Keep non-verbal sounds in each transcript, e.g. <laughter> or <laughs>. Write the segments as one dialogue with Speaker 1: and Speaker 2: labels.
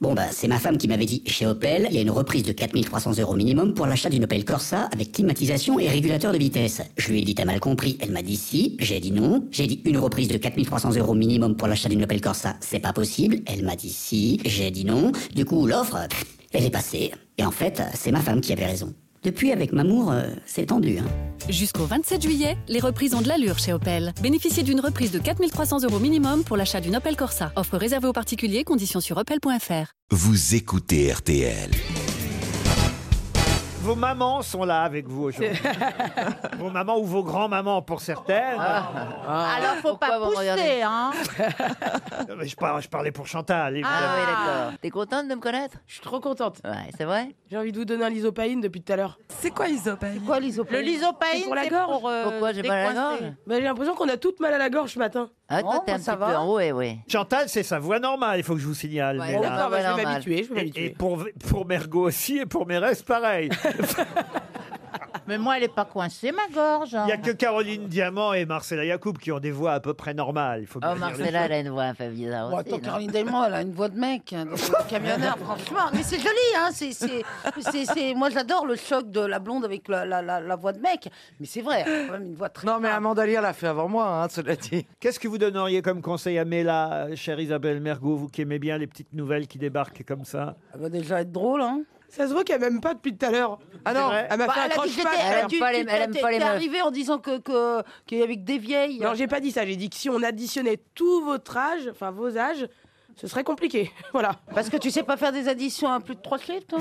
Speaker 1: Bon bah c'est ma femme qui m'avait dit chez Opel, il y a une reprise de 4300 euros minimum pour l'achat d'une Opel Corsa avec climatisation et régulateur de vitesse. Je lui ai dit t'as mal compris, elle m'a dit si, j'ai dit non, j'ai dit une reprise de 4300 euros minimum pour l'achat d'une Opel Corsa, c'est pas possible, elle m'a dit si, j'ai dit non, du coup l'offre, pff, elle est passée. Et en fait c'est ma femme qui avait raison. Depuis avec Mamour, euh, c'est tendu. Hein.
Speaker 2: Jusqu'au 27 juillet, les reprises ont de l'allure chez Opel. Bénéficiez d'une reprise de 4300 euros minimum pour l'achat d'une Opel Corsa. Offre réservée aux particuliers, conditions sur opel.fr.
Speaker 3: Vous écoutez RTL.
Speaker 4: Vos mamans sont là avec vous
Speaker 5: <laughs>
Speaker 4: aujourd'hui. vos mamans ou vos grands-mamans pour certaines.
Speaker 5: Ah. Alors, faut pas
Speaker 6: Ah. vous me regardez
Speaker 5: pousser, hein
Speaker 4: Non, mais je, par- je parlais pour Chantal. évidemment.
Speaker 6: Ah oui, d'accord. T'es contente de me connaître
Speaker 5: Je suis trop contente.
Speaker 6: Ouais, c'est vrai
Speaker 5: J'ai envie de vous donner un lysopaïne depuis tout à l'heure.
Speaker 7: C'est quoi Isopaïne
Speaker 5: Quoi, lysopaïne Le lysopaïne, c'est pour euh, la gorge.
Speaker 6: Pourquoi j'ai mal à la gorge
Speaker 5: Bah, j'ai l'impression qu'on a toutes mal à la gorge ce matin.
Speaker 6: Ah, toi, t'es un petit peu en ouais, ouais.
Speaker 4: Chantal, c'est sa voix normale, il faut que je vous signale. mais
Speaker 5: Bon,
Speaker 4: là-
Speaker 5: d'accord, bah, je vais
Speaker 6: normal.
Speaker 5: m'habituer, je vais
Speaker 4: Et, et
Speaker 5: m'habituer.
Speaker 4: pour, pour Mergo aussi, et pour
Speaker 5: <laughs>
Speaker 4: Mérès, pareil.
Speaker 6: Ah,
Speaker 7: Mais moi, elle est pas coincée, ma gorge.
Speaker 6: hein.
Speaker 4: Il n'y a que Caroline Diamant et Marcella Yacoub qui ont des voix à peu près normales. Il faut bien
Speaker 6: Oh,
Speaker 4: dire les
Speaker 6: Marcella, elle a une voix un peu bizarre
Speaker 7: Bon,
Speaker 6: aussi.
Speaker 7: attends,
Speaker 6: non
Speaker 7: Caroline Delmont, elle a une voix de mec, hein, de camionneur,
Speaker 6: <laughs>
Speaker 7: franchement. Mais c'est joli, hein. C'est, c'est, c'est, c'est- Moi, j'adore le choc de la blonde avec la, la, la, la voix de mec. Mais c'est vrai, elle a quand même une voix très.
Speaker 8: Non, mais Amanda Lear l'a fait avant moi, hein, cela dit.
Speaker 4: Qu'est-ce que vous donneriez comme conseil à Mela, euh, chère Isabelle Mergo, vous qui aimez bien les petites nouvelles qui débarquent comme ça
Speaker 5: Ah
Speaker 7: Elle
Speaker 5: bah
Speaker 7: va déjà être drôle, hein.
Speaker 5: Ça se voit qu'elle m'aime pas depuis tout à l'heure. Ah
Speaker 4: C'est
Speaker 5: non,
Speaker 4: vrai.
Speaker 5: elle m'a
Speaker 7: Bah,
Speaker 5: fait un
Speaker 7: elle a dit que
Speaker 5: croche
Speaker 7: j'étais- elle a
Speaker 6: Elle aime
Speaker 7: dit-
Speaker 6: pas les-
Speaker 7: t'es-
Speaker 6: elle aime
Speaker 7: t'es-
Speaker 6: pas les
Speaker 7: T'es
Speaker 6: meufs.
Speaker 7: arrivée en disant que, que, qu'il y avait que des vieilles.
Speaker 5: Non, j'ai pas dit ça. J'ai dit que si on additionnait tout votre âge, enfin vos âges, ce serait compliqué. <laughs> Voilà.
Speaker 7: Parce que tu sais pas faire des additions à plus de trois chiffres, toi.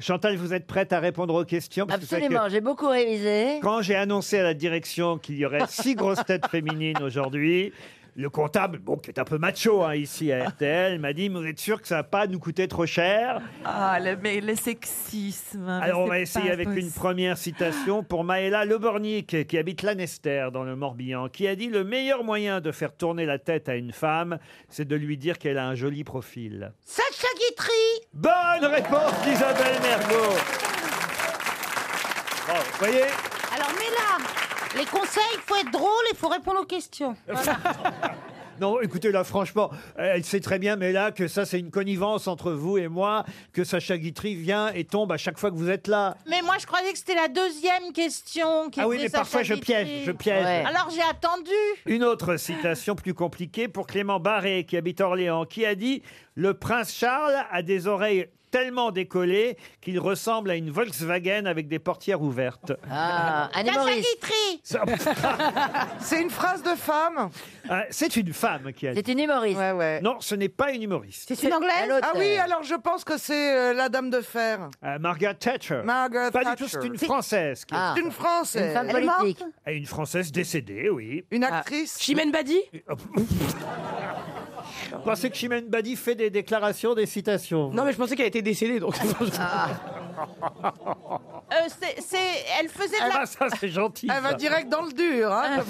Speaker 4: Chantal, vous êtes prête à répondre aux questions Parce que c'est vrai que
Speaker 6: Absolument, j'ai beaucoup révisé.
Speaker 4: Quand j'ai annoncé à la direction qu'il y aurait six grosses têtes féminines aujourd'hui, le comptable, bon, qui est un peu macho hein, ici à RTL, m'a dit, mais vous êtes sûr que ça va pas nous coûter trop cher
Speaker 7: Ah, mais le sexisme.
Speaker 4: Alors on va essayer avec une première citation pour Maëla Lebornic, qui habite Lanester dans le Morbihan, qui a dit le meilleur moyen de faire tourner la tête à une femme, c'est de lui dire qu'elle a un joli profil.
Speaker 7: Sacha Guitry
Speaker 4: Bonne réponse d'Isabelle Mergot. Bon, vous voyez,
Speaker 7: Alors, mais là, les conseils, faut être drôle et faut répondre aux
Speaker 4: <laughs>
Speaker 7: questions.
Speaker 4: non, écoutez, là, franchement, elle sait très bien, mais là, que ça, c'est une connivence entre vous et moi, que Sacha Guitry vient et tombe à chaque fois que vous êtes là.
Speaker 7: Mais moi, je croyais que c'était la deuxième question. Qui
Speaker 4: Ah oui,
Speaker 7: était
Speaker 4: mais
Speaker 7: Sacha
Speaker 4: parfois, je
Speaker 7: Guitry.
Speaker 4: piège, je piège.
Speaker 6: Ouais.
Speaker 7: Alors, j'ai attendu.
Speaker 4: Une autre citation plus compliquée pour Clément Barré, qui habite Orléans, qui a dit Le prince Charles a des oreilles tellement décollées qu'il ressemble à une Volkswagen avec des portières ouvertes.
Speaker 6: Ah, Anne
Speaker 7: Sacha
Speaker 6: Maurice,
Speaker 7: Guitry
Speaker 4: Ça- <laughs>
Speaker 8: <laughs> C'est une phrase de femme
Speaker 4: Ah, C'est une femme qui a dit.
Speaker 6: c'est une humoriste.
Speaker 8: Ouais, ouais.
Speaker 4: Non, ce n'est pas une humoriste.
Speaker 7: C'est une anglaise
Speaker 8: Ah oui, alors je pense que c'est euh, la dame de fer.
Speaker 4: Ah, Margaret Thatcher.
Speaker 8: Margaret
Speaker 4: pas du
Speaker 8: Thatcher.
Speaker 4: tout, c'est une Française. qui-
Speaker 6: Ah,
Speaker 8: C'est une Française.
Speaker 6: une femme
Speaker 7: Elle est morte
Speaker 6: politique.
Speaker 4: Ah, Une Française décédée, oui.
Speaker 8: Une actrice.
Speaker 5: Chimène Badi
Speaker 4: Vous pensez que Chimène Badi fait des déclarations, Ah. des citations <laughs> vous
Speaker 5: Non, mais je pensais qu'elle était décédée, donc.
Speaker 6: Ah.
Speaker 7: Euh, c'est- c'est- elle, faisait de la... Ah.
Speaker 4: Ah, ça, c'est gentil.
Speaker 8: Elle va
Speaker 4: ça.
Speaker 8: direct dans le dur. Hein.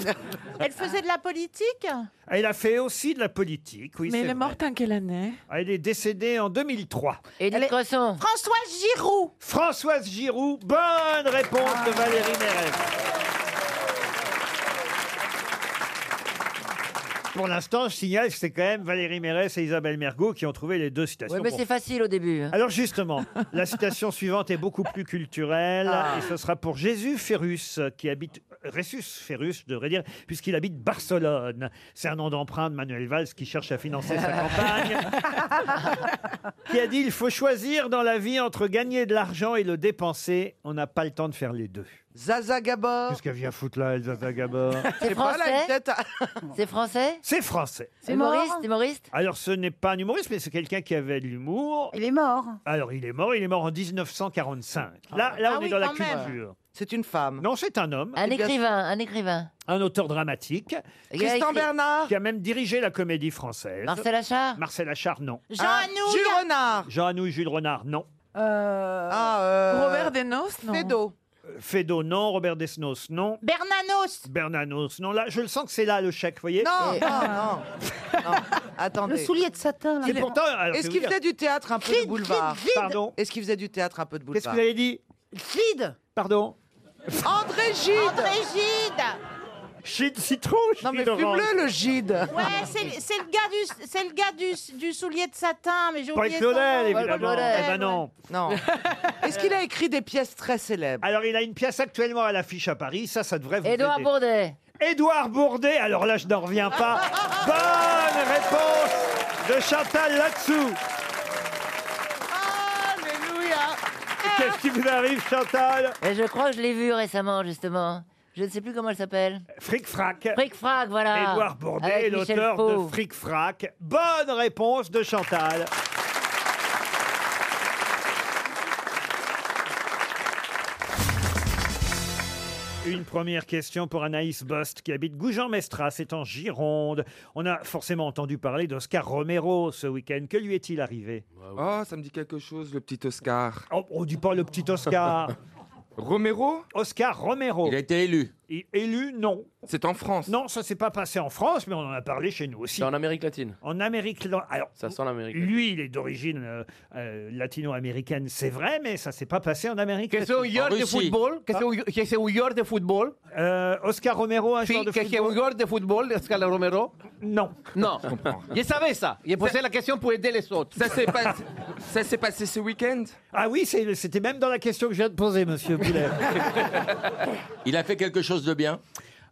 Speaker 7: elle faisait de la politique
Speaker 4: Elle Ah, a fait aussi de la politique, oui. c'est vrai.
Speaker 7: en quelle année
Speaker 4: Ah, Elle est décédée en 2003.
Speaker 6: Edith Cresson.
Speaker 7: Françoise Giroud
Speaker 4: Françoise Giroud, bonne réponse de Valérie Mérez. Pour l'instant, je signale que c'est quand même Valérie Mérès et Isabelle Mergot qui ont trouvé les deux citations.
Speaker 6: Oui, mais
Speaker 4: Bon.
Speaker 6: bah, c'est facile au début. hein.
Speaker 4: Alors justement,
Speaker 6: <laughs>
Speaker 4: la citation suivante est beaucoup plus culturelle
Speaker 6: Ah.
Speaker 4: et ce sera pour Jésus Ferrus qui habite Ressus Ferrus, je devrais dire, puisqu'il habite Barcelone. C'est un nom d'emprunt de Manuel Valls qui cherche à financer
Speaker 6: <laughs>
Speaker 4: sa campagne. qui a dit il faut choisir dans la vie entre gagner de l'argent et le dépenser, on n'a pas le temps de faire les deux.
Speaker 8: Zaza Gabor.
Speaker 4: Qu'est-ce qu'elle vient foutre là, Elsa
Speaker 6: <laughs>
Speaker 4: Zagabor
Speaker 6: C'est
Speaker 8: Voilà une
Speaker 6: français
Speaker 8: tête à- <laughs>
Speaker 6: C'est français
Speaker 4: C'est français.
Speaker 6: C'est
Speaker 5: hein.
Speaker 6: humoriste Humoriste
Speaker 4: Alors ce n'est pas un humoriste, mais c'est quelqu'un qui avait de l'humour.
Speaker 7: Il est mort.
Speaker 4: Alors il est mort, il est mort en 1945. Là, là
Speaker 7: Ah
Speaker 4: on est
Speaker 7: oui,
Speaker 4: dans la
Speaker 7: quand même.
Speaker 4: culture.
Speaker 8: C'est une femme.
Speaker 4: Non, c'est un homme, Eh
Speaker 6: Un écrivain, un écrivain.
Speaker 4: un auteur dramatique,
Speaker 6: Il a
Speaker 8: Tristan
Speaker 6: écrit-
Speaker 8: Bernard.
Speaker 4: qui a même dirigé la comédie française.
Speaker 6: Marcel Achard
Speaker 4: Marcel Achard, non.
Speaker 7: Jean
Speaker 8: Ah,
Speaker 7: Anouilh.
Speaker 8: Jules Renard.
Speaker 4: Jean Anouilh, Jules Renard, non.
Speaker 8: Ah, euh,
Speaker 7: Desnos
Speaker 8: Fédo.
Speaker 4: Euh, Feydeau, non. Robert Desnos, non.
Speaker 7: Bernanos
Speaker 4: Bernanos, non. Là, je le sens que c'est là le chèque, vous voyez
Speaker 8: Non, non, non, non. Attendez.
Speaker 7: Le soulier de satin, là.
Speaker 4: ah. C'est pourtant. alors, je
Speaker 8: Est-ce
Speaker 4: vais
Speaker 8: qu'il
Speaker 4: vous
Speaker 8: faisait
Speaker 4: dire-
Speaker 8: du théâtre un peu de boulevard
Speaker 4: Pardon.
Speaker 8: Est-ce qu'il faisait du théâtre un peu de
Speaker 4: Qu'est-ce que
Speaker 8: boulevard
Speaker 4: vous avez dit
Speaker 7: Gide
Speaker 4: Pardon
Speaker 8: André Gide
Speaker 7: André Gide
Speaker 4: Gide citron,
Speaker 8: Non, mais
Speaker 4: gide orange.
Speaker 8: fume-le, le gide.
Speaker 7: Ouais, c'est c'est le gars du, c'est le gars du, du soulier de satin, mais j'ai
Speaker 4: Paul
Speaker 7: oublié. son
Speaker 4: Claudel,
Speaker 7: nom.
Speaker 4: évidemment.
Speaker 7: Paul Claudel,
Speaker 4: Eh ben non.
Speaker 8: Non. <laughs> Est-ce qu'il a écrit des pièces très célèbres
Speaker 4: Alors, il a une pièce actuellement à l'affiche à Paris. Ça, ça devrait vous
Speaker 6: Édouard
Speaker 4: aider.
Speaker 6: Bourdet.
Speaker 4: Édouard Bourdet. Alors là, je n'en
Speaker 6: <laughs>
Speaker 4: reviens pas. Bonne réponse de Chantal là-dessous.
Speaker 8: Alléluia
Speaker 4: Qu'est-ce qui vous arrive, Chantal
Speaker 6: Et je crois que je l'ai vu récemment, justement. Je ne sais plus comment elle s'appelle.
Speaker 4: Fric frac.
Speaker 6: Fric Frac, voilà.
Speaker 4: Édouard Bourdet,
Speaker 6: Avec Michel
Speaker 4: l'auteur de
Speaker 6: Faux.
Speaker 4: Fric frac. Bonne réponse de Chantal. Une première question pour Anaïs Bost qui habite Goujan-Mestras, c'est en Gironde. On a forcément entendu parler d'Oscar Romero ce week-end. Que lui est-il arrivé
Speaker 5: Oh, ça me dit quelque chose, le petit Oscar.
Speaker 4: oh, On dit pas le petit Oscar.
Speaker 5: <laughs> Romero
Speaker 4: Oscar Romero.
Speaker 5: Il a été élu.
Speaker 4: Et élu, non.
Speaker 5: C'est en France.
Speaker 4: Non, ça s'est pas passé en France, mais on en a parlé chez nous aussi.
Speaker 9: C'est en Amérique latine.
Speaker 4: En Amérique latine. Alors,
Speaker 9: Ça sent l'Amérique. latine.
Speaker 4: lui, il est d'origine euh, euh, latino-américaine, c'est vrai, mais ça s'est pas passé en Amérique
Speaker 9: Que c'est
Speaker 4: latine.
Speaker 9: un joueur
Speaker 5: En
Speaker 9: de
Speaker 5: Russie.
Speaker 9: football, que c'est un- que c'est un joueur de football,
Speaker 4: Euh, Oscar Romero, un
Speaker 9: si,
Speaker 4: joueur de
Speaker 9: que c'est un
Speaker 4: football
Speaker 9: joueur de football, Escala Romero.
Speaker 4: Non.
Speaker 9: Non, je savais ça. J'ai posé la question pour aider les autres.
Speaker 5: Ça s'est pas- ça s'est passé ce week-end
Speaker 4: Ah oui, c'est- c'était même dans la question que je viens de poser, monsieur Boulet.
Speaker 10: <laughs> Il a fait quelque chose de bien.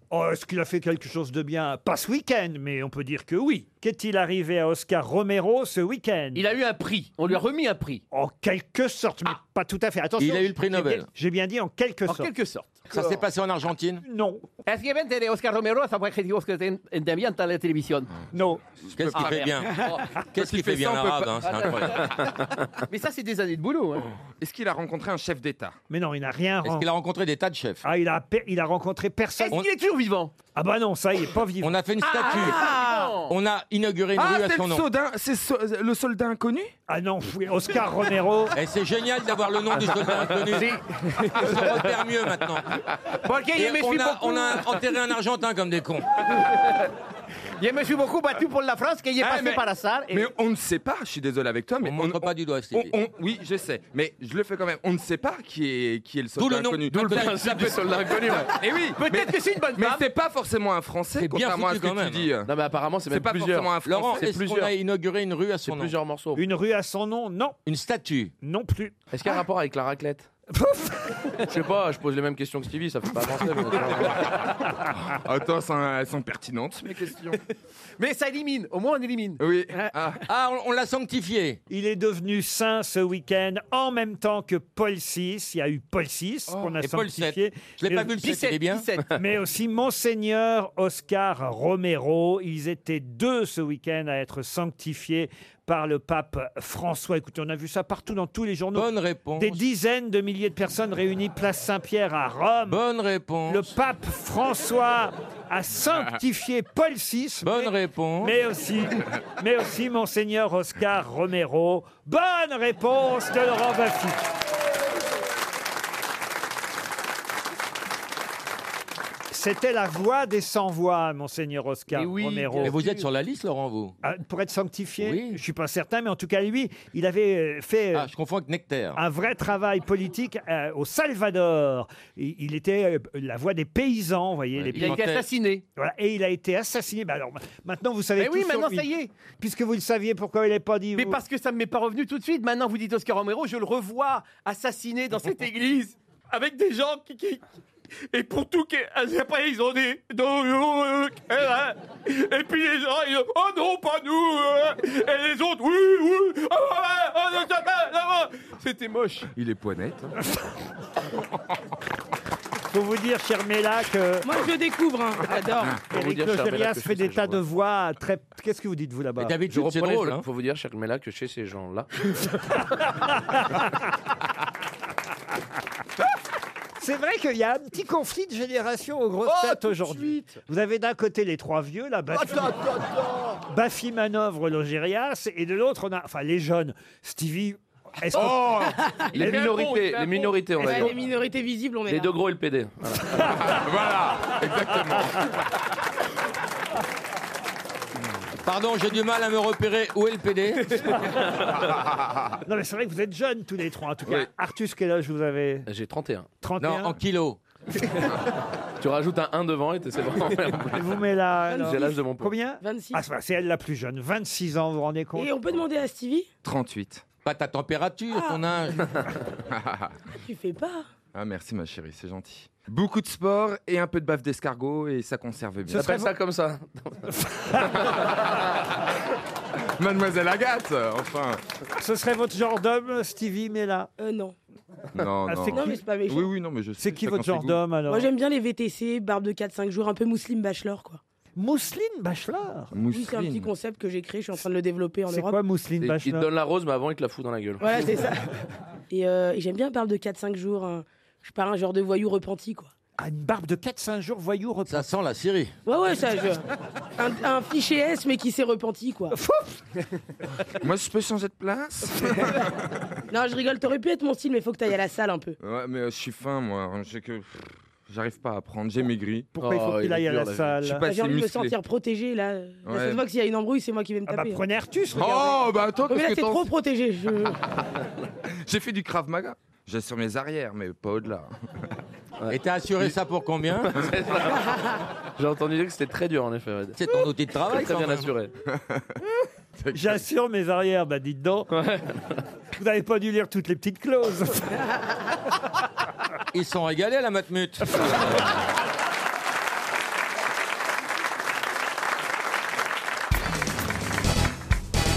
Speaker 4: Oh, Est-ce qu'il a fait quelque chose de bien Pas ce week-end, mais on peut dire que oui. Qu'est-il arrivé à Oscar Romero ce week-end
Speaker 9: Il a eu un prix. On lui a remis un prix. Ah.
Speaker 4: En quelque sorte, mais pas tout à fait. Attention.
Speaker 10: Il a eu le prix
Speaker 4: j'ai bien-
Speaker 10: Nobel.
Speaker 4: J'ai bien dit en quelque
Speaker 9: En
Speaker 4: sorte.
Speaker 9: quelque sorte.
Speaker 10: Ça s'est passé en Argentine.
Speaker 4: Non,
Speaker 9: Es que vende de Oscar Romero, ça pourrait dire que devient à la télévision.
Speaker 5: Ah.
Speaker 4: non.
Speaker 10: Qu'est-ce qu'il
Speaker 9: Ah,
Speaker 10: fait bien
Speaker 9: merde.
Speaker 10: Qu'est-ce qu'il
Speaker 5: il fait
Speaker 10: fait bien
Speaker 5: ça, on peut
Speaker 10: l'arabe
Speaker 5: pas- Oh.
Speaker 10: hein, C'est incroyable.
Speaker 9: Mais ça, c'est des années de boulot. hein.
Speaker 5: Est-ce qu'il a rencontré un chef d'État
Speaker 4: Mais non, il n'a rien
Speaker 10: Est-ce
Speaker 4: rencontré.
Speaker 10: qu'il a rencontré des tas de chefs
Speaker 4: Ah, il a, pe- il a rencontré personne.
Speaker 9: Est-ce qu'il est toujours vivant Ah,
Speaker 4: Ah bah non, ça, il est pas vivant.
Speaker 10: On a fait une statue. On a inauguré une
Speaker 5: Ah,
Speaker 10: rue à
Speaker 5: c'est
Speaker 10: son
Speaker 5: le,
Speaker 10: nom.
Speaker 5: soldat- c'est so- le soldat inconnu
Speaker 4: Ah non, oui, Oscar
Speaker 10: <laughs>
Speaker 4: Romero.
Speaker 10: Et Eh, c'est génial d'avoir le nom du soldat inconnu. On se repère mieux maintenant.
Speaker 9: Parce que
Speaker 10: Et
Speaker 9: je me suis
Speaker 10: on, a,
Speaker 9: beaucoup-
Speaker 10: on a enterré un Argentin comme des cons.
Speaker 9: je me suis beaucoup battu pour la France, que j'ai
Speaker 5: Ah,
Speaker 9: passé
Speaker 5: mais-
Speaker 9: par la salle. et-
Speaker 5: Mais on ne sait pas, je suis désolé avec toi, mais
Speaker 10: On montre pas du doigt,
Speaker 5: on-
Speaker 10: Stevie.
Speaker 5: on- Oui, je sais, mais je le fais quand même. On ne sait pas qui est, qui est le
Speaker 10: D'où
Speaker 5: soldat
Speaker 10: le nom.
Speaker 5: inconnu.
Speaker 10: D'où le principe du
Speaker 5: soldat inconnu, Et oui, mais,
Speaker 9: Peut-être que c'est une bonne
Speaker 5: mais
Speaker 9: femme.
Speaker 5: c'est pas forcément un Français,
Speaker 10: C'est bien
Speaker 5: contrairement à ce
Speaker 10: foutu
Speaker 5: que tu
Speaker 10: quand même. hein.
Speaker 5: dis. euh.
Speaker 9: Non, mais apparemment, c'est
Speaker 5: C'est
Speaker 9: même
Speaker 5: pas
Speaker 9: plusieurs.
Speaker 5: forcément un Français.
Speaker 10: Laurent,
Speaker 9: c'est
Speaker 10: est-ce qu'on
Speaker 9: plusieurs.
Speaker 10: a inauguré une rue à son
Speaker 9: C'est
Speaker 10: nom
Speaker 9: plusieurs morceaux.
Speaker 4: Une rue à son nom, non.
Speaker 10: Une statue.
Speaker 4: Non plus. Ah.
Speaker 9: Est-ce qu'il y a un rapport avec la raclette Je sais pas, je pose les mêmes questions que Stevie, ça fait pas avancer.
Speaker 5: Attends, elles sont- Ah, elles sont pertinentes, mes questions.
Speaker 9: Mais ça élimine, au moins on élimine.
Speaker 5: Oui. Ah.
Speaker 10: Ah, on, on l'a sanctifié.
Speaker 4: Il est devenu saint ce week-end en même temps que Paul VI. Il y a eu Paul VI qu'on a
Speaker 10: Oh. et Paul
Speaker 4: sanctifié.
Speaker 10: Je l'ai
Speaker 4: Mais-
Speaker 10: pas vu le sept, il est bien.
Speaker 9: 17.
Speaker 4: <laughs> Mais aussi Monseigneur Oscar Romero. Ils étaient deux ce week-end à être sanctifiés par le pape François. Écoutez, on a vu ça partout dans tous les journaux.
Speaker 10: Bonne réponse.
Speaker 4: Des dizaines de milliers de personnes réunies place Saint-Pierre à Rome.
Speaker 10: Bonne réponse.
Speaker 4: Le pape François
Speaker 10: <laughs>
Speaker 4: a sanctifié Paul VI.
Speaker 10: Bonne
Speaker 4: mais-
Speaker 10: réponse.
Speaker 4: Mais aussi, mais aussi Monseigneur Oscar Romero. Bonne réponse de Laurent Baffy. C'était la voix des sans-voix, Monseigneur Oscar
Speaker 10: Eh
Speaker 9: Mais Eh oui,
Speaker 4: Romero.
Speaker 9: bien
Speaker 10: Et vous êtes sur la liste, Laurent, vous
Speaker 4: Ah, Pour être sanctifié,
Speaker 10: Oui.
Speaker 4: je suis pas certain, mais en tout cas, lui, il avait euh, fait euh,
Speaker 10: Ah, je confonds avec Nectar.
Speaker 4: un vrai travail politique euh, au Salvador. Il, il était euh, la voix des paysans, vous voyez,
Speaker 10: Ouais,
Speaker 4: les
Speaker 9: Il a été
Speaker 10: Pimentel.
Speaker 9: assassiné.
Speaker 4: voilà. Et il a été assassiné. Bah alors, ma- maintenant, vous savez
Speaker 9: Mais oui,
Speaker 4: tout sur
Speaker 9: maintenant
Speaker 4: lui.
Speaker 9: ça y est.
Speaker 4: Puisque vous le saviez, pourquoi il n'est pas dit
Speaker 9: Mais
Speaker 4: vous
Speaker 9: parce que ça ne m'est pas revenu tout de suite. Maintenant vous dites Oscar Romero, je le revois assassiné dans
Speaker 4: <laughs>
Speaker 9: cette église avec des gens qui. qui- Et pour tout, qui- après ils ont dit. Et puis les gens, ils ont. Oh non, pas nous hein. Et les autres, oui, oui ah, ouais, ouais, C'était moche.
Speaker 5: Il est poinette. hein.
Speaker 4: Faut vous dire, cher Mela, que
Speaker 11: Moi, je le découvre,
Speaker 9: <laughs>
Speaker 11: hein. j'adore.
Speaker 9: vous
Speaker 4: Eric
Speaker 9: dire, cher Mella,
Speaker 4: Logérias
Speaker 9: que je
Speaker 4: fait
Speaker 9: sais
Speaker 4: des
Speaker 9: ce
Speaker 4: tas
Speaker 9: que
Speaker 4: de
Speaker 9: je
Speaker 4: voix très. Qu'est-ce que vous dites, vous, là-bas
Speaker 10: Et d'habitude, c'est
Speaker 9: Reprenez
Speaker 10: drôle.
Speaker 9: ça,
Speaker 10: hein.
Speaker 9: Faut vous dire, cher Mela, que chez
Speaker 10: <laughs>
Speaker 9: ces gens-là,
Speaker 4: <laughs> C'est vrai qu'il y a un petit conflit de génération aux grosses têtes aujourd'hui. Vous avez d'un côté les trois vieux, là,
Speaker 9: Oh,
Speaker 4: Baffy, Baffy, Manœuvre, Logérias, et de l'autre, on a. Enfin, les jeunes. Stevie. est-ce qu'on-
Speaker 5: Oh <laughs>
Speaker 9: les minorités, les minorités, on va
Speaker 5: Eh
Speaker 11: Ouais,
Speaker 9: dire.
Speaker 11: les
Speaker 5: ben,
Speaker 11: minorités visibles, on est
Speaker 9: Les
Speaker 11: là.
Speaker 9: deux gros et le PD.
Speaker 5: <laughs> voilà, exactement.
Speaker 10: <laughs> Pardon, j'ai du mal à me repérer. Où est le
Speaker 9: <laughs>
Speaker 10: PD
Speaker 4: Non, mais c'est vrai que vous êtes jeunes, tous les trois, en tout cas.
Speaker 5: Oui.
Speaker 4: Artus, quel âge vous avez
Speaker 9: J'ai 31.
Speaker 10: Non,
Speaker 4: 31
Speaker 10: en kilos.
Speaker 9: <laughs> Tu rajoutes un 1 devant et t'essaies de renverser.
Speaker 4: Elle vous met là. alors.
Speaker 9: J'ai l'âge de mon pote.
Speaker 4: Combien
Speaker 5: 26.
Speaker 4: Ah, c'est- c'est elle la plus jeune. 26 ans, vous vous rendez compte
Speaker 5: Et on peut demander à Stevie
Speaker 10: 38.
Speaker 12: Pas ta température,
Speaker 5: Ah.
Speaker 12: ton âge.
Speaker 5: Tu fais
Speaker 4: <laughs>
Speaker 5: pas
Speaker 10: <laughs> ah, merci, ma chérie, c'est gentil. Beaucoup de sport et un peu de bave d'escargot, et ça conserve bien.
Speaker 9: Ce T'appelles serait- ça comme ça
Speaker 10: Mademoiselle Agathe, enfin.
Speaker 4: Ce serait votre genre d'homme, Stevie Mella
Speaker 5: Euh, non.
Speaker 10: Non,
Speaker 4: Ah,
Speaker 10: non.
Speaker 4: c'est Non, qui- mais c'est pas méchant.
Speaker 10: Oui, oui, non, mais je sais.
Speaker 4: C'est qui
Speaker 10: chacun
Speaker 4: votre
Speaker 10: ses
Speaker 4: genre
Speaker 10: goûts.
Speaker 4: d'homme alors
Speaker 5: Moi, j'aime bien les VTC, barbe de 4-5 jours, un peu Mousseline Bachelor, quoi.
Speaker 4: Mousseline Bachelor
Speaker 5: Oui, c'est un petit concept que j'ai créé, je suis en train de le développer en
Speaker 4: C'est
Speaker 5: Europe.
Speaker 4: quoi Mousseline
Speaker 9: Il il te
Speaker 4: Bachelor
Speaker 9: donne la rose, mais avant, il te la fout dans la gueule.
Speaker 5: Voilà, c'est
Speaker 4: <laughs>
Speaker 5: ça. Et, euh, et j'aime bien barbe de 4-5 jours. hein. Je suis pas un genre de voyou repenti, quoi.
Speaker 4: Ah, une barbe de 4-5 jours, voyou repenti.
Speaker 12: Ça sent la Syrie.
Speaker 5: Ouais, ouais, ça, je... un, un fichier S, mais qui s'est repenti, quoi.
Speaker 10: <laughs> Moi, je peux changer de place
Speaker 5: non, je rigole, t'aurais pu être mon style, mais faut que t'ailles à la salle un peu.
Speaker 10: Ouais, mais euh, je suis fin, moi. Je sais que. pff, J'arrive pas à prendre, j'ai maigri.
Speaker 4: Pourquoi
Speaker 9: Oh,
Speaker 4: il faut qu'il aille à la salle
Speaker 10: Je suis pas
Speaker 5: Ah, J'ai
Speaker 10: assez
Speaker 5: envie de me
Speaker 10: musclé.
Speaker 5: sentir protégé, là. La
Speaker 10: Ouais.
Speaker 5: seule fois que s'il y a une embrouille, c'est moi qui vais me
Speaker 4: Ah bah
Speaker 5: taper. hein.
Speaker 4: prenez Artus, regardez.
Speaker 10: Oh, bah attends,
Speaker 5: mais
Speaker 10: qu'est-ce
Speaker 5: là,
Speaker 10: que
Speaker 5: t'es
Speaker 10: t'en
Speaker 5: trop protégé. je- <laughs>
Speaker 10: J'ai fait du Krav Maga. J'ai sur mes arrières, mais pas <laughs> au-delà.
Speaker 12: Et t'as assuré ça pour
Speaker 10: <laughs>
Speaker 12: combien
Speaker 9: J'ai entendu dire que c'était très dur, en effet. ouais.
Speaker 12: C'est ton outil de travail.
Speaker 9: Très
Speaker 12: quand
Speaker 9: bien
Speaker 12: même.
Speaker 9: assuré.
Speaker 4: J'assure mes arrières, bah dites donc. Vous n'avez pas dû lire toutes les petites clauses.
Speaker 12: Ils sont régalés à la
Speaker 9: <laughs>
Speaker 12: matmut.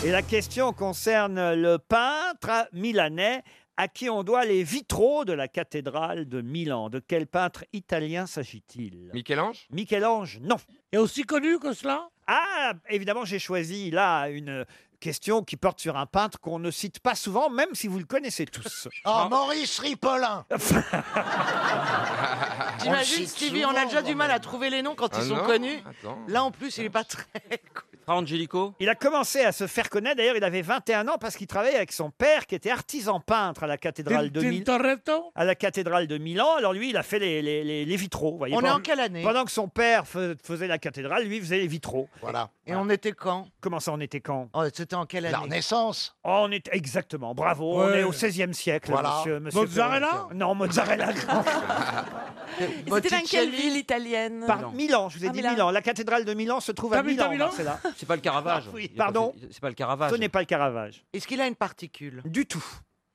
Speaker 4: Et la question concerne le peintre milanais à qui on doit les vitraux de la cathédrale de Milan. De quel peintre italien s'agit-il
Speaker 10: Michel-Ange
Speaker 4: Michel-Ange, non. Et aussi connu que cela Ah, évidemment, j'ai choisi là une question qui porte sur un peintre qu'on ne cite pas souvent, même si vous le
Speaker 13: <laughs>
Speaker 4: connaissez tous.
Speaker 13: Oh, Maurice
Speaker 4: <laughs>
Speaker 13: Ripollin
Speaker 8: T'imagines, Stevie, on a déjà du mal à trouver les noms quand
Speaker 4: Ah
Speaker 8: ils sont
Speaker 4: non,
Speaker 8: connus.
Speaker 4: attends.
Speaker 8: Là, en plus, il est pas très.
Speaker 12: Angelico
Speaker 4: Il a commencé à se faire connaître, d'ailleurs il avait 21 ans parce qu'il travaillait avec son père qui était artisan peintre à la cathédrale de Milan. À la cathédrale de Milan, alors lui il a fait les, les- les- les vitraux. vous voyez.
Speaker 8: On est
Speaker 4: Pendant-
Speaker 8: en quelle année
Speaker 4: Pendant que son père fe- faisait la cathédrale, lui faisait les vitraux.
Speaker 13: Voilà.
Speaker 8: Et on était quand Oh,
Speaker 4: Comment ça on était quand
Speaker 8: C'était en quelle année
Speaker 13: La Renaissance.
Speaker 4: Oh, on est exactement, bravo, on
Speaker 13: Ouais.
Speaker 4: est au 16e siècle,
Speaker 13: Voilà.
Speaker 4: monsieur, monsieur
Speaker 13: Mozzarella
Speaker 4: Perron. Non, Mozzarella. non.
Speaker 14: C'était dans quelle ville italienne
Speaker 4: Par Milan, je vous ai
Speaker 14: Ah,
Speaker 4: dit
Speaker 14: Milan.
Speaker 4: Milan. La cathédrale de Milan se trouve
Speaker 8: T'as
Speaker 4: à
Speaker 8: vu, t'as
Speaker 4: Milan,
Speaker 8: vu, Milan
Speaker 4: Marcella. Ah
Speaker 12: C'est pas le Caravage.
Speaker 8: Oui.
Speaker 4: Pardon
Speaker 12: C'est pas le Caravage.
Speaker 4: Ce n'est pas le Caravage.
Speaker 8: Est-ce qu'il a une particule
Speaker 4: Du tout.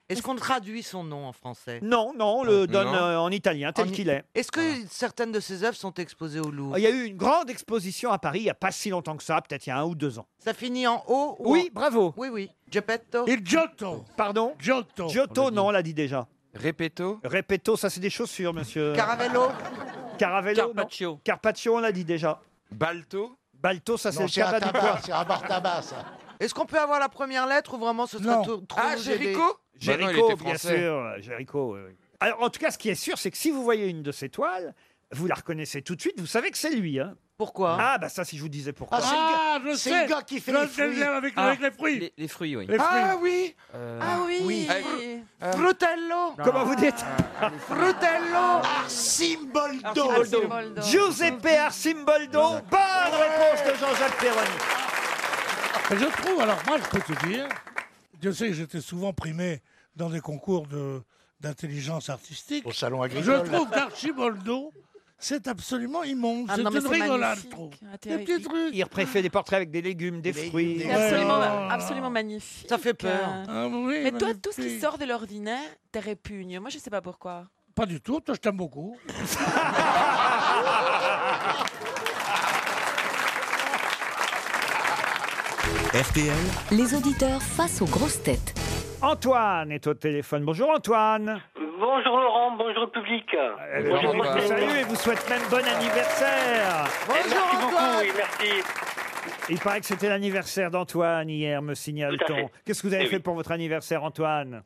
Speaker 8: Est-ce qu'on traduit son nom en français
Speaker 4: Non, non, on le donne
Speaker 8: Non.
Speaker 4: euh, en italien, tel
Speaker 8: En-
Speaker 4: qu'il est.
Speaker 8: Est-ce que certaines de ses œuvres sont exposées au Louvre
Speaker 4: Il y a eu une grande exposition à Paris il n'y a pas si longtemps que ça, peut-être il y a un ou deux ans.
Speaker 8: Ça finit en haut ou
Speaker 4: Oui,
Speaker 8: en-
Speaker 4: bravo.
Speaker 8: Oui, oui. Geppetto
Speaker 13: Et Giotto
Speaker 4: Pardon
Speaker 13: Giotto
Speaker 4: Giotto, non, on l'a dit déjà.
Speaker 10: Repetto
Speaker 4: Repetto, ça c'est des chaussures, monsieur.
Speaker 8: Caravello
Speaker 4: Caravello non. Carpaccio, on l'a dit déjà.
Speaker 10: Balto Ah,
Speaker 4: Balto, ça Ah bah, c'est
Speaker 13: Non,
Speaker 4: le
Speaker 13: c'est un
Speaker 4: cabas du
Speaker 13: tabac,
Speaker 4: coin.
Speaker 13: c'est un bar tabac, ça.
Speaker 8: Est-ce qu'on peut avoir la première lettre ou vraiment ce serait
Speaker 13: Non.
Speaker 8: trop, trop
Speaker 10: Ah,
Speaker 8: nous aider
Speaker 10: Géricault
Speaker 4: Géricault,
Speaker 10: Bah non, il était
Speaker 4: bien
Speaker 10: français.
Speaker 4: sûr. euh, Géricault, oui, oui. Alors, en tout cas, ce qui est sûr, c'est que si vous voyez une de ces toiles, vous la reconnaissez tout de suite, vous savez que c'est lui. hein.
Speaker 8: Pourquoi
Speaker 4: Ah, bah ça, si je vous disais pourquoi.
Speaker 13: Ah, c'est le gars- c'est le gars qui fait les fruits. Ah,
Speaker 15: avec,
Speaker 10: Ah.
Speaker 15: avec les fruits. Les, fruits, oui.
Speaker 8: Ah oui
Speaker 4: Euh,
Speaker 8: Ah oui,
Speaker 4: Eh,
Speaker 15: oui.
Speaker 8: Euh, Frutello
Speaker 4: Ah, Comment vous dites
Speaker 8: Frutello
Speaker 13: Arcimboldo
Speaker 14: Arcimboldo.
Speaker 4: Giuseppe Arcimboldo, bonne réponse de Jean-Jacques Perroni.
Speaker 15: Et Je trouve, alors moi je peux te dire, Dieu sait que j'étais souvent primé dans des concours de- d'intelligence artistique.
Speaker 13: Au salon agricole.
Speaker 15: Je trouve qu'Archiboldo, c'est absolument immonde.
Speaker 14: Ah
Speaker 15: c'est
Speaker 14: non,
Speaker 15: une
Speaker 14: mais c'est
Speaker 15: rigolade, je
Speaker 14: magnifique.
Speaker 15: trouve.
Speaker 14: Ah,
Speaker 15: Des
Speaker 14: terrible.
Speaker 15: petits trucs.
Speaker 4: Il préfère des portraits avec des légumes, des fruits.
Speaker 14: C'est absolument,
Speaker 15: Ouais.
Speaker 14: absolument magnifique.
Speaker 8: Ah. Ça fait peur.
Speaker 14: Euh,
Speaker 15: Ah, oui,
Speaker 14: Mais toi, tout ce qui
Speaker 15: magnifique.
Speaker 14: sort de l'ordinaire, t'es répugne. Moi, je sais pas pourquoi.
Speaker 15: Pas du tout, toi je t'aime beaucoup.
Speaker 16: RTL,
Speaker 17: Les auditeurs face aux grosses têtes.
Speaker 4: Antoine est au téléphone. Bonjour Antoine.
Speaker 18: Bonjour Laurent, bonjour le public.
Speaker 4: Eh bien,
Speaker 18: bonjour
Speaker 4: on vous salue et vous souhaite même bon anniversaire.
Speaker 18: Eh, Merci beaucoup, oui, merci.
Speaker 4: Il paraît que c'était l'anniversaire d'Antoine hier, me
Speaker 18: Tout à
Speaker 4: signale-t-on.
Speaker 18: fait.
Speaker 4: Qu'est-ce que vous avez
Speaker 18: Eh
Speaker 4: fait
Speaker 18: oui.
Speaker 4: pour votre anniversaire, Antoine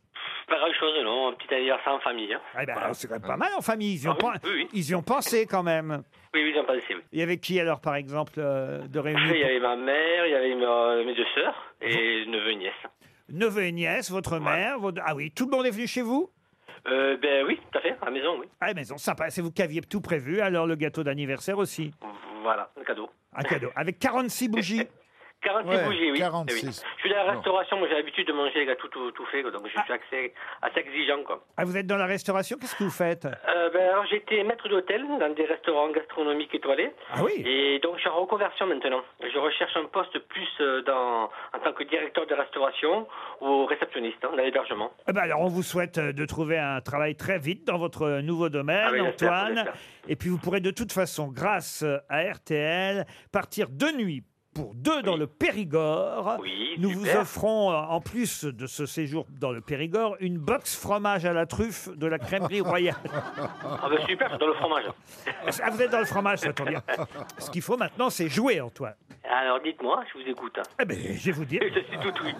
Speaker 18: Pas grand chose, non, un petit anniversaire en famille. hein.
Speaker 4: Eh ben, c'est quand même pas mal en famille. Ils y ont,
Speaker 18: Ah oui,
Speaker 4: pen-
Speaker 18: oui, oui.
Speaker 4: ils y ont pensé quand même.
Speaker 18: Oui, oui, j'en pensais, oui.
Speaker 4: Il y avait qui alors, par exemple, euh, de
Speaker 18: Après, il y
Speaker 4: réunion
Speaker 18: avait ma mère, il y avait ma- mes deux sœurs et neveu et nièce.
Speaker 4: Neveu et nièce, votre mère. votre- Ah oui, tout le monde est venu chez vous
Speaker 18: Euh, ben oui, tout à fait, à la maison, oui.
Speaker 4: Ah, maison, sympa. C'est vous qui aviez tout prévu. Alors, le gâteau d'anniversaire aussi.
Speaker 18: <laughs> Voilà, le cadeau.
Speaker 4: Un cadeau. Avec 46 bougies.
Speaker 18: 46
Speaker 19: Ouais,
Speaker 18: bougies, oui.
Speaker 19: 46.
Speaker 18: Eh oui. Je suis dans la restauration, moi j'ai l'habitude de manger les gâteaux tout, tout faits, donc je suis assez, assez exigeant. Quoi.
Speaker 4: Ah, vous êtes dans la restauration, qu'est-ce que vous faites
Speaker 18: Euh, ben, alors, j'étais maître d'hôtel dans des restaurants gastronomiques étoilés.
Speaker 4: Ah oui
Speaker 18: Et donc je suis en reconversion maintenant. Je recherche un poste plus euh, dans, en tant que directeur de restauration ou réceptionniste hein, dans l'hébergement.
Speaker 4: Eh ben alors, on vous souhaite euh, de trouver un travail très vite dans votre euh, nouveau domaine,
Speaker 18: Ah oui, j'espère,
Speaker 4: Antoine.
Speaker 18: j'espère.
Speaker 4: Et puis, vous pourrez de toute façon, grâce euh, à RTL, partir de nuit. Pour deux dans le Périgord, nous vous
Speaker 18: super.
Speaker 4: offrons, euh, en plus de ce séjour dans le Périgord, une box fromage à la truffe de la crèmerie royale.
Speaker 18: <laughs> Ah ben super, je suis dans le fromage.
Speaker 4: <laughs> Ah, vous êtes dans le fromage, ça tombe bien. Ce qu'il faut maintenant, c'est jouer, Antoine.
Speaker 18: Alors dites-moi, je vous écoute. hein.
Speaker 4: Eh ben, je vais vous dire.
Speaker 18: Je suis tout oui.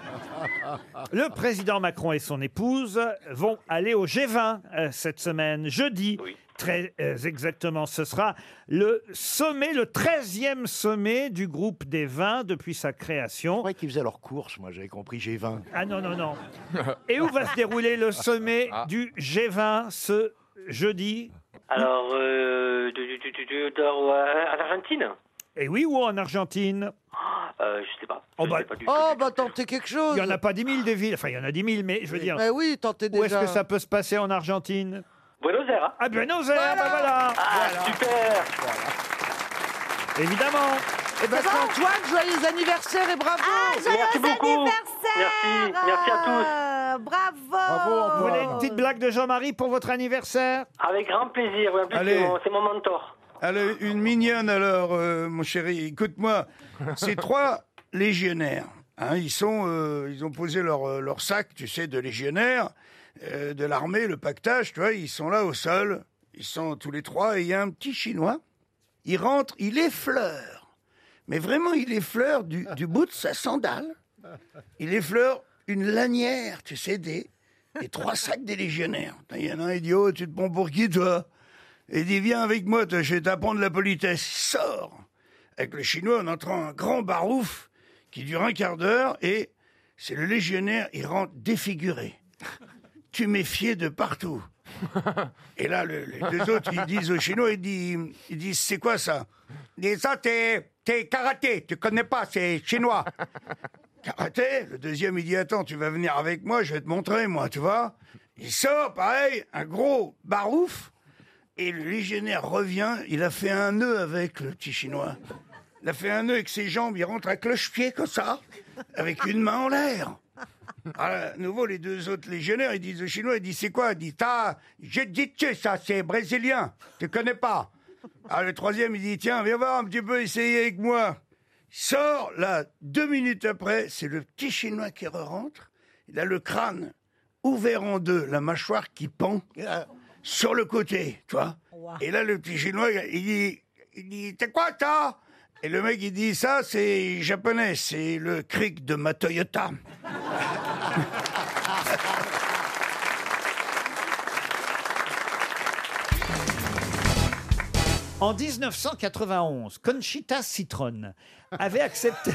Speaker 4: Le président Macron et son épouse vont aller au G20 euh, cette semaine, jeudi. Très euh, exactement, ce sera le sommet, le 13e sommet du groupe des 20 depuis sa création.
Speaker 19: C'est vrai qu'ils faisaient leurs courses, moi j'avais compris, j'ai 20.
Speaker 4: Ah non, non, non. Et où va se dérouler le sommet du G20 ce jeudi
Speaker 18: Alors, euh, du- du- du- du- du- dans- euh, à l'Argentine
Speaker 4: Et Eh oui, ou en Argentine
Speaker 18: euh, Je sais pas.
Speaker 4: Oh, bah,
Speaker 20: Oh, bah tentez quelque chose.
Speaker 4: Il n'y en a pas 10 000 des villes. Enfin, il y en a 10 000, mais je veux dire.
Speaker 20: Mais Eh oui, tentez
Speaker 4: Où est-ce
Speaker 20: déjà.
Speaker 4: que ça peut se passer en Argentine
Speaker 18: Buenos Aires. hein.
Speaker 4: Ah, Buenos Aires,
Speaker 20: Voilà.
Speaker 4: bah voilà.
Speaker 18: Ah, super
Speaker 4: Évidemment. Eh
Speaker 20: Et ben, Antoine, joyeux anniversaire et bravo. Ah,
Speaker 21: joyeux Merci beaucoup.
Speaker 18: Merci, merci à tous.
Speaker 7: Ah.
Speaker 21: Bravo
Speaker 4: Vous voulez une petite blague de Jean-Marie pour votre anniversaire
Speaker 18: Avec grand plaisir, oui, en plus,
Speaker 13: Allez.
Speaker 18: c'est mon- c'est mon mentor.
Speaker 13: Allez, une mignonne alors, euh, mon chéri. Écoute-moi, <laughs> ces trois légionnaires, hein, ils, sont, euh, ils ont posé leur, euh, leur sac, tu sais, de légionnaires, euh, de l'armée, le pactage, tu vois, ils sont là au sol, ils sont tous les trois, et il y a un petit Chinois, il rentre, il effleure, mais vraiment, il effleure du, du bout de sa sandale, il effleure une lanière, tu sais, des, des trois sacs des légionnaires. Il y en a un idiot, tu te prends pour qui, toi Et il dit, viens avec moi, toi, je vais t'apprendre la politesse. Il Sort Avec le chinois, on entend un grand barouf qui dure un quart d'heure et c'est le légionnaire, il rentre défiguré. Tu méfiais de partout. Et là, le- les deux autres, ils disent au chinois, ils disent, ils disent c'est quoi ça Il dit, ça, t'es t'es karaté, tu connais pas, c'est chinois. Karaté Le deuxième, il dit, attends, tu vas venir avec moi, je vais te montrer, moi, tu vois. Il sort, pareil, un gros barouf, et le légionnaire revient, il a fait un nœud avec le petit chinois. Il a fait un nœud avec ses jambes, il rentre à cloche-pied comme ça, avec une main en l'air. Alors, à Ah, nouveau, les deux autres légionnaires, ils disent aux Chinois, ils disent, c'est quoi Ils disent, ah, j'ai dit, tu ça, c'est brésilien, tu connais pas. Alors, le troisième, il dit, tiens, viens voir un petit peu, essayer avec moi. Il Sort, là, deux minutes après, c'est le petit Chinois qui rentre. Il a le crâne ouvert en deux, la mâchoire qui pend euh, sur le côté, tu vois. Et là, le petit Chinois, il dit, il dit, t'es quoi, ça Et le mec, il dit, ça, c'est japonais, c'est le cric de ma Toyota.
Speaker 4: En 1991, Conchita Citron
Speaker 7: <laughs>
Speaker 4: avait accepté.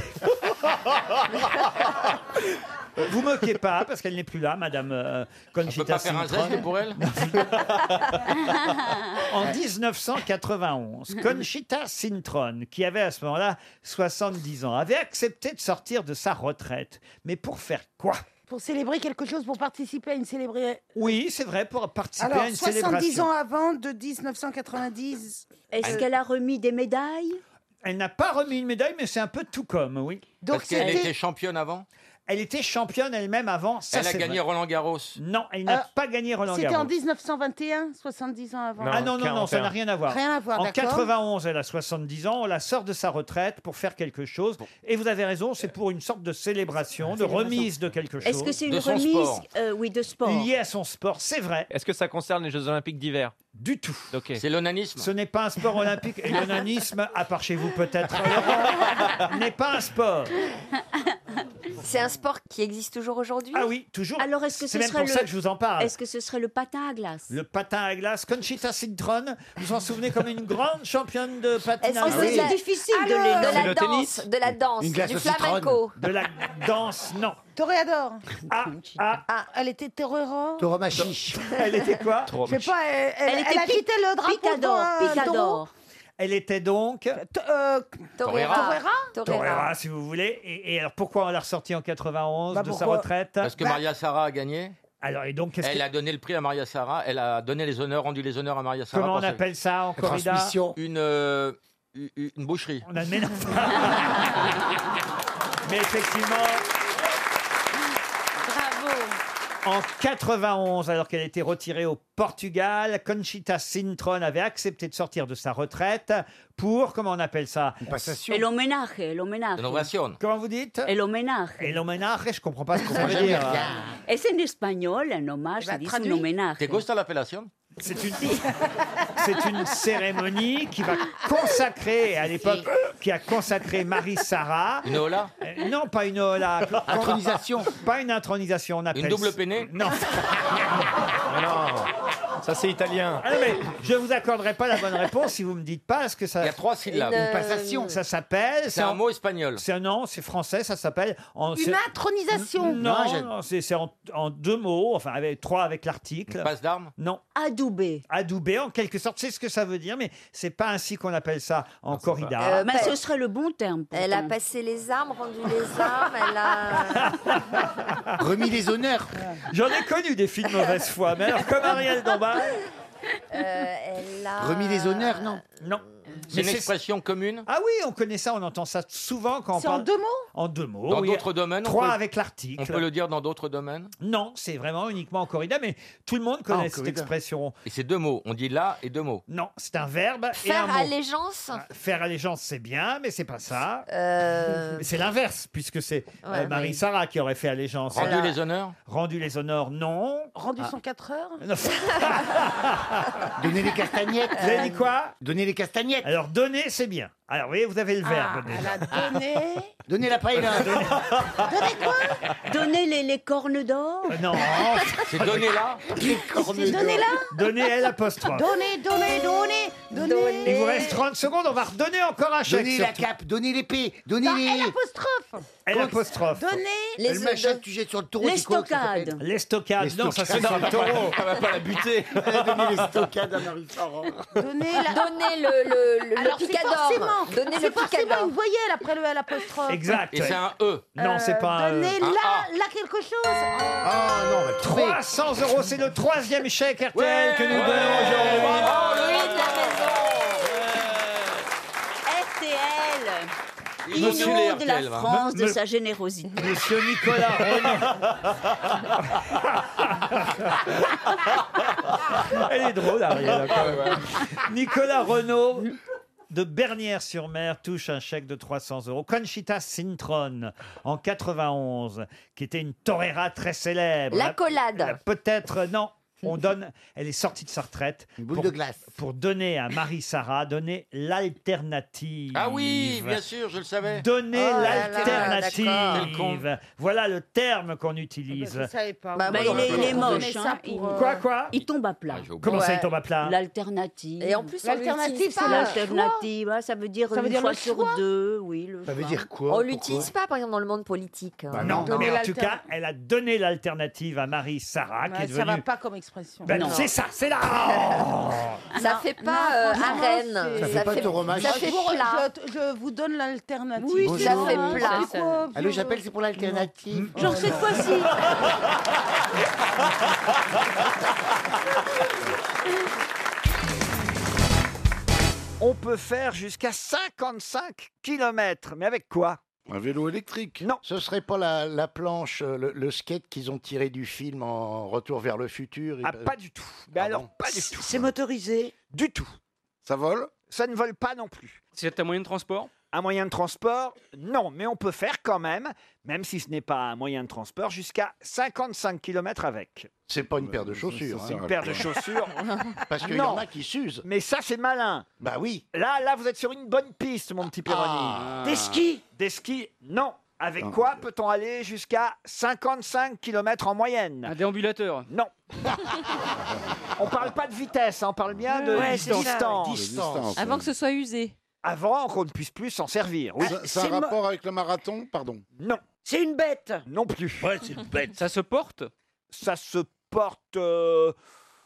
Speaker 4: Vous moquez pas, parce qu'elle n'est plus là, Madame euh, Conchita
Speaker 7: On peut pas faire un
Speaker 4: Citron.
Speaker 7: geste pour elle
Speaker 4: En
Speaker 7: <laughs>
Speaker 4: 1991, Conchita Cintron, qui avait à ce moment-là 70 ans, avait accepté de sortir de sa retraite. Mais pour faire quoi
Speaker 22: Pour célébrer quelque chose, pour participer à une célébration.
Speaker 4: Oui, c'est vrai, pour participer
Speaker 22: Alors,
Speaker 4: à une
Speaker 22: 70
Speaker 4: célébration.
Speaker 22: ans avant de 1990.
Speaker 4: Est-ce qu'elle
Speaker 22: a remis des médailles
Speaker 4: Elle n'a pas remis une médaille, mais c'est un peu tout comme, oui.
Speaker 7: Parce qu'elle était championne avant
Speaker 4: Elle était championne elle-même avant. ça,
Speaker 7: Elle a
Speaker 4: c'est
Speaker 7: gagné
Speaker 4: vrai.
Speaker 7: Roland Garros.
Speaker 4: Non, elle n'a
Speaker 22: Euh,
Speaker 4: pas gagné Roland
Speaker 22: C'était en
Speaker 4: Garros.
Speaker 22: 1921, 70 ans avant.
Speaker 4: ah non, non, non, ça n'a rien à voir.
Speaker 22: Rien à voir,
Speaker 4: en
Speaker 22: d'accord.
Speaker 4: 91, elle a 70 ans, on la sort de sa retraite pour faire quelque chose. Et vous avez raison, c'est pour une sorte de
Speaker 22: Ah,
Speaker 4: célébration, de remise de quelque chose.
Speaker 23: Est-ce que c'est une remise euh, Oui, de sport.
Speaker 4: liée à son sport, c'est vrai.
Speaker 24: Est-ce que ça concerne les Jeux Olympiques d'hiver
Speaker 4: Du tout.
Speaker 24: C'est l'onanisme
Speaker 4: Ce n'est pas un sport olympique. Et l'onanisme, à part chez vous peut-être,
Speaker 7: <laughs>
Speaker 4: Laurent, n'est pas un sport.
Speaker 25: C'est un sport qui existe toujours aujourd'hui
Speaker 4: Ah oui, toujours.
Speaker 25: Alors est-ce que
Speaker 4: C'est
Speaker 25: ce
Speaker 4: même
Speaker 25: serait
Speaker 4: pour
Speaker 25: le...
Speaker 4: ça que je vous en parle.
Speaker 25: Est-ce que ce serait le patin à glace
Speaker 4: Le patin à glace, Conchita Citron, vous vous en souvenez comme une grande championne de patin
Speaker 25: Est-ce
Speaker 4: à
Speaker 25: que
Speaker 4: glace Ah
Speaker 25: c'est la- Alors, de la danse, de la danse,
Speaker 4: Une glace
Speaker 25: du
Speaker 4: au citron.
Speaker 25: flamenco
Speaker 4: De la danse, non.
Speaker 22: Toréador.
Speaker 4: Ah,
Speaker 22: elle était terrorant.
Speaker 4: Elle était quoi
Speaker 22: Je sais pas, elle, elle-
Speaker 25: Elle était
Speaker 22: elle
Speaker 25: pi-
Speaker 22: agitait le drapeau.
Speaker 25: picador, euh,
Speaker 22: devant un
Speaker 25: picador.
Speaker 22: taureau.
Speaker 4: Elle était donc.
Speaker 7: Torreira. Torreira Torreira.
Speaker 4: Torreira, si vous voulez. Et, et alors pourquoi on l'a ressortie en 91
Speaker 7: Bah,
Speaker 4: de sa
Speaker 7: pourquoi
Speaker 4: retraite
Speaker 10: Parce que Maria Sarah a gagné.
Speaker 4: Alors, et donc, qu'est-ce
Speaker 10: Elle
Speaker 4: que-
Speaker 10: a donné le prix à Maria Sarah, elle a donné les honneurs, rendu les honneurs à Maria Sarah.
Speaker 4: Comment
Speaker 10: pour
Speaker 4: on
Speaker 10: sa-
Speaker 4: appelle ça en corrida
Speaker 10: Une, euh, une, une boucherie.
Speaker 4: On admet.
Speaker 7: <laughs>
Speaker 4: Mais effectivement.
Speaker 13: Bravo.
Speaker 4: En 91, alors qu'elle était retirée au Portugal, Conchita Sintron avait accepté de sortir de sa retraite pour, comment on appelle ça Une passation.
Speaker 24: El homenaje, el homenaje.
Speaker 4: Comment vous dites
Speaker 24: El homenaje.
Speaker 4: El homenaje, je comprends pas ce qu'on
Speaker 24: Ça
Speaker 4: veut
Speaker 24: veut
Speaker 4: dire.
Speaker 24: dire Es en espagnol, un hommage,
Speaker 15: Bah,
Speaker 24: se dice un homenaje.
Speaker 10: T'es gusta l'appellation
Speaker 4: C'est une... C'est une cérémonie qui va consacrer, à l'époque, qui a consacré Marie-Sarah.
Speaker 10: Une hola
Speaker 4: Euh, Non, pas une hola.
Speaker 10: Intronisation.
Speaker 4: Pas une intronisation, on appelle
Speaker 10: Une double
Speaker 4: ça-
Speaker 10: peinée
Speaker 4: Non.
Speaker 10: non, ça c'est italien.
Speaker 4: Ah non, mais je vous accorderai pas la bonne réponse si vous me dites pas ce que ça. Il y a
Speaker 10: trois syllabes.
Speaker 24: euh,
Speaker 10: Une, Une passation.
Speaker 4: Ça s'appelle.
Speaker 10: C'est un
Speaker 4: en-
Speaker 10: mot espagnol.
Speaker 4: C'est non, c'est français. Ça s'appelle. En...
Speaker 7: Une
Speaker 4: c'est-
Speaker 7: intronisation.
Speaker 4: Non, non, c'est c'est en, en deux mots, enfin avec trois avec l'article.
Speaker 10: Une passe d'armes
Speaker 4: Non.
Speaker 24: Adoubé.
Speaker 4: Adoubé, en quelque sorte, c'est ce que ça veut dire, mais c'est pas ainsi qu'on appelle ça en
Speaker 10: Ah,
Speaker 4: corrida.
Speaker 24: Euh, mais ce
Speaker 4: <laughs>
Speaker 24: serait le bon terme.
Speaker 15: Ah, Elle a passé les armes, rendu les armes, elle a...
Speaker 4: Remis les honneurs. J'en ai connu des filles de mauvaise foi, mais alors comme Ariel Dombal.
Speaker 15: euh, elle a...
Speaker 4: honneurs, non Euh, Non.
Speaker 10: C'est une expression commune
Speaker 4: Ah oui, on connaît ça, on entend ça souvent quand on
Speaker 10: C'est en
Speaker 4: parle.
Speaker 10: deux mots
Speaker 4: En deux mots.
Speaker 10: Dans
Speaker 4: oui.
Speaker 10: d'autres domaines on
Speaker 4: Trois
Speaker 10: peut-
Speaker 4: avec l'article.
Speaker 10: On peut le dire dans d'autres domaines Ah,
Speaker 4: Non, c'est vraiment uniquement en corrida, mais tout le monde connaît cette expression.
Speaker 10: Et c'est deux mots. On dit là et deux mots.
Speaker 4: Non, c'est un verbe et un
Speaker 15: Faire
Speaker 4: mot. Ah.
Speaker 15: allégeance
Speaker 4: Faire allégeance, c'est bien, mais c'est pas ça.
Speaker 15: Euh,
Speaker 4: Mais C'est l'inverse, puisque c'est euh,
Speaker 15: Ouais,
Speaker 4: Marie
Speaker 15: oui.
Speaker 4: Sarah qui aurait fait allégeance.
Speaker 10: Rendu les honneurs
Speaker 4: Rendu les honneurs, non.
Speaker 7: Rendu
Speaker 4: Ah. <laughs>
Speaker 7: son 4 heures
Speaker 4: Donner les castagnettes. Vous avez dit quoi Donner les castagnettes. Alors, donner, c'est bien. Alors, vous voyez, vous avez le verbe déjà.
Speaker 9: Donnez la paille
Speaker 24: Donner les, les cornes d'or.
Speaker 4: Euh, Non.
Speaker 10: C'est donner
Speaker 4: <laughs>
Speaker 10: là
Speaker 24: C'est donner là
Speaker 4: Donner L apostrophe.
Speaker 7: Donnez, donnez, donnez, donnez.
Speaker 4: <laughs> Il vous reste 30 secondes, on va redonner encore un chèque.
Speaker 9: Donnez la
Speaker 4: surtout.
Speaker 9: cape, donnez l'épée, donnez
Speaker 4: Bah,
Speaker 7: Non,
Speaker 9: les...
Speaker 7: elle apostrophe.
Speaker 4: L apostrophe.
Speaker 7: Donnez
Speaker 9: Les le machin que tu jettes sur le taureau, c'est quoi que ça s'appelle
Speaker 4: Les stockades. Non, ça c'est Ah sur
Speaker 9: Non, on va
Speaker 4: le
Speaker 9: pas-
Speaker 4: taureau.
Speaker 9: on va pas
Speaker 4: <laughs>
Speaker 9: la buter. <laughs> Elle a donné les stockades à
Speaker 7: Donnez, la...
Speaker 15: Donner le, le, le, le
Speaker 7: Alors, c'est
Speaker 15: picador.
Speaker 7: forcément-
Speaker 15: Donner le
Speaker 7: C'est forcément
Speaker 15: picador.
Speaker 7: une voyelle après le L apostrophe.
Speaker 4: Exact.
Speaker 10: Et <laughs> c'est un E.
Speaker 4: Non, c'est pas un E.
Speaker 7: Donnez
Speaker 4: Un
Speaker 7: là, là quelque chose.
Speaker 9: Ah non, on va le trouver.
Speaker 4: 300 euros, c'est le troisième chèque RTL que nous donnons aujourd'hui.
Speaker 24: RTL
Speaker 4: Monsieur
Speaker 24: Inonde
Speaker 4: les
Speaker 24: la
Speaker 4: RTL, va.
Speaker 24: France de
Speaker 4: Me-
Speaker 24: sa générosité.
Speaker 4: Monsieur Nicolas Renaud. <laughs> Elle est drôle, Ariel. quand même. Nicolas Renaud de Bernières-sur-Mer touche un chèque de 300 euros. Conchita Sintron, en 91, qui était une torera très célèbre.
Speaker 15: La
Speaker 4: La-
Speaker 15: collade.
Speaker 4: la- Peut-être, non. On donne, elle est sortie de sa retraite. Une boule
Speaker 9: de glace.
Speaker 4: Pour donner à Marie-Sarah, donner l'alternative.
Speaker 10: Ah oui, bien sûr, je le savais.
Speaker 4: Donner
Speaker 15: Oh là là, d'accord. Ah ben, Quel con.
Speaker 4: l'alternative. Voilà le terme qu'on utilise.
Speaker 24: Bah,
Speaker 4: moi,
Speaker 24: il,
Speaker 4: j'aurais
Speaker 24: est, il est
Speaker 4: pas
Speaker 24: moche.
Speaker 4: donné
Speaker 24: hein.
Speaker 4: ça
Speaker 24: Il...
Speaker 4: pour, euh, Quoi, quoi
Speaker 24: Il tombe à plat.
Speaker 4: Comment ça,
Speaker 24: Ouais.
Speaker 4: il tombe à plat
Speaker 24: <laughs> L'alternative.
Speaker 15: Et en plus, on
Speaker 7: L'alternative,
Speaker 15: l'utilise
Speaker 7: c'est
Speaker 15: pas.
Speaker 24: L'alternative, ah, ça veut dire
Speaker 15: Ça veut
Speaker 24: une
Speaker 15: dire
Speaker 24: fois
Speaker 15: le
Speaker 24: sur
Speaker 15: choix.
Speaker 24: deux, oui. Le
Speaker 9: Ça veut
Speaker 24: choix.
Speaker 9: dire quoi
Speaker 15: On
Speaker 9: pourquoi
Speaker 15: l'utilise pas, par exemple, dans le monde politique. hein.
Speaker 4: Bah Non, mais en tout
Speaker 7: l'alternative.
Speaker 4: cas, elle a donné l'alternative à Marie-Sarah, qui est
Speaker 7: Ouais, ça va
Speaker 4: devenue...
Speaker 7: pas comme expression.
Speaker 4: Ben,
Speaker 7: Non.
Speaker 4: c'est ça, c'est là Oh.
Speaker 15: Ça fait pas euh, arène.
Speaker 9: Ça fait pas tauromachie.
Speaker 15: Ça
Speaker 7: Je
Speaker 15: fait
Speaker 7: vous-
Speaker 15: plat.
Speaker 7: Je, je vous donne l'alternative.
Speaker 15: Oui, c'est Ça bon, fait hein, plat. c'est
Speaker 7: plat.
Speaker 9: Allô, j'appelle, c'est pour l'alternative.
Speaker 7: Genre cette fois-ci.
Speaker 4: <laughs> On peut faire jusqu'à 55 km, mais avec quoi
Speaker 9: Un vélo électrique Non. Ce serait pas la, la planche, euh, le, le skate qu'ils ont tiré du film en Retour vers le futur
Speaker 4: Ah, pas du tout. Mais alors, pas du tout.
Speaker 9: C'est motorisé
Speaker 4: Du tout.
Speaker 9: Ça vole
Speaker 4: Ça ne vole pas non plus.
Speaker 26: C'est un moyen de transport
Speaker 4: Un moyen de transport Non, mais on peut faire quand même, même si ce n'est pas un moyen de transport, jusqu'à 55 km avec.
Speaker 9: C'est pas une paire de chaussures.
Speaker 4: C'est
Speaker 9: hein.
Speaker 4: une paire de chaussures.
Speaker 9: <laughs> Parce qu'il y
Speaker 4: Non.
Speaker 9: en a qui s'usent.
Speaker 4: Mais ça, c'est malin.
Speaker 9: Bah oui.
Speaker 4: Là, là, vous êtes sur une bonne piste, mon petit Péroni.
Speaker 9: Ah.
Speaker 4: Des skis Des skis, non. Avec
Speaker 9: Ah.
Speaker 4: quoi peut-on aller jusqu'à 55 km en moyenne
Speaker 26: Un déambulateur
Speaker 4: Non. <laughs> on parle pas de vitesse, hein, on parle bien de
Speaker 27: Ouais, c'est ça,
Speaker 4: distance.
Speaker 27: ouais. Distance. Avant que ce soit usé.
Speaker 4: Avant qu'on ne puisse plus s'en servir. oui.
Speaker 27: Ça- ça a un rapport
Speaker 4: avec le marathon, pardon Non.
Speaker 27: C'est une bête.
Speaker 4: Non plus.
Speaker 27: Ouais, c'est une bête.
Speaker 26: Ça se porte
Speaker 4: Ça se porte. euh,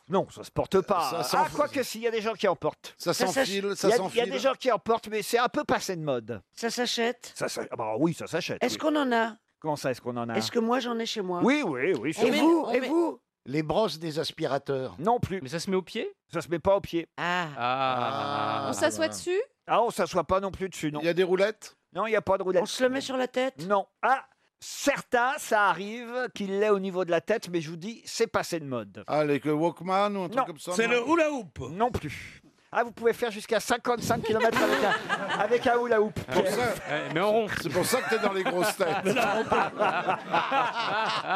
Speaker 4: Non, ça se porte pas.
Speaker 2: Ça
Speaker 4: ah,
Speaker 2: s'enf-
Speaker 4: quoique s'il y a des gens qui en portent.
Speaker 2: Ça Ça s'enfile, s'ach- ça
Speaker 4: Il y a- Il y a
Speaker 2: s'enfile.
Speaker 4: des gens qui en portent, mais c'est un peu passé de mode.
Speaker 2: Ça s'achète.
Speaker 4: Ça, s'ach- ah bah oui, ça
Speaker 2: <laughs>
Speaker 4: s'achète.
Speaker 2: Est-ce
Speaker 4: oui.
Speaker 2: qu'on en a
Speaker 4: Comment ça, est-ce qu'on en a
Speaker 2: Est-ce que moi j'en ai chez moi
Speaker 4: Oui, oui, oui.
Speaker 2: Et vous Et
Speaker 4: vous Les brosses des aspirateurs. Non plus. Mais ça se met au pied Ça se met pas au pied. Ah.
Speaker 1: On s'assoit dessus
Speaker 4: Ah, on s'assoit pas non plus dessus, non. Il y a des roulettes Non, il n'y a pas de roulettes. On se le met sur la tête Non. Ah Certains, ça arrive qu'il l'ait au niveau de la tête, mais je vous dis, c'est passé de mode. Ah, avec le Walkman ou un truc comme ça
Speaker 15: C'est non le
Speaker 4: hula hoop Non plus. Ah, vous pouvez faire jusqu'à 55 km avec un, avec un hula hoop.
Speaker 15: Eh,
Speaker 2: Mais en rond. C'est pour ça que t'es dans les grosses têtes.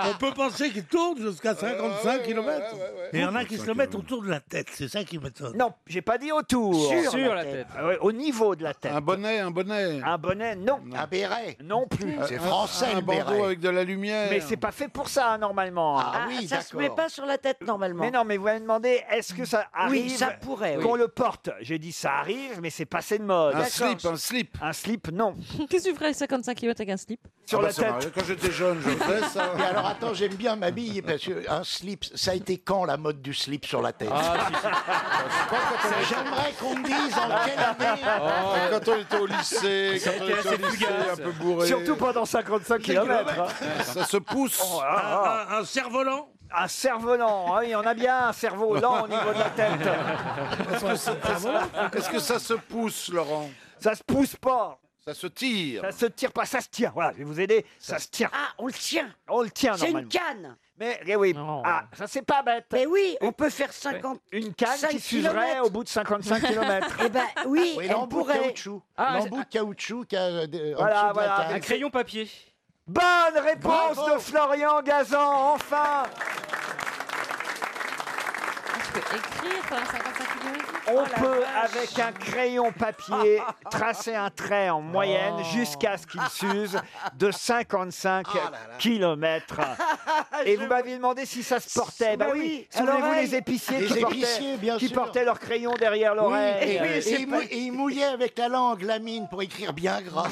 Speaker 15: On peut penser qu'il tourne jusqu'à 55 km. Et il y en a qui se le mettent autour de la tête, c'est ça qui m'étonne.
Speaker 4: Non, j'ai pas dit autour.
Speaker 15: Sur Sur la la tête. tête.
Speaker 4: Ah ouais, au niveau de la tête. Un bonnet, un bonnet. Un bonnet, non. Un béret. Non plus.
Speaker 9: C'est Un- français, un le bandeau béret. avec
Speaker 4: de la lumière. Mais c'est pas fait pour ça, hein, normalement.
Speaker 2: Ah, oui, ça se met pas sur la tête normalement.
Speaker 4: Mais non, mais vous m'avez demandé, est-ce que ça arrive
Speaker 2: Oui, ça pourrait, oui.
Speaker 4: Qu'on le porte. J'ai dit, ça arrive, mais c'est passé de mode.
Speaker 2: Un D'accord. slip,
Speaker 4: un slip. Un slip, non.
Speaker 1: <laughs> Qu'est-ce que tu ferais avec 55 km avec un slip
Speaker 9: Ah
Speaker 4: Sur la tête.
Speaker 9: bah Quand j'étais jeune, je faisais ça. Oh, <laughs> Et alors attends, j'aime bien m'habiller parce que un slip, ça a été quand la mode du slip sur la tête J'aimerais qu'on me dise en quelle
Speaker 19: <laughs>
Speaker 9: année.
Speaker 19: Oh. Quand on était au lycée,
Speaker 4: Ça a
Speaker 19: quand on
Speaker 4: été
Speaker 19: était au
Speaker 4: Ah, assez
Speaker 19: lycée,
Speaker 4: fugace.
Speaker 19: un peu bourré.
Speaker 4: Surtout pendant hein. 55 km.
Speaker 19: Ça se pousse.
Speaker 4: Oh, un cerf-volant ah, Un cerf-volant, hein, il y en a bien un cerveau lent au niveau de la tête.
Speaker 19: <laughs> Est-ce que, ça- est-ce que ça se pousse, Laurent
Speaker 4: Ça se pousse pas.
Speaker 19: Ça se tire.
Speaker 4: Ça se tire pas, ça se tient. Voilà, je vais vous aider. Ça, se tient.
Speaker 2: Ah, on le tient.
Speaker 4: On le tient
Speaker 2: C'est une
Speaker 4: normalement.
Speaker 2: canne.
Speaker 4: Mais eh oui, ah, ça c'est pas bête.
Speaker 2: Mais oui, on peut faire 50.
Speaker 4: Une canne
Speaker 2: cinq
Speaker 4: qui s'userait
Speaker 2: kilomètres.
Speaker 4: au bout de 55 <laughs> km.
Speaker 2: Eh ben oui,
Speaker 9: Oui,
Speaker 2: elle
Speaker 9: l'embout de
Speaker 2: pourrait.
Speaker 9: caoutchouc.
Speaker 4: Ah,
Speaker 9: L'embout de caoutchouc qui a, euh, de- en
Speaker 4: Voilà,
Speaker 9: dessous de la
Speaker 4: voilà.
Speaker 9: case.
Speaker 4: papier. Bonne réponse
Speaker 9: Bravo.
Speaker 4: de Florian Gazan, enfin
Speaker 1: Je peux écrire hein, pendant 55 km
Speaker 2: Oh,
Speaker 4: On peut, avec un crayon
Speaker 2: <laughs>
Speaker 4: papier, tracer un trait en moyenne
Speaker 19: Oh.
Speaker 4: jusqu'à ce qu'il s'use de 55
Speaker 19: Ah
Speaker 2: <laughs>
Speaker 4: kilomètres. Et vous m'aviez demandé si ça se portait. Bah
Speaker 2: Bah
Speaker 4: oui,
Speaker 2: oui, à
Speaker 4: souvenez-vous
Speaker 2: l'oreille.
Speaker 4: les épiciers,
Speaker 9: Les
Speaker 4: qui,
Speaker 9: épiciers,
Speaker 4: portaient,
Speaker 9: bien
Speaker 4: qui
Speaker 9: sûr.
Speaker 4: portaient leur crayon derrière
Speaker 9: Oui,
Speaker 4: l'oreille.
Speaker 9: et, et il mou- et il mouillait avec la langue, la mine, pour écrire bien gras.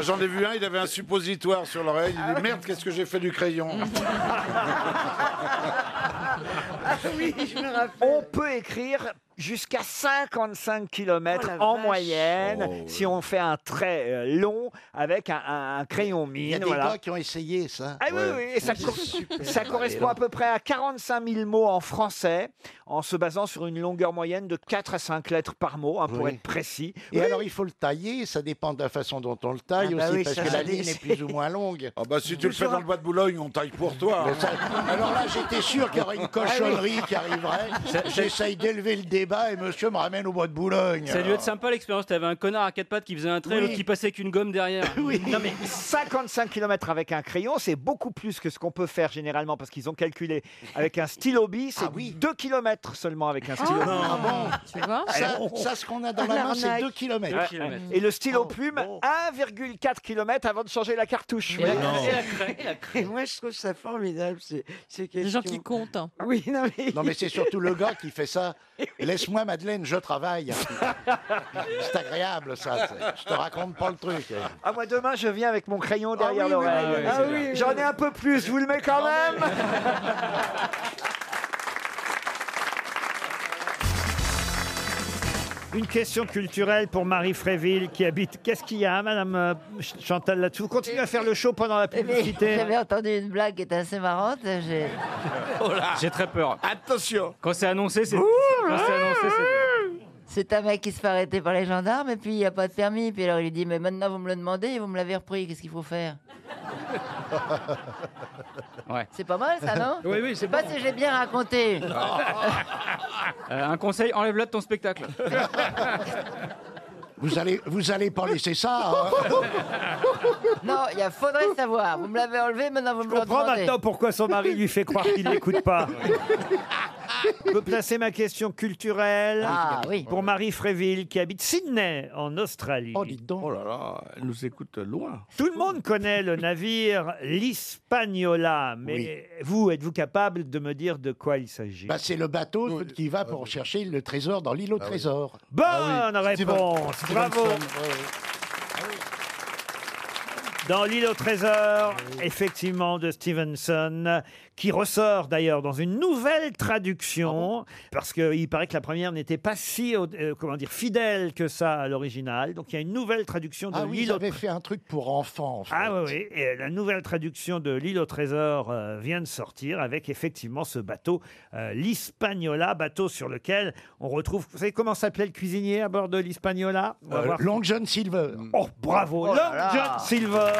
Speaker 19: J'en ai vu un, il avait un suppositoire sur l'oreille. Il dit Merde, qu'est-ce que j'ai fait du crayon
Speaker 15: <laughs>
Speaker 2: Ah
Speaker 4: On peut écrire jusqu'à 55 km
Speaker 2: Oh, la
Speaker 4: en
Speaker 2: vache.
Speaker 4: moyenne
Speaker 9: Oh,
Speaker 4: si on fait un trait euh, long avec un, un- un crayon mine.
Speaker 9: Il y a des
Speaker 4: voilà.
Speaker 9: gars qui ont essayé ça.
Speaker 4: Ah oui, oui, et
Speaker 9: <laughs>
Speaker 4: ça, cor- ça correspond à peu près à 45 000 mots en français, en se basant sur une longueur moyenne de 4 à 5 lettres par mot, hein, pour
Speaker 9: Oui.
Speaker 4: être précis.
Speaker 9: Et alors, il faut le tailler, ça dépend de la façon dont on le taille
Speaker 2: Ah bah
Speaker 9: aussi,
Speaker 2: oui,
Speaker 9: parce
Speaker 2: ça,
Speaker 9: que
Speaker 2: ça
Speaker 9: la ligne
Speaker 2: dit-
Speaker 9: est plus ou moins longue.
Speaker 19: Ah bah si tu le fais dans le bois de Boulogne, on taille pour toi.
Speaker 9: Mais ça- Alors là, j'étais sûr qu'il y aurait une cochonnerie qui arriverait. J'essaye d'élever le débat et monsieur me ramène au bois de Boulogne.
Speaker 28: <laughs> Ça a dû être sympa l'expérience. T'avais un connard à quatre pattes qui faisait un trait,
Speaker 9: Oui.
Speaker 28: l'autre qui passait qu'une gomme
Speaker 9: <laughs>
Speaker 28: derrière.
Speaker 4: Oui. Non mais 55 km avec un crayon, c'est beaucoup plus que ce qu'on peut faire généralement parce qu'ils ont calculé avec un stylo bille, c'est 2 km seulement avec un stylo.
Speaker 9: Ah bon
Speaker 1: Tu vois
Speaker 4: Ah,
Speaker 9: ça,
Speaker 4: oh.
Speaker 9: ça, ce qu'on a dans la main, c'est
Speaker 4: L'arnaque.
Speaker 9: 2 kilomètres. Oh,
Speaker 4: Ouais. Et le stylo plume, 1,4 km avant de changer la cartouche.
Speaker 28: Et la- Non. et
Speaker 29: Et moi, je trouve ça formidable. C'est
Speaker 1: Les gens qui comptent. hein.
Speaker 29: Oui, non mais.
Speaker 9: Non, mais c'est surtout le gars qui fait ça. Laisse-moi, Madeleine, je travaille. C'est agréable, ça. c'est- Je te raconte pas le truc.
Speaker 4: Ah moi demain je viens avec mon crayon derrière
Speaker 9: oui, oui,
Speaker 4: l'oreille.
Speaker 9: oui, oui, Ah c'est oui, bien.
Speaker 4: J'en ai un peu plus, je vous le mets quand même. Une question culturelle pour Marie Fréville qui habite. Qu'est-ce qu'il y a, Madame euh, Ch- Chantal là-dessous Vous continuez à faire le show pendant la
Speaker 6: Eh bien,
Speaker 4: publicité.
Speaker 6: J'avais entendu une blague qui était assez marrante. J'ai...
Speaker 10: Oh
Speaker 28: J'ai très peur.
Speaker 29: Attention.
Speaker 28: Quand c'est annoncé, c'est. Quand c'est annoncé, c'est.
Speaker 6: C'est un mec qui se fait arrêter par les gendarmes et puis il n'y a pas de permis. Puis alors il lui dit Mais maintenant vous me le demandez et vous me l'avez repris, qu'est-ce qu'il faut faire
Speaker 24: <laughs>
Speaker 6: C'est pas mal ça, non
Speaker 28: Oui, oui, c'est
Speaker 6: Je sais pas
Speaker 28: bon.
Speaker 6: si j'ai bien raconté.
Speaker 28: Euh, un conseil, enlève-la de ton spectacle.
Speaker 9: Vous allez, vous allez pas laisser ça. hein.
Speaker 6: non, il y a faudrait savoir. Vous me l'avez enlevé, maintenant vous me
Speaker 4: Je
Speaker 6: le
Speaker 4: comprends
Speaker 6: demandez.
Speaker 4: maintenant pourquoi son mari lui fait croire qu'il n'écoute
Speaker 6: <laughs>
Speaker 4: pas. Je peux placer ma question culturelle
Speaker 6: Ah, oui.
Speaker 4: pour Marie Fréville qui habite Sydney en Australie.
Speaker 2: Oh là là, elle nous écoute loin.
Speaker 4: Tout le monde connaît le navire l'Hispaniola, mais vous, êtes-vous capable de me dire de quoi il s'agit
Speaker 9: <laughs> Bah, c'est le bateau qui va
Speaker 10: Ah
Speaker 9: pour chercher le trésor dans l'île au trésor. Euh,
Speaker 4: Bonne réponse, bravo. Dans L'île au trésor, effectivement, de Stevenson, qui ressort d'ailleurs dans une nouvelle
Speaker 9: Ah
Speaker 4: traduction, parce qu'il paraît que la première n'était pas si euh, comment dire, fidèle que ça à l'original. Donc il y a une nouvelle traduction de
Speaker 9: Ah oui,
Speaker 4: L'île
Speaker 9: ils
Speaker 4: au
Speaker 9: avaient fait un truc pour enfants. en fait.
Speaker 4: ah oui, oui. Et la nouvelle traduction de L'île au trésor euh, vient de sortir avec effectivement ce bateau, euh, l'Hispaniola, bateau sur lequel on retrouve. Vous savez comment s'appelait le cuisinier à bord de l'Hispaniola On va
Speaker 9: Euh,
Speaker 4: voir.
Speaker 9: Long John Silver.
Speaker 4: Oh, bravo,
Speaker 9: Oh là
Speaker 4: Long
Speaker 9: là.
Speaker 4: John Silver.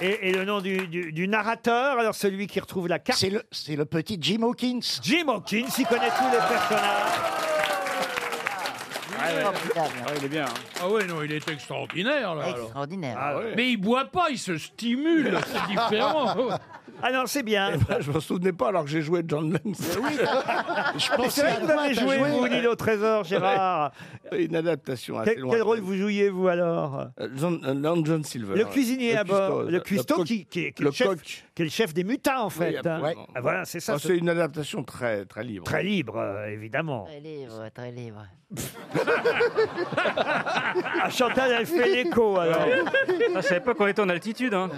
Speaker 4: Et, et le nom du, du- du narrateur, alors celui qui retrouve la carte. C'est le, petit Jim Hawkins. Jim Hawkins, il connaît tous les personnages.
Speaker 10: Ah ouais.
Speaker 28: il est bien. hein.
Speaker 10: Ah ouais, non, il est extraordinaire, là. alors.
Speaker 6: Extraordinaire.
Speaker 10: Ah ouais. Mais il boit pas, il se <laughs> stimule, c'est différent.
Speaker 4: Ah non, c'est bien.
Speaker 10: Eh ben, je me souvenais pas alors que j'ai joué John
Speaker 15: <laughs>
Speaker 10: Lenz. <laughs>
Speaker 4: Mais c'est vrai que vous avez joué, vous, L'île au trésor, Gérard.
Speaker 10: Une adaptation
Speaker 4: Quel, quel rôle vous jouiez, vous, alors
Speaker 10: Euh, John, John Silver.
Speaker 4: Le cuisinier à bord, le cuistot
Speaker 10: coq.
Speaker 4: qui, qui est- qui est
Speaker 10: Le
Speaker 4: le chef,
Speaker 10: coq.
Speaker 4: qui est le chef des mutins, en fait. hein. Ah, voilà, c'est ça. ce-
Speaker 10: c'est une adaptation très, très libre.
Speaker 4: Très libre, euh, évidemment.
Speaker 6: Très libre, très libre.
Speaker 4: Ah, Chantal, elle fait
Speaker 28: <laughs>
Speaker 4: l'écho, alors.
Speaker 28: Ah, Je savais pas qu'on était en altitude. Hein.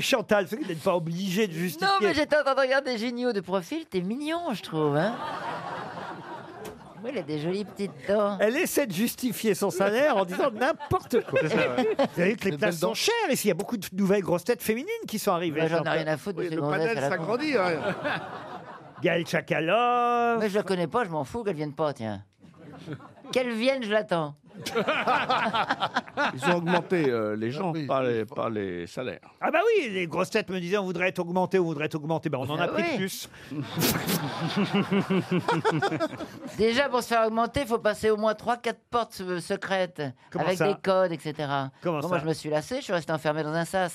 Speaker 4: Chantal, vous n'êtes pas obligé de justifier.
Speaker 6: Non, mais j'étais en train de regarder Géniaux de profil, t'es mignon, je trouve. Hein oui, il a des jolies petites dents.
Speaker 4: Elle essaie de justifier son salaire en disant n'importe quoi.
Speaker 6: C'est ça, ouais.
Speaker 4: Vous savez que les
Speaker 6: De
Speaker 4: places
Speaker 6: belles dents.
Speaker 4: sont chères ici. Il y a beaucoup de nouvelles grosses têtes féminines qui sont arrivées.
Speaker 6: Moi, j'en ai
Speaker 4: Chantal.
Speaker 6: rien à foutre de Oui, ces le hein. gonzesses
Speaker 10: panel à la con. s'agrandit, ouais.
Speaker 4: hein. Gaël Chakalov.
Speaker 6: Mais je la connais pas, je m'en fous qu'elle vienne pas, tiens. Qu'elle vienne, je <laughs> l'attends.
Speaker 10: Ils ont augmenté euh, les gens, par les, pas les salaires.
Speaker 4: Ah bah oui, les grosses têtes me disaient on voudrait être augmenté, on voudrait être augmenté. Ben, on en a
Speaker 6: Ah
Speaker 4: pris
Speaker 6: oui.
Speaker 4: plus. <laughs>
Speaker 6: Déjà, pour se faire augmenter, il faut passer au moins 3-4 portes euh, secrètes, Comment avec ça des codes, etc.
Speaker 4: Comment
Speaker 6: Bon, Moi,
Speaker 4: ça
Speaker 6: je me suis lassé, je suis resté enfermé dans un sas.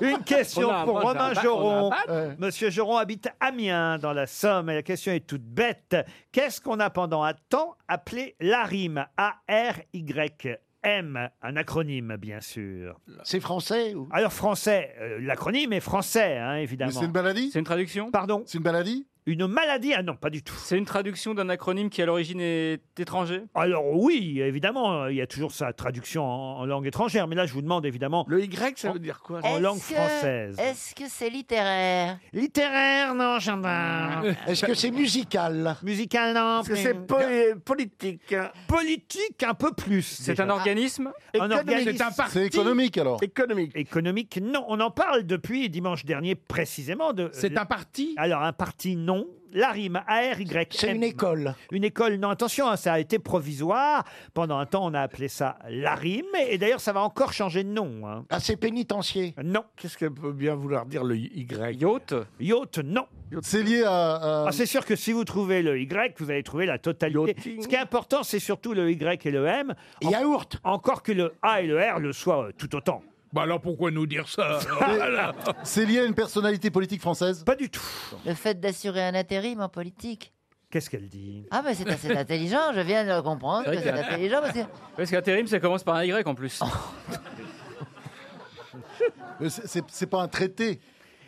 Speaker 4: Une question
Speaker 6: On a un
Speaker 4: pour
Speaker 6: badge, on a un
Speaker 4: Romain
Speaker 6: badge,
Speaker 4: Joron.
Speaker 6: on a un
Speaker 4: Monsieur Joron habite Amiens, dans la Somme, et la question est toute bête. Qu'est-ce qu'on a pendant un temps appelé l'ARIM A-R-Y-M, un acronyme, bien sûr.
Speaker 9: C'est français ou
Speaker 4: Alors, français, euh, l'acronyme est français, hein, évidemment.
Speaker 9: Mais c'est une maladie
Speaker 4: C'est une traduction Pardon
Speaker 9: C'est une maladie
Speaker 4: Une maladie Ah non, pas du tout.
Speaker 28: C'est une traduction d'un acronyme qui à l'origine est étranger.
Speaker 4: Alors oui, évidemment, il y a toujours sa traduction en, en langue étrangère, mais là je vous demande évidemment... Le Y, ça veut dire quoi En
Speaker 6: Est-ce
Speaker 4: langue
Speaker 6: que-
Speaker 4: française.
Speaker 6: Est-ce que c'est littéraire
Speaker 4: Littéraire, non, Gendarme.
Speaker 9: Est-ce que c'est musical
Speaker 4: Musical, non.
Speaker 6: Est-ce que c'est
Speaker 10: politique
Speaker 4: Politique, un peu plus. C'est
Speaker 28: un organisme
Speaker 4: un
Speaker 10: Économique.
Speaker 4: organisme.
Speaker 10: C'est un parti. C'est économique, alors
Speaker 4: Économique. Économique, non. On en parle depuis dimanche dernier précisément de.
Speaker 10: C'est un
Speaker 4: parti Alors un parti, non. La rime A-R-Y. C'est une
Speaker 9: école.
Speaker 4: Une école, non. Attention, hein, ça a été provisoire. Pendant un temps, on a appelé ça la rime. Et d'ailleurs, ça va encore changer de nom. hein.
Speaker 9: Ah, c'est pénitencier
Speaker 4: Non.
Speaker 10: Qu'est-ce que peut bien vouloir dire le Y
Speaker 28: Yacht
Speaker 4: Yacht, non.
Speaker 10: C'est lié à.
Speaker 4: Ah, c'est sûr que si vous trouvez le Y, vous allez trouver la totalité. Ce qui est important, c'est surtout le Y et le M.
Speaker 9: Yaourt.
Speaker 4: Encore que le A et le R le soient euh, tout autant.
Speaker 10: Bah alors pourquoi nous dire
Speaker 28: Ah,
Speaker 9: <laughs>
Speaker 10: ça
Speaker 5: C'est lié à une personnalité politique française
Speaker 4: Pas du tout.
Speaker 6: Le fait d'assurer un intérim en politique
Speaker 4: Qu'est-ce qu'elle dit
Speaker 6: Ah, mais c'est
Speaker 28: <laughs>
Speaker 6: <laughs> assez intelligent, je viens de le comprendre. que C'est intelligent parce que.
Speaker 28: Parce qu'intérim, ça commence par un Y en
Speaker 6: <laughs>
Speaker 28: plus.
Speaker 5: Mais c'est- C'est c'est pas un traité.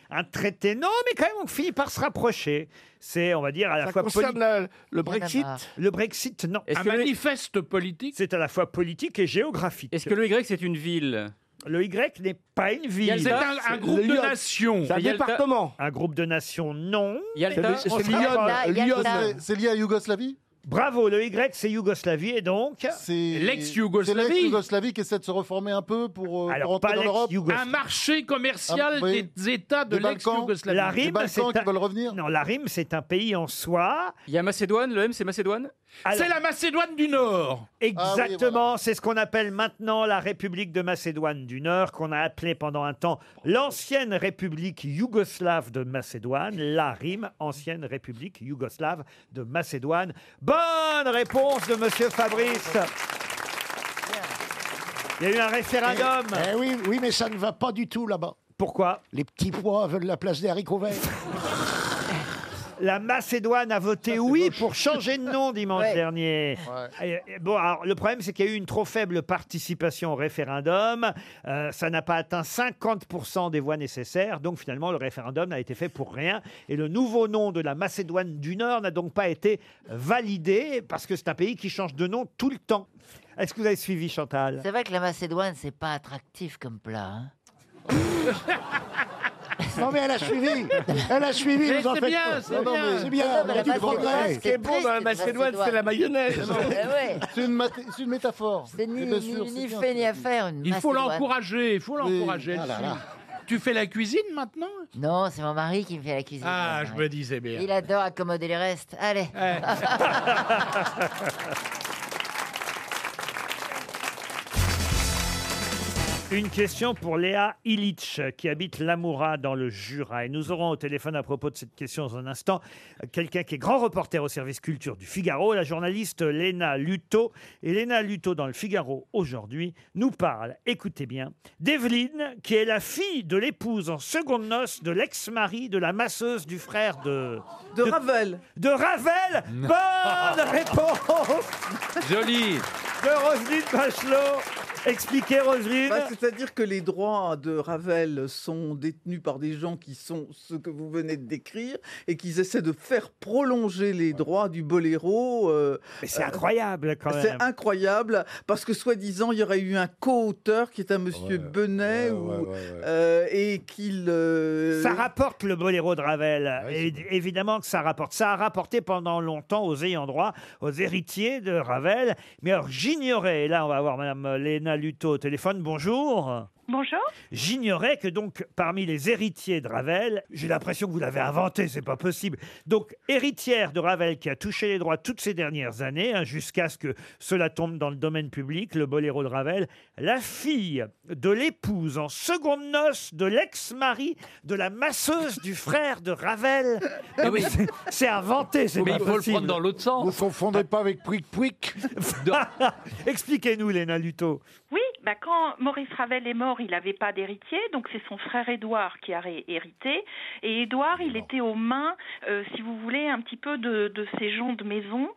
Speaker 4: Un traité, non, mais quand même, on finit par se rapprocher. C'est, on va dire, à la
Speaker 10: Ça
Speaker 4: fois
Speaker 10: concerne
Speaker 4: poli-
Speaker 10: la- le Brexit Il y en a marre.
Speaker 4: Le Brexit, non. Ah,
Speaker 28: Est-ce Un que le-
Speaker 4: manifeste politique C'est à la fois politique et géographique.
Speaker 28: Est-ce que le Y c'est une ville
Speaker 4: Le Y n'est pas une ville.
Speaker 28: Yalta, C'est un- un c'est- groupe le de Yacht. nations. C'est un Yalta. département.
Speaker 4: Un groupe de nations, non.
Speaker 28: Yalta. C'est- c'est
Speaker 4: On se
Speaker 28: Lyon,
Speaker 4: rapproche.
Speaker 28: Lyon. Yalta.
Speaker 5: C'est lié à Yougoslavie
Speaker 4: Bravo, le Y c'est Yougoslavie et donc
Speaker 5: C'est
Speaker 10: L'ex-Yougoslavie.
Speaker 5: c'est l'ex-Yougoslavie qui essaie de se reformer un peu pour, euh, pour
Speaker 10: Alors,
Speaker 5: rentrer dans l'Europe.
Speaker 10: Un marché commercial
Speaker 5: Ah, oui.
Speaker 10: des États de
Speaker 5: Des Balkans.
Speaker 10: l'ex-Yougoslavie.
Speaker 4: La rime, c'est un... Non, la rime, c'est un pays en soi.
Speaker 28: Il y a Macédoine, le M c'est Macédoine
Speaker 4: C'est
Speaker 10: la Macédoine du Nord.
Speaker 4: Exactement, c'est ce qu'on appelle maintenant la République de Macédoine du Nord, qu'on a appelée pendant un temps l'ancienne République yougoslave de Macédoine, la RIM, ancienne République yougoslave de Macédoine. Bonne réponse de Monsieur Fabrice. Il y a eu un référendum.
Speaker 9: Eh oui, oui, mais ça ne va pas du tout là-bas.
Speaker 4: Pourquoi
Speaker 9: Les petits pois veulent la place des haricots verts.
Speaker 4: La Macédoine a voté oui pour changer de nom dimanche dernier. Et- et Bon, alors, le problème, c'est qu'il y a eu une trop faible participation au référendum. Euh, ça n'a pas atteint 50% des voix nécessaires. Donc, finalement, le référendum n'a été fait pour rien. Et le nouveau nom de la Macédoine du Nord n'a donc pas été validé parce que c'est un pays qui change de nom tout le temps. Est-ce que vous avez suivi, Chantal
Speaker 6: C'est vrai que la Macédoine, c'est pas attractif comme plat. hein.
Speaker 9: <laughs> Non mais elle a suivi, elle a suivi.
Speaker 6: Mais
Speaker 9: vous en
Speaker 6: c'est
Speaker 9: faites
Speaker 6: bien,
Speaker 9: pas.
Speaker 6: c'est
Speaker 9: Non, non,
Speaker 6: bien.
Speaker 9: mais
Speaker 6: C'est
Speaker 9: bien,
Speaker 6: bien,
Speaker 9: on a
Speaker 6: mais
Speaker 9: du
Speaker 6: la
Speaker 9: progrès.
Speaker 6: Macédoine, ce qui est bon dans la Macédoine, c'est la mayonnaise. Eh ouais.
Speaker 5: C'est une, maté- c'est une métaphore.
Speaker 6: C'est ni,
Speaker 5: Eh bien
Speaker 6: ni-
Speaker 5: sûr,
Speaker 6: ni
Speaker 5: c'est bien.
Speaker 6: fait ni à faire. Une
Speaker 10: Il faut
Speaker 6: Macédoine.
Speaker 10: l'encourager, il faut
Speaker 6: Oui.
Speaker 10: l'encourager.
Speaker 6: Ah là
Speaker 10: là-dessus.
Speaker 6: là.
Speaker 10: Tu fais la cuisine maintenant
Speaker 6: Non, c'est mon mari qui me fait la cuisine.
Speaker 10: Ah,
Speaker 6: mon
Speaker 10: je
Speaker 6: mari.
Speaker 10: me disais bien.
Speaker 6: Il adore accommoder les restes. Allez. <laughs>
Speaker 10: <laughs>
Speaker 4: Une question pour Léa Illich, qui habite Lamoura dans le Jura. Et nous aurons au téléphone à propos de cette question dans un instant euh, quelqu'un qui est grand reporter au service culture du Figaro, la journaliste Léna Luto. Et Léna Luto dans le Figaro aujourd'hui nous parle, écoutez bien, d'Evelyne, qui est la fille de l'épouse en seconde noce de l'ex-mari de la masseuse du frère de... De, Ravel. De <laughs> Ravel Bonne réponse
Speaker 24: Joli.
Speaker 4: De Roselyne Bachelot. Expliquez, Roselyne.
Speaker 20: Bah, C'est-à-dire que les droits de Ravel sont détenus par des gens qui sont ceux que vous venez de décrire et qu'ils essaient de faire prolonger les droits du boléro. euh,
Speaker 4: Mais c'est
Speaker 20: euh,
Speaker 4: incroyable, quand même.
Speaker 20: C'est incroyable parce que soi-disant il y aurait eu un co-auteur qui est un monsieur Benet ou, euh, et qu'il. euh,
Speaker 4: Ça rapporte le boléro de Ravel. Et- évidemment que ça rapporte. Ça a rapporté pendant longtemps aux ayants droit, aux héritiers de Ravel. Mais alors, j'ignorais, et là, on va avoir Madame Léna Luto au téléphone. Bonjour.
Speaker 14: Bonjour.
Speaker 4: J'ignorais que donc, parmi les héritiers de Ravel, j'ai l'impression que vous l'avez inventé, c'est pas possible. Donc, héritière de Ravel qui a touché les droits toutes ces dernières années, hein, jusqu'à ce que cela tombe dans le domaine public, le boléro de Ravel, la fille de l'épouse en seconde noce de l'ex-mari de la masseuse du frère de Ravel. Non, mais c'est- <laughs> C'est inventé, c'est
Speaker 5: Mais
Speaker 4: pas
Speaker 5: il faut le
Speaker 4: possible.
Speaker 5: prendre dans
Speaker 4: l'autre sens.
Speaker 5: Vous confondez pas avec Pouic Pouic
Speaker 4: <laughs> Expliquez-nous, Léna Luto.
Speaker 14: <laughs> Oui, bah quand Maurice Ravel est mort, il n'avait pas d'héritier, donc c'est son frère Édouard qui a ré- hérité. Et Édouard, il était aux mains, euh, si vous voulez, un petit peu de, de ces gens de maison,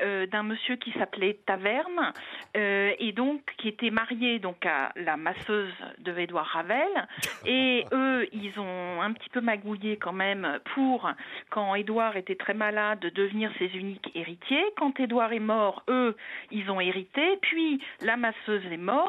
Speaker 14: euh, d'un monsieur qui s'appelait Taverne, euh, et donc qui était marié donc à la masseuse de Édouard Ravel.
Speaker 15: <laughs>
Speaker 14: Et eux, ils ont un petit peu magouillé quand même pour, quand Édouard était très malade, devenir ses uniques héritiers. Quand Édouard est mort, eux, ils ont hérité. Puis la masseuse est morte.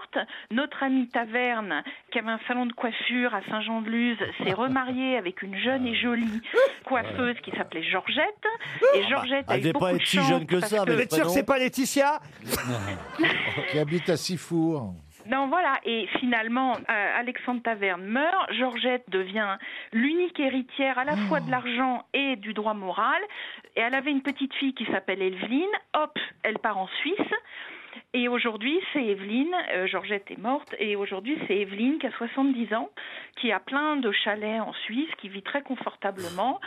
Speaker 14: Notre amie Taverne, qui avait un salon de coiffure à Saint-Jean-de-Luz, s'est remariée avec une jeune et jolie coiffeuse qui s'appelait Georgette.
Speaker 4: Ah, bah.
Speaker 14: Et Georgette a eu beaucoup de chance parce
Speaker 4: Vous êtes sûr que c'est pas Laetitia
Speaker 5: Oh, Qui habite à Sifour.
Speaker 14: non, voilà. Et finalement, euh, Alexandre Taverne meurt. Georgette devient l'unique héritière à la fois
Speaker 4: Oh.
Speaker 14: de l'argent et du droit moral. Et elle avait une petite fille qui s'appelle Evelyne. Hop, elle part en Suisse. Et aujourd'hui, c'est Evelyne, euh, Georgette est morte, et aujourd'hui, c'est Evelyne qui a 70 ans, qui a plein de chalets en Suisse, qui vit très confortablement.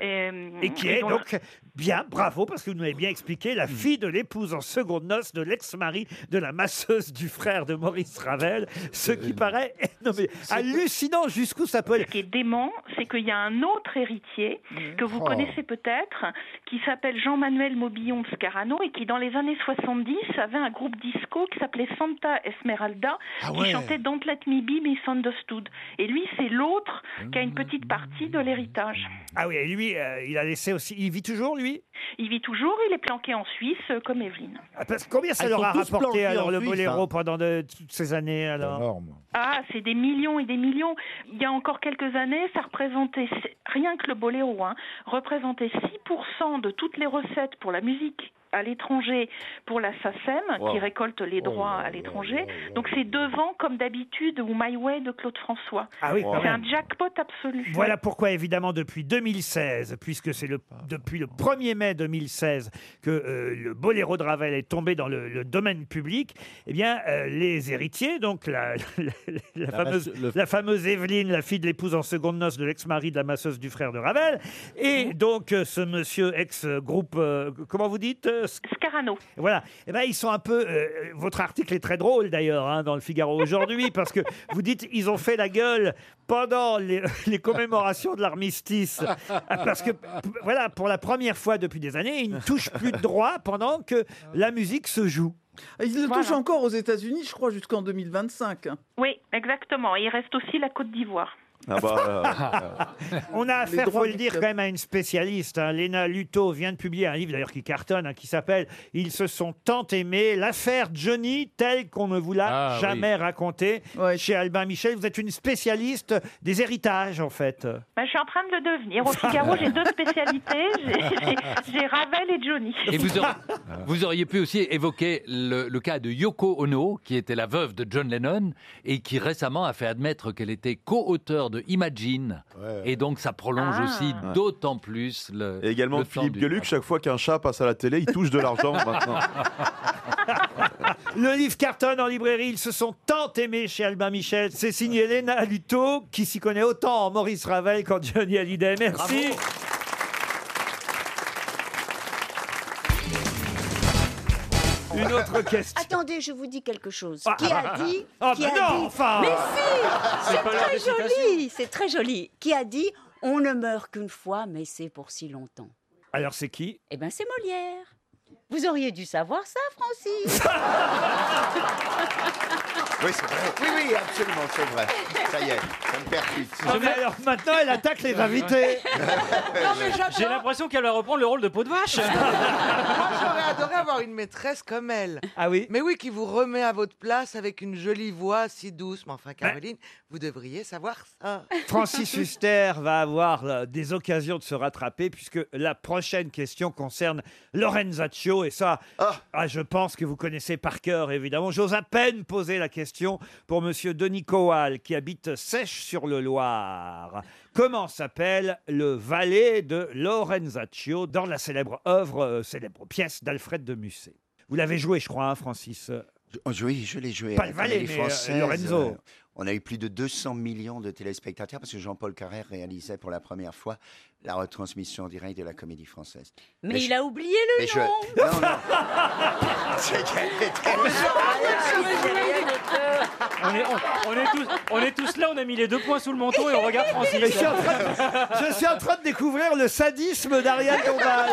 Speaker 14: euh,
Speaker 4: Et qui est
Speaker 14: dont-
Speaker 4: donc bien, bravo, parce que vous nous avez bien expliqué,
Speaker 14: Mhm.
Speaker 4: la fille de l'épouse en seconde noce de l'ex-mari de la masseuse du frère de Maurice Ravel,
Speaker 14: Euh,
Speaker 4: ce qui paraît <laughs> non, mais hallucinant jusqu'où ça peut aller.
Speaker 14: Ce qui est dément, c'est qu'il y a un autre héritier que vous
Speaker 4: Oh.
Speaker 14: connaissez peut-être, qui s'appelle Jean-Manuel Mobillon Scarano et qui, dans les années 70, avait un groupe disco qui s'appelait Santa Esmeralda, Ah qui ouais. chantait Don't Let Me Be Misunderstood. Et lui, c'est l'autre qui a une petite partie de l'héritage.
Speaker 4: Ah oui, et lui, euh, il a laissé aussi. Il vit toujours, lui
Speaker 14: Il vit toujours, il est planqué en Suisse, euh, comme Evelyne.
Speaker 4: Ah, Parce que combien ça
Speaker 14: Ah, ils
Speaker 4: leur
Speaker 14: sont
Speaker 4: a
Speaker 14: tous
Speaker 4: rapporté
Speaker 14: planqués
Speaker 4: alors
Speaker 14: en
Speaker 4: le
Speaker 14: Suisse,
Speaker 4: boléro
Speaker 14: hein.
Speaker 4: pendant de- toutes ces années alors
Speaker 14: Ah, c'est des millions et des millions. Il y a encore quelques années, ça représentait, rien que le boléro, hein, représentait 6% de toutes les recettes pour la musique à l'étranger pour la SACEM
Speaker 30: Wow.
Speaker 14: qui récolte les droits à l'étranger. Donc c'est devant comme d'habitude ou My Way de Claude François.
Speaker 4: Ah oui, quand
Speaker 14: c'est
Speaker 4: même.
Speaker 14: un jackpot absolu.
Speaker 4: Voilà pourquoi, évidemment, depuis 2016, puisque c'est le,
Speaker 14: Ah,
Speaker 4: depuis le 1er mai 2016 que euh, le boléro de Ravel est tombé dans le, le domaine public, eh bien, euh, les héritiers, donc la, <laughs> la- la- la fameuse, la fameuse Evelyne, la fille de l'épouse en seconde noce de l'ex-mari de la masseuse du frère de Ravel, et donc euh, ce monsieur ex-groupe, euh, comment vous dites euh,
Speaker 14: Scarano.
Speaker 4: Voilà. Eh ben, ils sont un peu. euh, votre article est très drôle d'ailleurs hein, dans le Figaro aujourd'hui parce que vous dites ils ont fait la gueule pendant les, <laughs> les commémorations de l'armistice Ah, parce que p- voilà pour la première fois depuis des années ils ne touchent plus de droit pendant que la musique se joue.
Speaker 31: Ils le touchent encore aux États-Unis, je crois, jusqu'en
Speaker 4: <laughs>
Speaker 31: 2025.
Speaker 14: Oui, exactement. Il reste aussi la Côte d'Ivoire.
Speaker 3: Ah bah, euh,
Speaker 4: <laughs> On a
Speaker 14: Les
Speaker 4: affaire,
Speaker 14: droits
Speaker 4: faut le
Speaker 14: du
Speaker 4: dire, quand même à une spécialiste. hein. Léna Luto vient de publier un livre, d'ailleurs, qui cartonne, hein, qui s'appelle « Ils se sont tant aimés, l'affaire Johnny telle qu'on ne vous l'a
Speaker 32: Ah,
Speaker 4: jamais racontée Chez Albin Michel, vous êtes une spécialiste des héritages, en fait.
Speaker 14: Ben, je suis en train de le
Speaker 4: <laughs>
Speaker 14: devenir. Au Figaro, j'ai deux spécialités. J'ai- j'ai- J'ai Ravel et Johnny.
Speaker 12: Et
Speaker 4: <laughs>
Speaker 12: vous, aur- vous auriez pu aussi évoquer le, le cas de Yoko Ono, qui était la veuve de John Lennon et qui récemment a fait admettre qu'elle était co-auteur de Imagine. Et donc ça prolonge
Speaker 33: Ah.
Speaker 12: aussi
Speaker 33: Ouais.
Speaker 12: d'autant plus le.
Speaker 33: Et également
Speaker 12: le temps
Speaker 33: Philippe
Speaker 12: du-
Speaker 33: Gueluc, chaque fois qu'un chat passe à la télé, il touche de l'argent
Speaker 9: <laughs>
Speaker 33: maintenant.
Speaker 4: Le livre cartonne en librairie. Ils se sont tant aimés chez Albin Michel. C'est signé Léna Luto, qui s'y connaît autant en Maurice Ravel qu'en Johnny Hallyday. Merci. Une autre question.
Speaker 24: Attendez, je vous dis quelque chose.
Speaker 4: Ah.
Speaker 24: qui a dit
Speaker 4: Ah,
Speaker 24: qui
Speaker 4: bah
Speaker 24: a
Speaker 4: non,
Speaker 24: dit-
Speaker 4: enfin. Ah,
Speaker 24: Mais si
Speaker 4: C'est
Speaker 24: C'est
Speaker 4: pas l'heure
Speaker 24: très
Speaker 4: des
Speaker 24: joli C'est très joli. Qui a dit On ne meurt qu'une fois, mais c'est pour si longtemps
Speaker 4: Alors, c'est qui
Speaker 24: Eh bien, c'est Molière. Vous auriez dû savoir ça,
Speaker 4: <laughs>
Speaker 24: Francis.
Speaker 3: Oui, c'est vrai. Oui, oui, absolument, c'est vrai. Ça y est, ça me percute.
Speaker 4: Ah, mais alors maintenant, elle attaque les <laughs> invités.
Speaker 9: J'ai l'impression qu'elle va reprendre le rôle de peau
Speaker 4: <laughs>
Speaker 9: de vache.
Speaker 8: Moi, j'aurais adoré avoir une maîtresse comme elle.
Speaker 4: Ah oui
Speaker 8: Mais oui, qui vous remet à votre place avec une jolie voix si douce. Mais enfin, Caroline, vous devriez savoir ça.
Speaker 3: <laughs>
Speaker 4: Francis Huster va avoir euh, des occasions de se rattraper puisque la prochaine question concerne Lorenzaccio et ça, ah, je pense que vous connaissez par cœur évidemment. J'ose à peine poser la question pour Monsieur Denis Coal qui habite Sèche-sur-le-Loir. Comment s'appelle le valet de Lorenzaccio dans la célèbre œuvre, euh, célèbre pièce d'Alfred de Musset Vous l'avez joué, je crois, hein, Francis.
Speaker 3: Oui, je l'ai joué.
Speaker 4: Pas
Speaker 3: à
Speaker 4: le
Speaker 3: la Comédie
Speaker 4: valet, mais, euh,
Speaker 3: Française.
Speaker 4: Lorenzo.
Speaker 3: Euh, On a eu plus de 200 millions de téléspectateurs parce que Jean-Paul Carrère réalisait pour la première fois la retransmission en direct de la Comédie Française.
Speaker 24: Mais, il
Speaker 3: je-
Speaker 24: a oublié le
Speaker 3: mais je-
Speaker 24: nom.
Speaker 3: Non, non. <laughs> C'est qu'elle est tellement-
Speaker 9: On est, on- on est tous, on est tous là, on a mis les deux points sous le menton et on
Speaker 4: <laughs>
Speaker 9: regarde Francis.
Speaker 4: Mais je suis en train de- je suis en train de découvrir le sadisme d'Ariane
Speaker 24: <laughs>
Speaker 4: Dombal.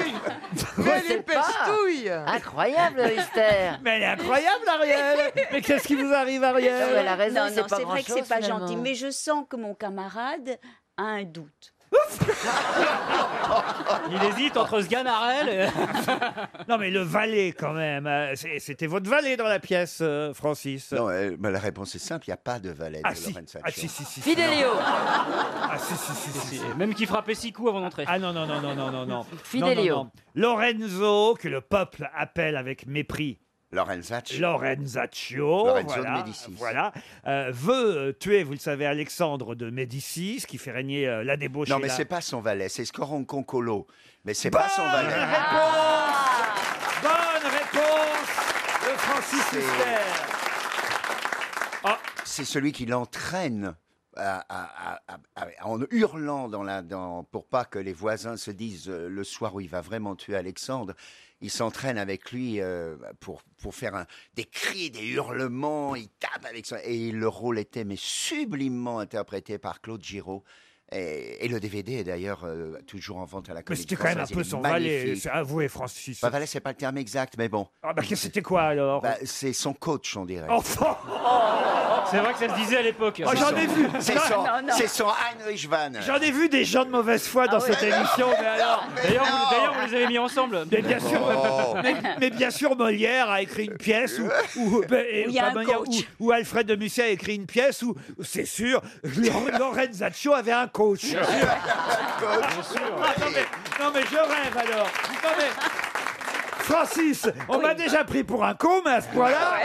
Speaker 3: <laughs>
Speaker 8: Mais les
Speaker 4: pas.
Speaker 8: pestouilles
Speaker 6: Incroyable, Rister.
Speaker 4: <laughs> Mais elle est incroyable, Ariel. Mais qu'est-ce qui vous arrive, Ariel
Speaker 24: Non, non, non, c'est vrai que c'est pas gentil, mais je sens que mon camarade a un doute.
Speaker 9: Il hésite entre ce ganarelle et...
Speaker 4: <laughs> Non, mais le valet, quand même. euh, c'est- C'était votre valet dans la pièce, euh, Francis.
Speaker 3: Non, euh, bah, la réponse est simple, il n'y a pas de valet
Speaker 4: Ah
Speaker 3: de
Speaker 4: si,
Speaker 3: Lorenzo.
Speaker 4: ah si, si, si.
Speaker 9: Fidelio.
Speaker 4: Ah si, si, si, si,
Speaker 9: Même qui frappait six coups avant d'entrer.
Speaker 4: Ah non, non, non, non, non, non, non.
Speaker 9: Fidelio.
Speaker 4: Non, non, non. Lorenzo, que le peuple appelle avec mépris.
Speaker 3: Lorenzaccio.
Speaker 4: Lorenzaccio,
Speaker 3: Lorenzo de
Speaker 4: voilà,
Speaker 3: Médicis.
Speaker 4: voilà euh, veut euh, tuer, vous le savez, Alexandre de Médicis, qui fait régner euh, la débauche.
Speaker 3: Non,
Speaker 4: et
Speaker 3: mais
Speaker 4: la-
Speaker 3: c'est pas son valet, c'est Scoronconcolo. Mais c'est pas son
Speaker 4: Bah
Speaker 3: valet.
Speaker 4: Bonne réponse de Francis Huster.
Speaker 3: C'est celui qui l'entraîne à- à- à- à- à- en hurlant dans la, dans, pour pas que les voisins se disent euh, le soir où il va vraiment tuer Alexandre. Il s'entraîne avec lui euh, pour, pour faire un- des cris, des hurlements. Il tape avec son. Et le rôle était mais sublimement interprété par Claude Giraud. Et, et le DVD est d'ailleurs euh, toujours en vente à la
Speaker 4: Mais
Speaker 3: Comédie
Speaker 4: c'était quand même un
Speaker 3: Française. Il
Speaker 4: peu
Speaker 3: est
Speaker 4: son valet, euh,
Speaker 3: magnifique.
Speaker 4: c'est avoué, Francis.
Speaker 3: Bah, valet, c'est pas le terme exact, mais bon.
Speaker 4: Ah bah, qu'est-ce que c'était quoi alors
Speaker 3: Bah, C'est son coach, on dirait.
Speaker 20: <laughs>
Speaker 4: Enfin
Speaker 9: C'est vrai que ça se disait à l'époque.
Speaker 3: C'est
Speaker 4: Oh, j'en ai
Speaker 3: son-
Speaker 4: vu.
Speaker 3: C'est
Speaker 4: Non,
Speaker 3: son,
Speaker 4: non, non.
Speaker 3: c'est son Heinrich Van.
Speaker 4: J'en ai vu des gens de mauvaise foi dans
Speaker 3: Ah oui.
Speaker 4: cette émission, mais alors.
Speaker 9: D'ailleurs, vous, d'ailleurs, vous les avez mis ensemble.
Speaker 4: Mais bien sûr,
Speaker 9: Oh.
Speaker 4: mais, mais bien sûr, Molière a écrit une pièce où,
Speaker 3: <laughs>
Speaker 4: où- ben, et-
Speaker 9: Où il y a
Speaker 4: pas
Speaker 9: un
Speaker 4: Molière,
Speaker 9: coach.
Speaker 4: où- où Alfred de Musset a écrit une pièce où, c'est sûr, Lor- Lorenzaccio avait un coach. Ah, non, mais, non, mais je rêve alors. Non, mais- Francis, on m'a déjà pris pour un con, mais à ce point-là.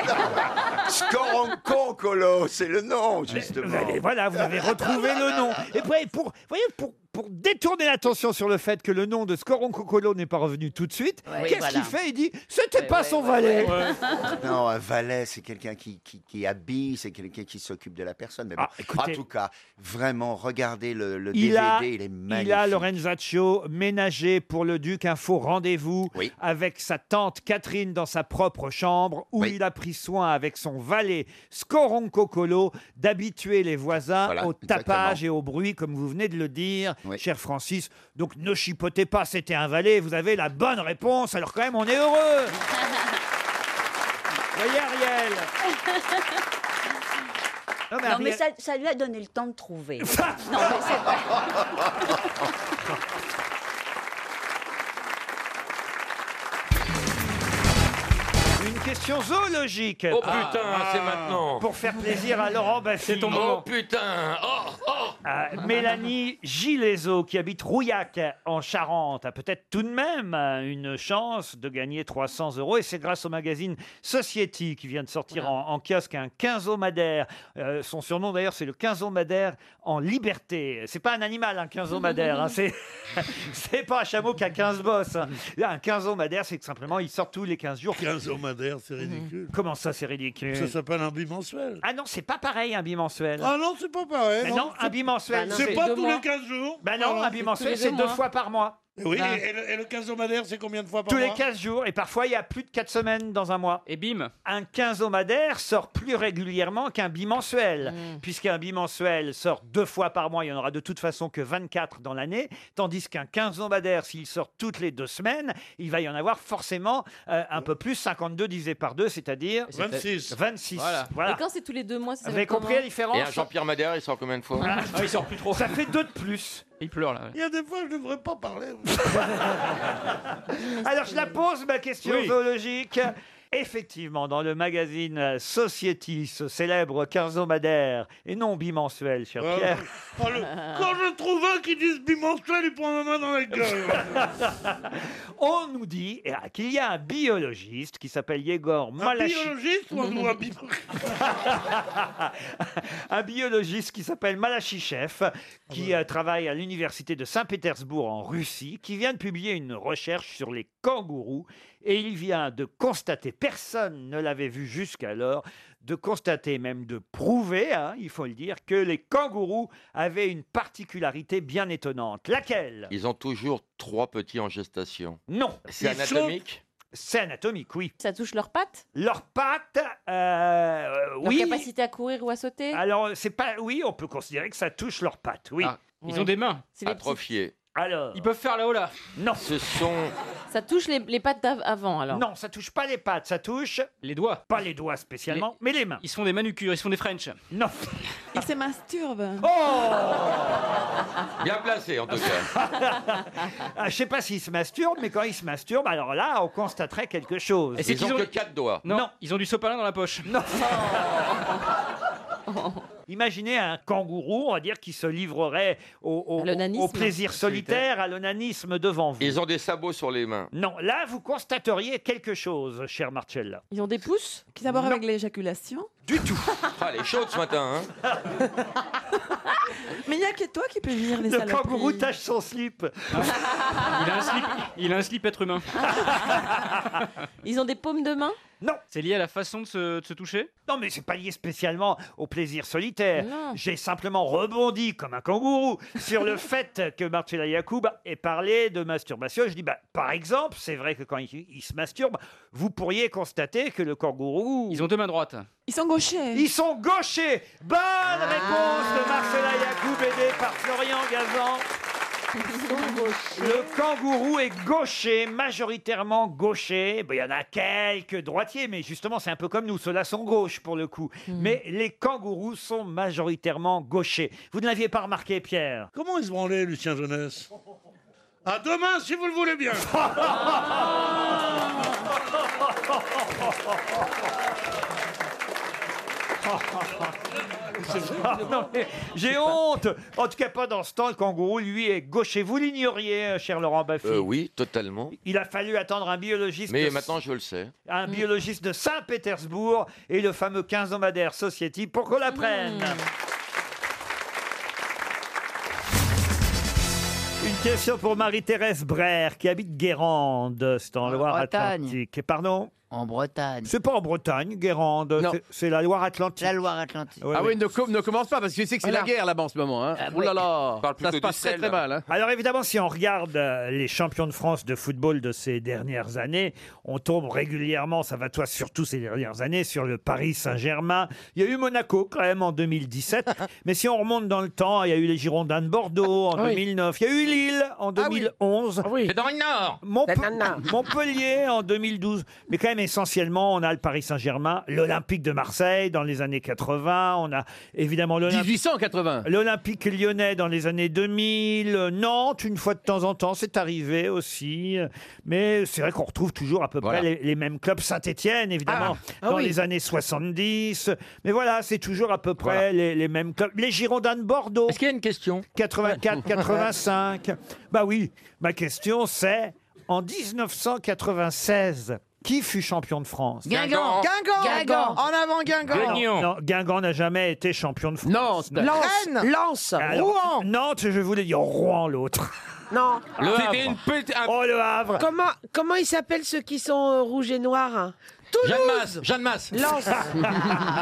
Speaker 3: Scoronconcolo, c'est le nom, justement. <laughs>
Speaker 4: Et voilà, vous avez retrouvé le nom. Et pour, pour- vous voyez, pour, pour détourner l'attention sur le fait que le nom de Scoron Cocolo n'est pas revenu tout de suite,
Speaker 3: Ouais,
Speaker 4: qu'est-ce
Speaker 3: voilà.
Speaker 4: qu'il fait Il dit C'était pas son valet
Speaker 3: <laughs> Non, un valet, c'est quelqu'un qui, qui, qui habille, c'est quelqu'un qui s'occupe de la personne. Mais bon, en tout cas, vraiment, regardez le, le
Speaker 4: Ah, il
Speaker 3: DVD,
Speaker 4: a,
Speaker 3: il est magnifique.
Speaker 4: il a, Lorenzaccio ménagé pour le duc un faux rendez-vous avec sa tante Catherine dans sa propre chambre où il a pris soin avec son valet Scoroncocolo d'habituer les voisins au tapage et au bruit comme vous venez de le dire, cher Francis. Donc ne chipotez pas, c'était un valet, vous avez la bonne réponse, alors quand même on est heureux. Voyez Ariel
Speaker 13: Non,
Speaker 4: Non, mais
Speaker 13: mais
Speaker 4: Ariel-
Speaker 13: ça, ça lui a donné le temps de
Speaker 4: <laughs>
Speaker 13: trouver. non, mais c'est vrai.
Speaker 4: Une question zoologique. Ah.
Speaker 22: Oh putain, c'est maintenant.
Speaker 4: Pour faire plaisir à Laurent Baffy.
Speaker 22: C'est ton moment. Oh putain. Oh, oh.
Speaker 4: Ah,
Speaker 10: <laughs>
Speaker 4: Mélanie Gilezo, qui habite Rouillac en Charente, a peut-être tout de même euh, une chance de gagner 300 euros. Et c'est grâce au magazine Society qui vient de sortir en, en kiosque un quinzomadaire. Euh, son surnom d'ailleurs, c'est le quinzomadaire en liberté. C'est pas un animal, un quinzomadaire. hein, c'est c'est pas un chameau qui a 15 bosses. hein. Là, un quinzomadaire, c'est que simplement il sort tous les 15 jours. Mhm.
Speaker 15: Quinzomadaire, c'est ridicule.
Speaker 4: Comment ça, c'est ridicule
Speaker 15: Ça s'appelle un bimensuel.
Speaker 4: Ah non, c'est pas pareil un bimensuel.
Speaker 15: <laughs> Ah non, c'est pas pareil.
Speaker 4: Mais non, un bimensuel,
Speaker 15: c'est
Speaker 4: c'est
Speaker 15: pas
Speaker 4: deux
Speaker 15: tous
Speaker 4: mois.
Speaker 15: les 15 jours.
Speaker 4: Ben non, un bimensuel, c'est deux fois par mois.
Speaker 15: Et Eh oui,
Speaker 4: Ah.
Speaker 15: et, et le, et le quinzomadaire, c'est combien de fois par
Speaker 4: Tous
Speaker 15: mois
Speaker 4: les 15 jours, et parfois il y a plus de 4 semaines dans un mois. Et bim Un quinzomadaire sort plus régulièrement qu'un bimensuel,
Speaker 1: Mmh.
Speaker 4: puisqu'un bimensuel sort deux fois par mois, il n'y en aura de toute façon que 24 dans l'année, tandis qu'un quinzomadaire, s'il sort toutes les deux semaines, il va y en avoir forcément euh, un peu plus, 52 divisé par 2, c'est-à-dire
Speaker 1: 26.
Speaker 4: 26. Voilà.
Speaker 1: Et quand c'est tous les deux mois, ça
Speaker 4: Vous
Speaker 1: s'appelle
Speaker 4: avez compris
Speaker 1: comment
Speaker 4: la différence
Speaker 22: Et un Jean-Pierre Madère, il sort combien de fois
Speaker 4: Ah, il sort plus trop. Ça fait deux de plus.
Speaker 22: Il pleure là.
Speaker 15: Il y a des fois, je ne devrais pas parler.
Speaker 4: <laughs> Alors, je la pose, ma question
Speaker 15: Oui.
Speaker 4: zoologique. Effectivement, dans le magazine euh, Society, ce célèbre quinzomadaire, et non bimensuel, cher
Speaker 15: Ah,
Speaker 4: Pierre,
Speaker 15: oh, le-
Speaker 4: Ah.
Speaker 15: Quand je trouve un qui dit bimensuel, il prend ma main dans la gueule.
Speaker 4: <laughs> on nous dit euh, qu'il y a un biologiste qui s'appelle Yegor
Speaker 15: Un
Speaker 4: Malachi.
Speaker 15: biologiste
Speaker 4: <laughs>
Speaker 15: ou un, ou un bim-
Speaker 4: un biologiste qui s'appelle Malachichev, qui
Speaker 15: Ah
Speaker 4: euh, travaille à l'université de Saint-Pétersbourg en Russie, qui vient de publier une recherche sur les kangourous. Et il vient de constater, personne ne l'avait vu jusqu'alors, de constater, même de prouver, hein, il faut le dire, que les kangourous avaient une particularité bien étonnante. Laquelle
Speaker 22: Ils ont toujours trois petits en gestation.
Speaker 4: Ah. Non.
Speaker 22: C'est Ils anatomique sautent
Speaker 4: C'est anatomique, oui.
Speaker 1: Ça touche leurs pattes
Speaker 4: Leurs pattes, euh, euh,
Speaker 1: Leur
Speaker 4: oui.
Speaker 1: capacité à courir ou à sauter
Speaker 21: Ah.
Speaker 4: Alors, c'est pas. Oui, on peut considérer que ça touche leurs pattes, oui.
Speaker 22: Ah,
Speaker 1: ils ont des mains. C'est les
Speaker 22: Atrophiés.
Speaker 4: Alors.
Speaker 22: Ils peuvent faire là-haut là.
Speaker 4: Non.
Speaker 22: Ce sont.
Speaker 1: <laughs> Ça touche les, les pattes d'av- avant, alors
Speaker 4: Non, ça touche pas les pattes, ça touche. Les doigts. Pas les doigts spécialement, mais les mains.
Speaker 28: Ils sont des manucures, ils sont des French.
Speaker 4: Non. Oh
Speaker 1: Ils se masturbent.
Speaker 22: Bien placé en tout
Speaker 4: <laughs>
Speaker 22: cas.
Speaker 4: Ah, je sais pas s'ils se masturbent, mais quand ils se masturbent, alors là, on constaterait quelque chose.
Speaker 22: Et c'est qu'ils ont que quatre doigts.
Speaker 4: Non.
Speaker 28: Ils ont du sopalin dans la poche.
Speaker 4: Non. <laughs> Imaginez un kangourou, on va dire, qui se livrerait au, au- au plaisir solitaire, à l'onanisme devant vous.
Speaker 22: Ils ont des sabots sur les mains.
Speaker 4: Non, là, vous constateriez quelque chose, cher Marcella.
Speaker 21: Ils ont des pouces qui d'abord avec l'éjaculation.
Speaker 22: Ah, elle est chaude ce matin. Hein.
Speaker 21: Mais il n'y a que toi qui peux lire les
Speaker 4: Le
Speaker 21: saloperies.
Speaker 4: kangourou tâche son slip.
Speaker 28: <laughs> Ah. Il a un slip, il a un slip être humain.
Speaker 1: Ils ont des paumes de main
Speaker 4: Non.
Speaker 28: C'est lié à la façon de se, de se toucher
Speaker 4: Non, mais c'est pas lié spécialement au plaisir solitaire.
Speaker 28: Non.
Speaker 4: J'ai simplement rebondi comme un kangourou
Speaker 1: <laughs>
Speaker 4: sur le fait que Marcella Yacoub ait parlé de masturbation. Je dis, bah, par exemple, c'est vrai que quand il, il se masturbe, vous pourriez constater que le kangourou. Ils
Speaker 28: ont deux mains droites.
Speaker 21: Ils sont gauchers.
Speaker 4: Ils sont gauchers. Bonne
Speaker 12: Ah.
Speaker 4: réponse de Marcella Yacoub, aidée par Florian Gazan. Le kangourou est gaucher, majoritairement gaucher. Ben, Il y en a quelques droitiers, mais justement, c'est un peu comme nous. Ceux-là sont gauches pour le coup. Mais les kangourous sont majoritairement gauchers. Vous ne l'aviez pas remarqué, Pierre
Speaker 15: Comment ils se branlaient, Lucien
Speaker 4: <laughs>
Speaker 15: Jeunesse À demain, si vous le voulez bien.
Speaker 4: Ah Ah, non, mais J'ai honte En tout cas, pas dans ce temps, le kangourou, lui, est gaucher. Vous l'ignoriez, cher Laurent Baffy.
Speaker 22: Euh, oui, totalement.
Speaker 4: Il a fallu attendre un biologiste.
Speaker 22: Mais
Speaker 4: de-
Speaker 22: maintenant je le sais.
Speaker 4: un biologiste de Saint-Pétersbourg et le fameux 15 Madère Society pour qu'on l'apprenne. Question pour Marie-Thérèse Brère, qui habite Guérande, c'est en Loire-Atlantique. Et Pardon En Bretagne. C'est pas en Bretagne, Guérande, c'est- c'est la Loire-Atlantique.
Speaker 12: La Loire-Atlantique.
Speaker 4: Ouais,
Speaker 12: ah
Speaker 4: ouais.
Speaker 12: oui, ne, com- ne commence pas parce que tu sais que c'est
Speaker 4: Voilà.
Speaker 12: la guerre là-bas en ce moment.
Speaker 9: Ah,
Speaker 12: Hein. Ouh là là, ça se passe très très mal. hein.
Speaker 4: Alors évidemment, si on regarde euh, les champions de France de football de ces dernières années, on tombe régulièrement, ça va toi surtout ces dernières années, sur le Paris Saint-Germain. Il y a eu Monaco quand même
Speaker 7: <laughs>
Speaker 4: en 2017, mais si on remonte dans le temps, il y a eu les Girondins de Bordeaux en
Speaker 7: Ah oui. Ah
Speaker 4: 2009, il y a eu Lille en 2011.
Speaker 12: Ah
Speaker 7: C'est dans le Nord.
Speaker 4: Montpe- Montpellier en 2012. Mais quand même, essentiellement, on a le Paris Saint-Germain, l'Olympique de Marseille dans les années 80. On a évidemment l'Olympique.
Speaker 12: 1880.
Speaker 4: L'Olympique lyonnais dans les années 2000. euh, Nantes, une fois de temps en temps, c'est arrivé aussi. Euh, Mais c'est vrai qu'on retrouve toujours à peu
Speaker 12: Voilà.
Speaker 4: près les, les mêmes clubs. Saint-Etienne, évidemment,
Speaker 12: Ah, ah
Speaker 4: dans
Speaker 12: oui.
Speaker 4: les années 70. Mais voilà, c'est toujours à peu près
Speaker 12: Voilà.
Speaker 4: les, les mêmes clubs. Les Girondins de Bordeaux. Est-ce
Speaker 12: qu'il y a une question
Speaker 4: 84, 85. Bah oui, ma question c'est en 1996, qui fut champion de France
Speaker 8: Guingamp. Guingamp. Guingamp. En avant, Guingamp. Guignon.
Speaker 4: Non, Guingamp n'a jamais été champion de France.
Speaker 8: Nantes. Lens. Rennes. Lens.
Speaker 4: Rouen. Nantes, je voulais dire Rouen l'autre.
Speaker 7: Non.
Speaker 4: Le Havre. Oh le Havre.
Speaker 7: Comment, comment ils s'appellent ceux qui sont euh, rouges et noirs hein
Speaker 4: Toulouse. Jeanne Masse.
Speaker 7: Lens.
Speaker 24: <laughs>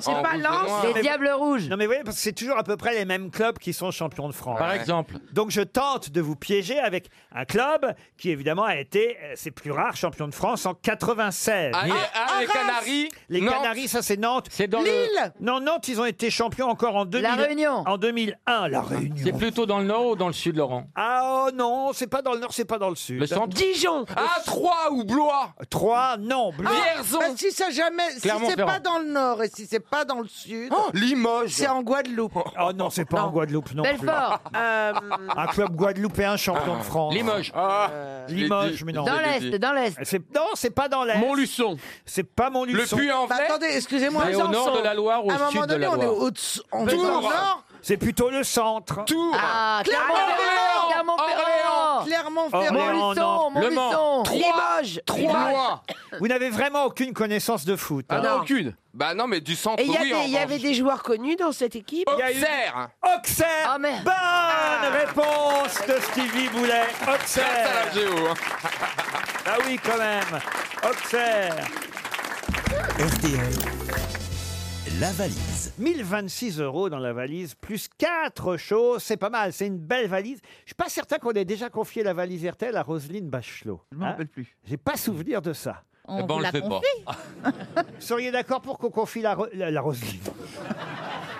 Speaker 7: C'est pas Lens
Speaker 4: Rouges. Non mais vous voyez, parce que c'est toujours à peu près les mêmes clubs qui sont champions de France.
Speaker 12: Par Ouais. exemple.
Speaker 4: Donc je tente de vous piéger avec un club qui évidemment a été, euh, c'est plus rare, champion de France en 96.
Speaker 12: Ah, ah, les Canaries,
Speaker 4: Les
Speaker 12: Nantes.
Speaker 4: Canaries, ça c'est Nantes. C'est
Speaker 12: dans le- Lille.
Speaker 4: Non, Nantes, ils ont été champions encore en 2000.
Speaker 12: Réunion.
Speaker 4: En 2001, La Réunion.
Speaker 12: <laughs> C'est plutôt dans le Nord ou dans le Sud, Ah. Laurent
Speaker 4: Ah oh non, c'est pas dans le nord, c'est pas dans le sud.
Speaker 12: Le centre
Speaker 7: Dijon.
Speaker 12: Ah, Troyes ou Blois
Speaker 4: Troyes, non.
Speaker 9: Ah,
Speaker 4: Blois.
Speaker 12: Vierzon.
Speaker 8: bah, si ça jamais, si c'est
Speaker 4: Clermont-Ferrand.
Speaker 8: pas dans le nord et si c'est pas dans le sud,
Speaker 13: Oh,
Speaker 4: Limoges.
Speaker 8: Oh. c'est en Guadeloupe.
Speaker 4: Oh non, c'est pas en Guadeloupe non plus. Ah,
Speaker 7: Euh,
Speaker 4: Un club guadeloupéen champion de France. Euh,
Speaker 12: Limoges.
Speaker 4: Limoges, mais non.
Speaker 12: Dans l'Est,
Speaker 4: dans l'Est. Non, c'est pas dans l'Est.
Speaker 12: Montluçon.
Speaker 4: C'est pas Montluçon.
Speaker 12: Le Puy-en-Velay. Bah, attendez, excusez-moi. C'est au Besançon. nord de la Loire ou au À un moment sud de donné, la on est Loire. au-
Speaker 8: on est au nord.
Speaker 4: C'est plutôt le centre. Tours.
Speaker 8: Ah, Clermont-Ferrand. Clermont-Ferrand. Clermont-Ferrand.
Speaker 4: Le Mans.
Speaker 8: Limoges.
Speaker 4: Troyes. Vous n'avez vraiment aucune connaissance de foot.
Speaker 12: Ah
Speaker 4: hein.
Speaker 12: non, aucune.
Speaker 22: Bah non, mais du centre,
Speaker 7: Et il y, a
Speaker 22: oui,
Speaker 7: des-
Speaker 22: en
Speaker 7: il y avait des joueurs connus dans cette équipe
Speaker 22: revanche. Auxerre.
Speaker 4: Auxerre
Speaker 30: Ah,
Speaker 4: Bonne réponse de Stevie Boulet.
Speaker 22: Grâce à
Speaker 4: Auxerre
Speaker 22: la géo. hein.
Speaker 4: Ah oui, quand même. Auxerre La valise. 1026 euros dans la valise, plus quatre choses, c'est pas mal, c'est une belle valise. Je suis pas certain qu'on ait déjà confié la valise RTL à Roselyne Bachelot. Je m'en rappelle plus. J'ai pas souvenir de ça.
Speaker 30: On Eh ben, on vous le l'a fait pas.
Speaker 4: Vous seriez d'accord pour qu'on confie la, Ro- la, la Roselyne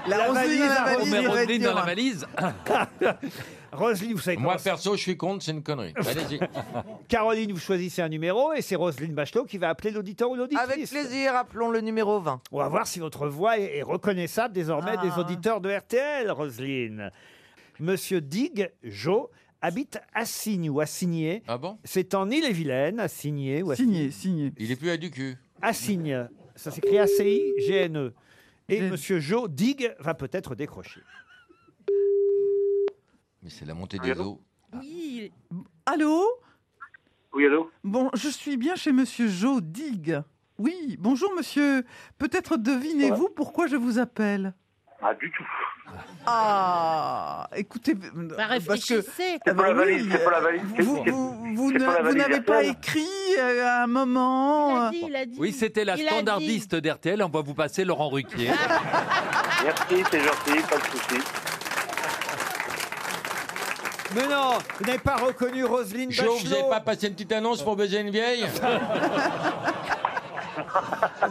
Speaker 12: La
Speaker 4: valise à
Speaker 12: Mais
Speaker 4: Roselyne
Speaker 12: Roselyne dans la
Speaker 4: Redira.
Speaker 12: valise.
Speaker 4: <laughs> Roselyne, vous savez
Speaker 12: Moi, perso, je suis contre, c'est une connerie.
Speaker 4: <laughs>
Speaker 12: Allez-y.
Speaker 4: Caroline, vous choisissez un numéro et c'est Roselyne Bachelot qui va appeler l'auditeur ou l'auditrice.
Speaker 8: Avec plaisir, appelons le numéro 20.
Speaker 4: On va voir si votre voix est est reconnaissable désormais
Speaker 8: Ah.
Speaker 4: des auditeurs de RTL, Roselyne. Monsieur Dig Jo habite Assigne ou Assigné.
Speaker 12: Ah bon
Speaker 4: C'est en Ille-et-Vilaine, Assigné ou Assigné. Signé,
Speaker 12: Il est plus à du cul.
Speaker 4: Assigne, ça s'écrit A-C-I-G-N-E. E. Et monsieur Jo Dig va peut-être décrocher.
Speaker 12: Mais c'est la montée des eaux.
Speaker 19: Ah.
Speaker 7: Oui. Allô
Speaker 12: Oui, allô
Speaker 20: Bon, je suis bien chez Monsieur Joe Dig. Oui, bonjour monsieur. Peut-être devinez-vous pourquoi je vous appelle
Speaker 19: Ah, du tout.
Speaker 20: Ah, écoutez, parce que
Speaker 19: C'est pour la valise, c'est pour la valise. c'est-
Speaker 20: vous,
Speaker 19: c'est-
Speaker 20: vous- vous
Speaker 19: c'est
Speaker 20: ne-
Speaker 19: pour la
Speaker 20: vous
Speaker 19: valise
Speaker 20: n'avez pas
Speaker 19: RTL.
Speaker 20: écrit euh, à un moment. euh,
Speaker 12: <laughs> Oui, c'était la standardiste d'RTL. On va vous passer Laurent
Speaker 20: <laughs>
Speaker 12: Ruquier.
Speaker 19: Merci, c'est gentil, pas de soucis.
Speaker 4: Mais non, vous n'avez pas reconnu Roselyne Ah,
Speaker 12: Jo, vous n'avez pas passé une petite annonce pour baiser une
Speaker 4: <laughs>
Speaker 12: vieille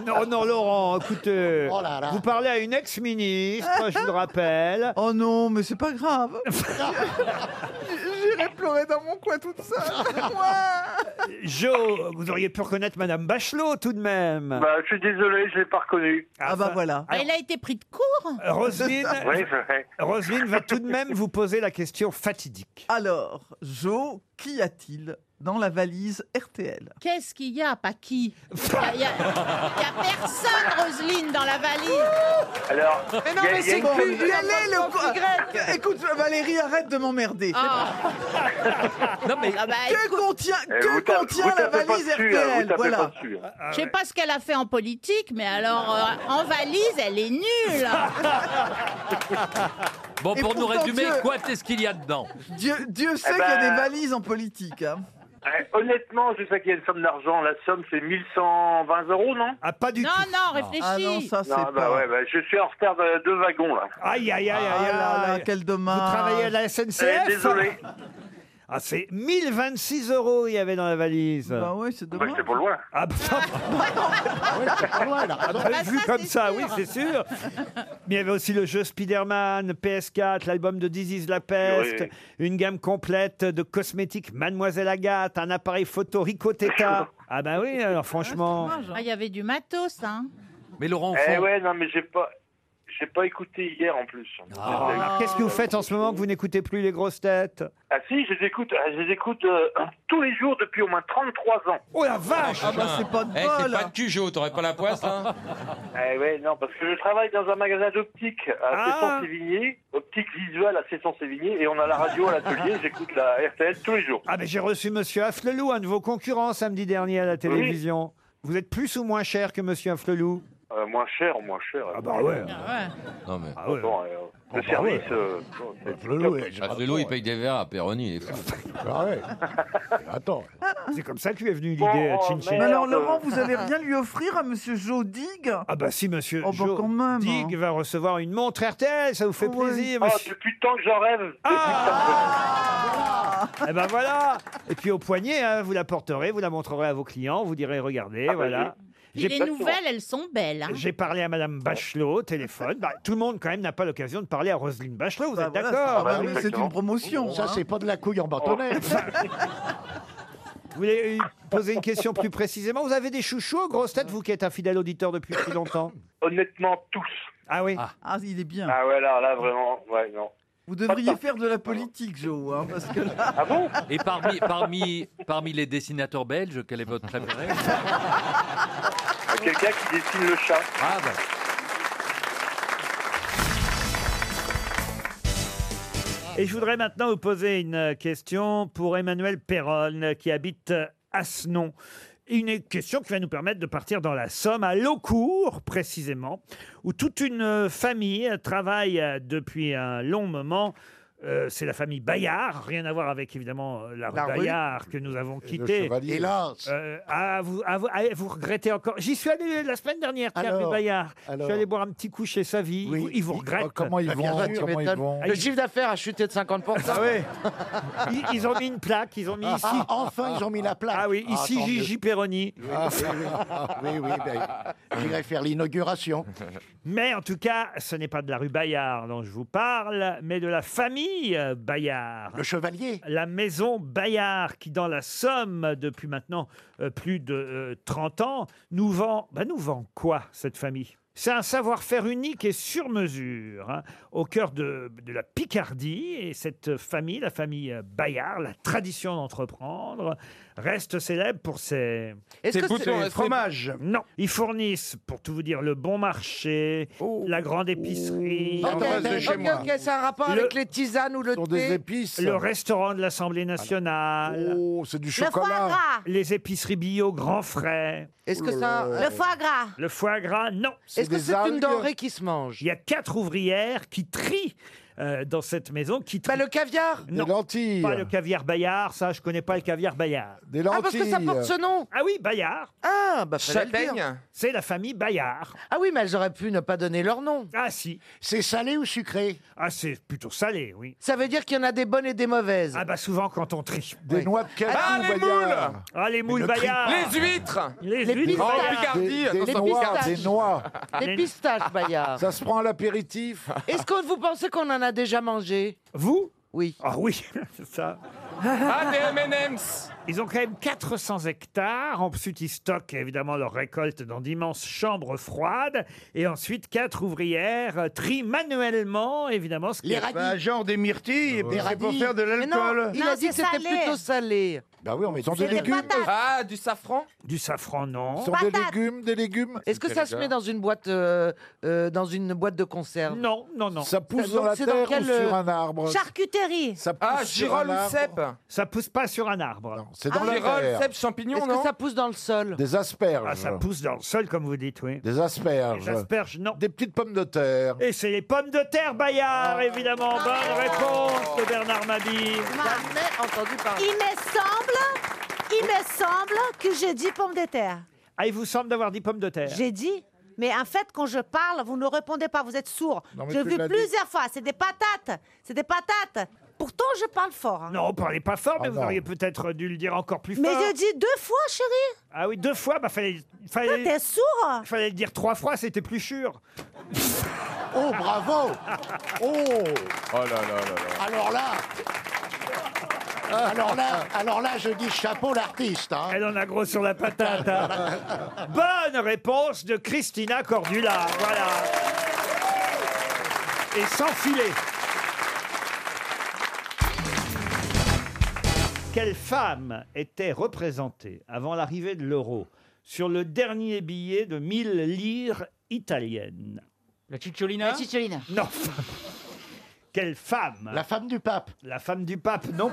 Speaker 4: Non, non, Laurent, écoutez,
Speaker 12: Oh là là.
Speaker 4: vous parlez à une ex-ministre, je vous le rappelle.
Speaker 20: <laughs> Oh non, mais c'est pas grave. <laughs> J'irai pleurer dans mon coin toute seule.
Speaker 4: Jo, vous auriez pu reconnaître Madame Bachelot tout de même.
Speaker 19: Bah, je suis désolé, je l'ai pas
Speaker 9: <laughs>
Speaker 19: reconnu.
Speaker 4: Ah bah voilà.
Speaker 30: Elle a été pris de court.
Speaker 4: Roselyne,
Speaker 19: Oui, je- <laughs> ouais.
Speaker 4: Ah, Roselyne va tout de même vous poser la question fatidique.
Speaker 20: Alors, Jo, qu'y a-t-il dans la valise RTL
Speaker 30: Qu'est-ce qu'il y a Pas qui Il n'y a, il y a personne, Roselyne, dans la valise.
Speaker 19: Alors,
Speaker 20: Mais non,
Speaker 19: il y a-
Speaker 20: mais
Speaker 19: il y a
Speaker 20: c'est
Speaker 19: une-
Speaker 20: plus
Speaker 19: il y a-
Speaker 20: le co- Ah, Écoute, Valérie, arrête de m'emmerder.
Speaker 30: Ah. Ah bah,
Speaker 20: que
Speaker 30: écoute.
Speaker 20: contient,
Speaker 19: Eh,
Speaker 20: que
Speaker 19: vous tapez-
Speaker 20: contient
Speaker 19: vous
Speaker 20: la
Speaker 19: tapez pas
Speaker 20: valise
Speaker 19: dessus, hein, vous
Speaker 20: RTL
Speaker 19: tapez pas
Speaker 20: Voilà.
Speaker 19: dessus, hein.
Speaker 4: Ah,
Speaker 30: Je sais pas ce qu'elle a fait en
Speaker 4: <laughs>
Speaker 30: Ah, politique, mais alors euh, en valise, elle est nulle.
Speaker 12: Bon,
Speaker 20: Et
Speaker 12: pour nous
Speaker 20: pourtant,
Speaker 12: résumer,
Speaker 20: Dieu-
Speaker 12: quoi est-ce qu'il y a dedans
Speaker 20: Dieu, Dieu sait
Speaker 9: Eh
Speaker 20: qu'il y a
Speaker 9: ben-
Speaker 20: des valises en politique. hein.
Speaker 9: Ouais, Eh, honnêtement, je sais qu'il y a une somme d'argent. La somme, c'est 1120 euros, non
Speaker 4: Ah, pas du
Speaker 7: Non,
Speaker 4: tout.
Speaker 7: non, réfléchis.
Speaker 20: Ah non, ça c'est
Speaker 9: Non, bah
Speaker 20: pas.
Speaker 9: ouais, bah, je suis en retard de deux wagons, là.
Speaker 4: Aïe, aïe, aïe, aïe,
Speaker 20: Ah
Speaker 4: aïe.
Speaker 20: là là, quel dommage.
Speaker 4: Vous travaillez à la SNCF
Speaker 9: Eh, désolé.
Speaker 4: Ah, c'est 1026 euros il y avait dans la valise.
Speaker 20: Bah ouais, c'est
Speaker 9: Bah,
Speaker 20: dommage.
Speaker 9: c'est pour loin.
Speaker 4: Ah, bah, ah bah, vu comme ça, oui, c'est sûr. Mais il y avait aussi le jeu Spider-Man, PS4, l'album de This is la peste,
Speaker 13: Oui.
Speaker 4: une gamme complète de cosmétiques Mademoiselle Agathe, un appareil photo Rico Teta. Ah bah oui, alors franchement.
Speaker 7: Ah, Il y avait du matos, hein.
Speaker 12: Mais Laurent, au
Speaker 9: Eh
Speaker 12: fond,
Speaker 9: ouais, non, mais j'ai pas, j'ai pas écouté hier en plus. Désolé.
Speaker 4: Ah. Alors, Qu'est-ce que vous faites en ce moment que vous n'écoutez plus les grosses têtes
Speaker 9: Ah si, je les écoute, euh, je les écoute euh, tous les jours depuis au moins 33 ans.
Speaker 4: Oh la vache
Speaker 20: Ah bah c'est pas de
Speaker 10: Eh, c'est
Speaker 20: bol.
Speaker 10: pas de Cujo, t'aurais pas la poisse, hein. là
Speaker 9: Eh ouais, non, parce que je travaille dans un magasin d'optique à
Speaker 4: Ah.
Speaker 9: Cesson-Sévigné, optique visuelle à Cesson-Sévigné, et on a la radio à l'atelier, j'écoute la RTL tous les jours.
Speaker 4: Ah, mais j'ai reçu Monsieur Afflelou, un de vos concurrents, samedi dernier à la télévision. Vous êtes plus ou moins cher que Monsieur Afflelou
Speaker 9: Euh, moins cher, moins cher.
Speaker 4: Ah bah ouais.
Speaker 10: Non, mais.
Speaker 4: Ah ouais.
Speaker 9: Bon, euh, le
Speaker 4: bah
Speaker 9: service...
Speaker 4: ouais.
Speaker 9: euh, bon, c'est-
Speaker 10: Ah, Vélo, il paye des verres à Perroni.
Speaker 5: <laughs> Ah
Speaker 4: Attends. C'est comme ça que lui est venue l'idée
Speaker 9: Bon,
Speaker 4: à euh,
Speaker 9: oh,
Speaker 4: Chin Chin.
Speaker 9: merde.
Speaker 20: Mais alors Laurent, vous allez rien lui offrir à Monsieur Jodig
Speaker 4: Ah bah si Monsieur
Speaker 20: Oh bah
Speaker 4: Jo
Speaker 20: quand même, hein. Oh,
Speaker 4: Dig va recevoir une montre RTL, ça vous fait plaisir.
Speaker 9: Ah,
Speaker 4: Monsieur. Ah.
Speaker 9: depuis le temps que j'en rêve depuis
Speaker 4: Eh ben voilà. Et puis au poignet, hein, vous la porterez, vous la montrerez à vos clients, vous direz regardez,
Speaker 9: Ah bah
Speaker 4: voilà.
Speaker 7: Puis
Speaker 4: J'ai
Speaker 7: les
Speaker 4: pas-
Speaker 7: nouvelles, elles sont belles. hein.
Speaker 4: J'ai parlé à Madame Bachelot au téléphone. Bah, tout le monde quand même n'a pas l'occasion de parler à Roselyne Bachelot. Vous êtes
Speaker 20: voilà,
Speaker 4: d'accord Ah
Speaker 20: ça,
Speaker 9: bah oui,
Speaker 20: mais c'est
Speaker 9: exactement.
Speaker 20: une promotion.
Speaker 34: Ça,
Speaker 20: hein.
Speaker 34: c'est pas de la couille en bâtonnet.
Speaker 4: Oh. Vous voulez euh, poser une question plus précisément Vous avez des chouchous, aux grosses têtes, vous qui êtes un fidèle auditeur depuis si longtemps
Speaker 9: Honnêtement, tous.
Speaker 4: Ah oui.
Speaker 20: Ah, il est bien.
Speaker 9: Ah ouais, là, là, vraiment, ouais, non.
Speaker 20: Vous devriez faire de la politique, Joe, hein, parce que là,
Speaker 9: Ah bon
Speaker 12: et parmi, parmi, parmi les dessinateurs belges, quel est votre préféré
Speaker 9: Ah, Quelqu'un qui dessine le chat.
Speaker 12: Ah bah.
Speaker 4: Et je voudrais maintenant vous poser une question pour Emmanuel Perron, qui habite Asnon. Une question qui va nous permettre de partir dans la Somme, à Laucourt précisément, où toute une famille travaille depuis un long moment. Euh, c'est la famille Bayard, rien à voir avec évidemment la rue
Speaker 34: La rue.
Speaker 4: Bayard que nous avons quittée.
Speaker 34: chevalier. Hélas.
Speaker 4: Euh, ah, vous, ah, vous, ah, vous regrettez encore. J'y suis allé la semaine dernière, Pierre
Speaker 34: Alors,
Speaker 4: Bayard. Je
Speaker 34: alors. Oh,
Speaker 4: suis allé boire un petit coup chez Savy. vie. Ils vous regrettent.
Speaker 34: Comment ils
Speaker 4: Bah,
Speaker 34: vont,
Speaker 4: bien sûr.
Speaker 34: comment ils vont
Speaker 4: Ah, ils-
Speaker 8: chiffre d'affaires a chuté de 50%.
Speaker 4: Ah ouais. ils, ils ont mis une plaque, ils ont mis ici.
Speaker 34: Ah, enfin, ils ont mis la plaque.
Speaker 4: Ah oui,
Speaker 34: Ah,
Speaker 4: ici
Speaker 34: tant mieux.
Speaker 4: Gigi Perroni.
Speaker 34: Ah, oui, oui. <laughs> oui, oui, ben, j'irai faire l'inauguration.
Speaker 4: Mais en tout cas, ce n'est pas de la rue Bayard dont je vous parle, mais de la famille euh, Bayard.
Speaker 34: Le chevalier.
Speaker 4: La maison Bayard qui, dans la Somme, depuis maintenant euh, plus de euh, 30 ans, nous vend... Bah, nous vend quoi, cette famille c'est un savoir-faire unique et sur mesure hein, au cœur de, de la Picardie. Et cette famille, la famille euh, Bayard, la tradition d'entreprendre, reste célèbre pour ses,
Speaker 8: Est-ce que c'est
Speaker 4: les fromages Non, ils fournissent, pour tout vous dire, le bon marché,
Speaker 34: Oh.
Speaker 4: la grande épicerie,
Speaker 8: Ok, ok, ok, c'est un rapport
Speaker 4: Le-
Speaker 8: avec les tisanes ou le thé.
Speaker 4: le restaurant de l'Assemblée nationale.
Speaker 34: Oh, c'est du
Speaker 7: Le foie
Speaker 34: chocolat.
Speaker 7: gras.
Speaker 4: Les épiceries bio, grands frais.
Speaker 8: Est-ce
Speaker 34: Oh
Speaker 8: que ça. euh,
Speaker 7: Le foie gras.
Speaker 4: Le foie gras, non.
Speaker 8: Est-ce que c'est une denrée qui se mange
Speaker 4: Il y a quatre ouvrières qui trient euh, dans cette maison, qui trient.
Speaker 8: Bah, le caviar
Speaker 4: non,
Speaker 34: Des lentilles.
Speaker 4: pas le caviar Bayard, ça, je connais pas le caviar Bayard.
Speaker 34: Des
Speaker 8: Ah, parce que
Speaker 34: lentilles.
Speaker 8: ça porte ce nom
Speaker 4: Ah oui, Bayard,
Speaker 8: Ah, bah fallait le dire.
Speaker 35: Châtaigne
Speaker 4: c'est la famille Bayard.
Speaker 8: Ah oui, mais elles auraient pu ne pas donner leur nom.
Speaker 4: Ah si,
Speaker 34: C'est salé ou sucré
Speaker 4: ah c'est plutôt salé, oui.
Speaker 8: Ça veut dire qu'il y en a des bonnes et des mauvaises.
Speaker 4: Ah bah souvent quand on trie.
Speaker 34: Des noix de cajou,
Speaker 35: Ah, les
Speaker 34: Bayard.
Speaker 35: moules
Speaker 4: Ah les moules
Speaker 34: le cri-
Speaker 4: Bayard.
Speaker 35: Les huîtres
Speaker 4: Les,
Speaker 8: Les
Speaker 4: huîtres
Speaker 8: pistaches.
Speaker 35: En
Speaker 4: Bayard.
Speaker 35: Picardie,
Speaker 34: Des, des
Speaker 35: attention,
Speaker 34: noix,
Speaker 35: Picardie.
Speaker 34: des noix.
Speaker 8: Des pistaches, Bayard.
Speaker 34: Ça se prend à l'apéritif.
Speaker 8: Est-ce que vous pensez qu'on en a déjà mangé
Speaker 4: Vous
Speaker 8: Oui.
Speaker 4: Ah oui, <laughs> c'est ça.
Speaker 35: Ah, des M&M's
Speaker 4: Ils ont quand même 400 hectares. Ensuite, ils stockent évidemment leur récolte dans d'immenses chambres froides. Et ensuite, quatre ouvrières euh, trient manuellement, évidemment, ce qui
Speaker 34: Les radis.
Speaker 13: genre des myrtilles, et puis
Speaker 34: Des
Speaker 13: c'est pour
Speaker 34: radis.
Speaker 13: faire de
Speaker 8: Mais non,
Speaker 13: l'alcool.
Speaker 8: il
Speaker 7: Non,
Speaker 8: a dit que
Speaker 7: c'est
Speaker 8: c'était
Speaker 7: salé.
Speaker 8: plutôt salé.
Speaker 34: Bah oui, en mettant
Speaker 7: C'est
Speaker 34: des
Speaker 7: des
Speaker 34: légumes.
Speaker 7: patates.
Speaker 35: Ah, du safran
Speaker 4: du safran, non.
Speaker 34: Sur des
Speaker 7: Patates.
Speaker 34: légumes, des légumes.
Speaker 8: Est-ce que ça se met dans une boîte, euh, euh, dans une boîte de conserve
Speaker 4: Non, non, non.
Speaker 34: Ça pousse
Speaker 8: Donc
Speaker 34: dans la
Speaker 8: c'est
Speaker 34: terre
Speaker 8: dans
Speaker 34: ou
Speaker 8: quel, euh,
Speaker 34: sur un arbre
Speaker 7: Charcuterie.
Speaker 34: Ça pousse
Speaker 35: Ah,
Speaker 34: sur un
Speaker 35: girolme
Speaker 34: arbre.
Speaker 35: cèpe
Speaker 4: Ça pousse pas sur un arbre.
Speaker 3: c'est dans Ah, la Vérole, terre. cèpe, champignon,
Speaker 4: Est-ce
Speaker 3: non
Speaker 4: que ça pousse dans le sol
Speaker 3: Des asperges.
Speaker 4: Ah, ça pousse dans le sol, comme vous dites, oui.
Speaker 3: Des asperges.
Speaker 4: Des asperges, non.
Speaker 3: Des petites pommes de terre.
Speaker 4: Et c'est les pommes de terre, Bayard, évidemment.
Speaker 8: Ah.
Speaker 4: Bonne réponse de Bernard Mabille.
Speaker 30: Il me semble, il me semble que j'ai dit pomme de terre.
Speaker 4: Ah, il vous semble d'avoir dit pommes de terre
Speaker 30: J'ai dit. Mais en fait, quand je parle, vous ne répondez pas, vous êtes sourd.
Speaker 4: Non, mais
Speaker 30: J'ai
Speaker 4: tu
Speaker 30: vu
Speaker 4: l'as dit.
Speaker 30: plusieurs fois, c'est des patates, c'est des patates. Pourtant, je parle fort. hein.
Speaker 4: Non, vous parlez pas
Speaker 5: Ah
Speaker 4: fort, mais vous auriez peut-être dû le dire encore plus fort.
Speaker 30: Mais je dis deux fois, chérie.
Speaker 4: Ah oui, deux fois, bah fallait. fallait
Speaker 30: T'es sourd
Speaker 4: Fallait le dire trois fois, c'était plus sûr.
Speaker 5: Oh,
Speaker 4: <laughs>
Speaker 5: bravo Oh
Speaker 10: Oh là là là
Speaker 5: Alors là Ah. alors là, alors là, je dis chapeau l'artiste. hein.
Speaker 4: Elle en a gros sur la patate. hein. Bonne réponse de Christina Cordula. Voilà. Et sans filet. Quelle femme était représentée avant l'arrivée de l'euro sur le dernier billet de 1000 lire italiennes La Cicciolina La Cicciolina. Non. <laughs> Quelle femme La femme du pape. La femme du pape, non.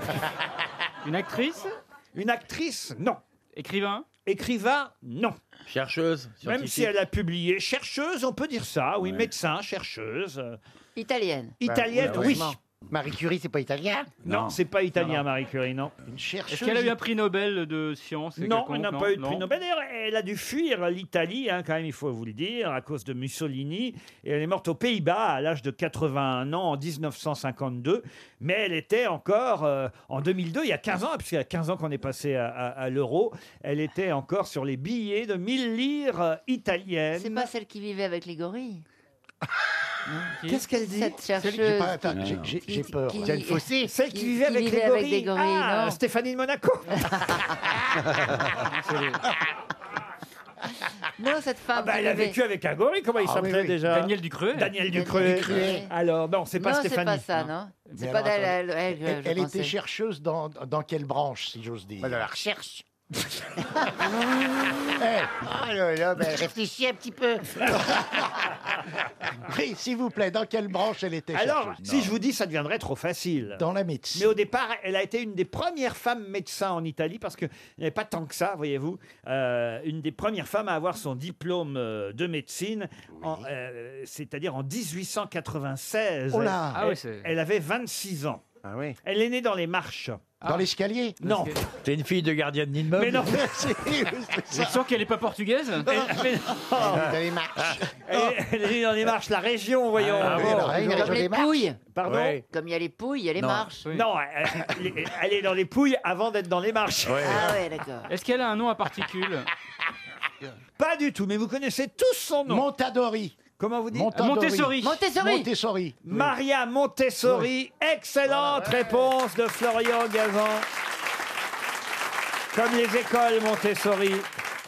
Speaker 28: <laughs>
Speaker 4: Une actrice Une actrice, non. Écrivain Écrivain, non. Chercheuse Même
Speaker 2: scientifique.
Speaker 4: si elle a publié chercheuse, on peut dire ça, oui, médecin, chercheuse. euh,
Speaker 6: Bah,
Speaker 2: Italienne.
Speaker 4: Italienne, oui.
Speaker 2: Marie Curie, c'est pas italien
Speaker 4: Non, c'est pas italien, Marie Curie, non. Une
Speaker 2: chercheuse
Speaker 28: Est-ce qu'elle a eu un prix Nobel de science
Speaker 4: Non, elle n'a pas eu de
Speaker 28: Nobel.
Speaker 4: prix Nobel. D'ailleurs, elle a dû fuir l'Italie, hein, quand même, il faut vous le dire, à cause de Mussolini. Et elle est morte aux Pays-Bas à l'âge de 81 ans, en 1952. Mais elle était encore, euh, en 2002, il y a 15 ans, puisqu'il y a 15 ans qu'on est passé à, à- à l'euro, elle était encore sur les billets de 1000 lires euh, italiennes.
Speaker 6: C'est pas celle qui vivait avec les gorilles.
Speaker 28: Hein,
Speaker 4: Qu'est-ce qu'elle dit
Speaker 6: Cette
Speaker 4: Celle-
Speaker 6: chercheuse.
Speaker 4: j'ai pas- attends, j'ai- j'ai- j'ai peur. Diane Fossé. Celle qui vivait avec les gorilles.
Speaker 6: des gorilles,
Speaker 4: Ah,
Speaker 6: non.
Speaker 4: Stéphanie de Monaco.
Speaker 6: <laughs> Ah, Non, cette femme.
Speaker 4: Ah bah,
Speaker 6: qui
Speaker 4: elle a
Speaker 6: vivait-
Speaker 4: vécu avec un gorille, comment il
Speaker 6: Ah oui,
Speaker 4: s'appelait
Speaker 6: oui.
Speaker 4: déjà
Speaker 28: Daniel Ducruet.
Speaker 4: Daniel
Speaker 6: Daniel
Speaker 4: Ducruet.
Speaker 6: Ducruet.
Speaker 4: Alors, non, c'est pas
Speaker 6: Non,
Speaker 4: Stéphanie.
Speaker 6: C'est pas ça, non. C'est
Speaker 3: Mais
Speaker 6: pas
Speaker 3: alors,
Speaker 6: d'elle. Elle,
Speaker 3: attendez.
Speaker 6: elle,
Speaker 3: Elle-
Speaker 6: je
Speaker 3: elle
Speaker 6: pensais.
Speaker 3: était chercheuse dans, dans quelle branche, si j'ose dire Dans la
Speaker 2: recherche.
Speaker 3: <laughs> Eh, oh elle réfléchit ben, un petit
Speaker 4: <laughs>
Speaker 3: peu. oui, s'il vous plaît, dans quelle branche elle était
Speaker 4: Alors,
Speaker 3: chercheuse
Speaker 4: si je vous dis, ça deviendrait trop facile.
Speaker 3: Dans la médecine.
Speaker 4: Mais au départ, elle a été une des premières femmes médecins en Italie, parce qu'il n'y avait pas tant que ça, voyez-vous. Euh, une des premières femmes à avoir son diplôme euh, de médecine, en, euh, c'est-à-dire en 1896.
Speaker 3: Oh là
Speaker 4: elle,
Speaker 3: Ah oui, c'est-
Speaker 4: elle avait 26 ans. Elle est née dans les marches. Ah.
Speaker 3: Dans l'escalier
Speaker 4: Non.
Speaker 2: T'es une fille de gardienne d'immeuble
Speaker 4: Mais <laughs> non.
Speaker 28: Je sens qu'elle n'est pas portugaise.
Speaker 4: Mais non. Elle, elle est née dans les marches, la région, voyons.
Speaker 2: Ah oui, la région
Speaker 6: Comme les pouilles.
Speaker 4: Pardon
Speaker 6: Comme il y a les pouilles, il y a les
Speaker 4: Non.
Speaker 6: marches.
Speaker 4: Non, elle, elle- elle est dans les pouilles avant d'être dans les marches.
Speaker 6: Ah ouais, d'accord.
Speaker 28: Est-ce qu'elle a un nom à particules
Speaker 4: Pas du tout, mais vous connaissez tous son nom. Montadori. Comment vous dites
Speaker 28: Montessori. Montessori.
Speaker 3: Montessori.
Speaker 4: Maria Montessori. Excellente réponse de Florian Gazan. Comme les écoles Montessori.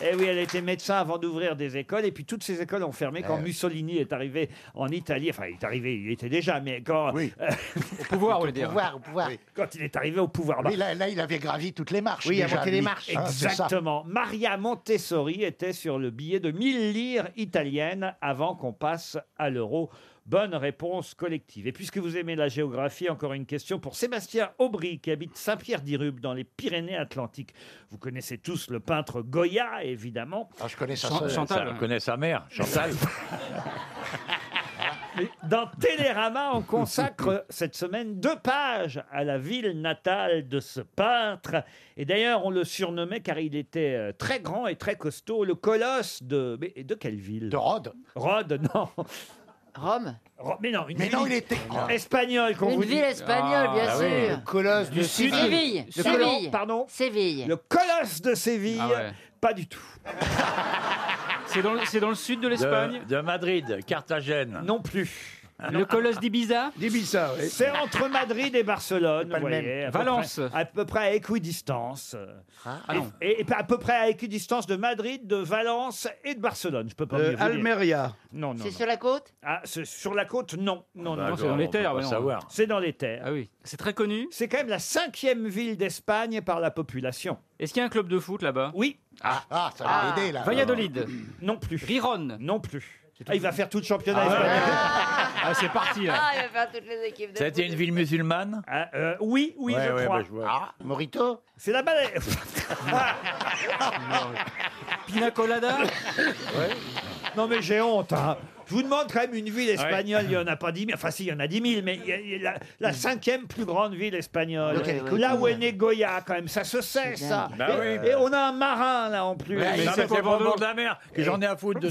Speaker 4: Eh oui, elle était médecin avant d'ouvrir des écoles. Et puis toutes ces écoles ont fermé quand
Speaker 3: Eh.
Speaker 4: Mussolini est arrivé en Italie. Enfin, il est arrivé, il était déjà, mais quand. euh, au <laughs> pouvoir, on
Speaker 3: dire. pouvoir, au pouvoir. Oui.
Speaker 4: Quand il est arrivé au pouvoir. bah,
Speaker 3: Oui, là, là, il avait gravi toutes les marches.
Speaker 4: oui,
Speaker 3: déjà,
Speaker 4: monté
Speaker 3: lui.
Speaker 4: Ah,
Speaker 3: Hein, c'est ça.
Speaker 4: Exactement. Maria Montessori était sur le billet de 1000 lires italiennes avant qu'on passe à l'euro. Bonne réponse collective. Et puisque vous aimez la géographie, encore une question pour Sébastien Aubry qui habite Saint-Pierre-d'Irube dans les Pyrénées-Atlantiques. Vous connaissez tous le peintre Goya, évidemment.
Speaker 3: Ah, je connais sa
Speaker 4: Chan-
Speaker 3: sœur.
Speaker 4: Chantal. hein.
Speaker 2: Je connais sa mère, Chantal.
Speaker 4: Dans Télérama, on <laughs> consacre cette semaine deux pages à la ville natale de ce peintre. Et d'ailleurs, on le surnommait car il était euh, très grand et très costaud, le colosse de. Mais de quelle ville De Rhodes. Rhodes, non.
Speaker 6: Rome.
Speaker 4: Ro- Mais non, une
Speaker 6: Mais
Speaker 4: ville
Speaker 6: non, il était grand.
Speaker 4: espagnol qu'on
Speaker 6: Une
Speaker 4: vous dit.
Speaker 6: ville espagnole, bien
Speaker 4: Ah
Speaker 6: sûr.
Speaker 4: oui. Le colosse de Séville.
Speaker 6: Séville.
Speaker 4: Le colosse-
Speaker 6: Séville.
Speaker 4: pardon
Speaker 6: Séville.
Speaker 4: Le colosse de Séville.
Speaker 2: Ah ouais.
Speaker 4: Pas du tout.
Speaker 2: C'est dans, le sud de
Speaker 4: l'Espagne
Speaker 2: De Madrid, Carthagène.
Speaker 4: Non plus.
Speaker 2: Le colosse d'Ibiza
Speaker 4: D'Ibiza,
Speaker 2: oui.
Speaker 4: C'est entre Madrid et Barcelone,
Speaker 2: pas
Speaker 4: vous
Speaker 2: le même.
Speaker 4: voyez, à peu
Speaker 2: Valence.
Speaker 4: près- à peu près à équidistance.
Speaker 2: Ah non.
Speaker 4: Et, et à peu près à équidistance de Madrid, de Valence et de Barcelone. Je peux pas
Speaker 2: Euh,
Speaker 4: mieux vous dire.
Speaker 2: Almeria.
Speaker 4: Non, non.
Speaker 6: C'est
Speaker 4: non.
Speaker 6: sur la côte
Speaker 4: Ah, c'est sur la côte, non. Non,
Speaker 2: Bah,
Speaker 4: non.
Speaker 2: non, c'est dans les on peut terres, pas voyons. savoir.
Speaker 4: C'est dans les terres. Ah oui. C'est très connu. C'est quand même la cinquième ville d'Espagne par la population.
Speaker 28: Est-ce qu'il y a un club de foot là-bas
Speaker 4: Oui.
Speaker 28: Ah,
Speaker 3: ça
Speaker 4: va l'aider, là.
Speaker 28: Valladolid.
Speaker 4: Non plus. Ah,
Speaker 28: Riron.
Speaker 4: Non plus. Ah, il va faire tout le championnat espagnol.
Speaker 2: Ah, c'est parti, là.
Speaker 14: Ah, il va faire toutes les équipes de
Speaker 2: Ça a été
Speaker 14: foot.
Speaker 2: une ville musulmane
Speaker 4: Ah, euh, Oui, oui, je crois.
Speaker 2: Ah,
Speaker 4: Morito C'est la
Speaker 2: <laughs>
Speaker 4: <laughs> balle.
Speaker 28: Pina colada
Speaker 4: Non mais j'ai honte. hein. Je vous demande quand même une ville espagnole, il n'y en a pas 10 000. Enfin si, il y en a 10 000, mais il y a- il y a la,
Speaker 2: Mm.
Speaker 4: la cinquième plus grande ville espagnole.
Speaker 2: Ok, écoute,
Speaker 4: là où
Speaker 2: ouais.
Speaker 4: est né Goya, quand même, ça se sait,
Speaker 2: C'est
Speaker 4: ça.
Speaker 2: dingue. Bah
Speaker 4: et,
Speaker 2: oui.
Speaker 4: et on a un marin, là, en <laughs> plus.
Speaker 2: Mais, c'est pour le bord de la mer, que j'en ai à foutre de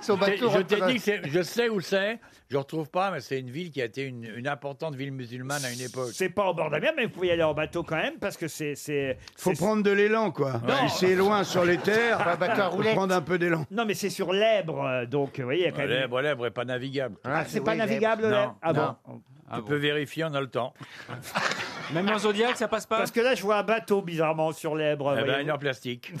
Speaker 4: Son bateau
Speaker 2: Je t'ai
Speaker 4: rentre-
Speaker 2: dit que c'est- je sais où c'est, je retrouve pas, mais c'est une ville qui a été une, une importante ville musulmane à une époque.
Speaker 4: C'est pas au bord de la mer, mais vous pouvez y aller en bateau quand même, parce que c'est... c'est-
Speaker 18: Faut
Speaker 4: c'est-
Speaker 18: prendre de l'élan, quoi.
Speaker 4: Non.
Speaker 18: Il s'éloigne sur les terres.
Speaker 4: Pas un bateau à
Speaker 18: faut
Speaker 4: roulettes.
Speaker 18: prendre un peu d'élan.
Speaker 4: Non, mais c'est sur l'Èbre, euh, donc, vous voyez, il y a quand même...
Speaker 2: Lèbre, lèbre est pas navigable.
Speaker 4: Ah, c'est pas navigable,
Speaker 2: Non,
Speaker 4: l'Èbre Ah
Speaker 2: non.
Speaker 4: bon
Speaker 2: Tu peux vérifier, on a le temps.
Speaker 4: Même en Zodiac, ça passe pas Parce que là, je vois un bateau, bizarrement, sur l'Èbre.
Speaker 2: Eh ben,
Speaker 4: voyez-vous.
Speaker 2: il est en plastique.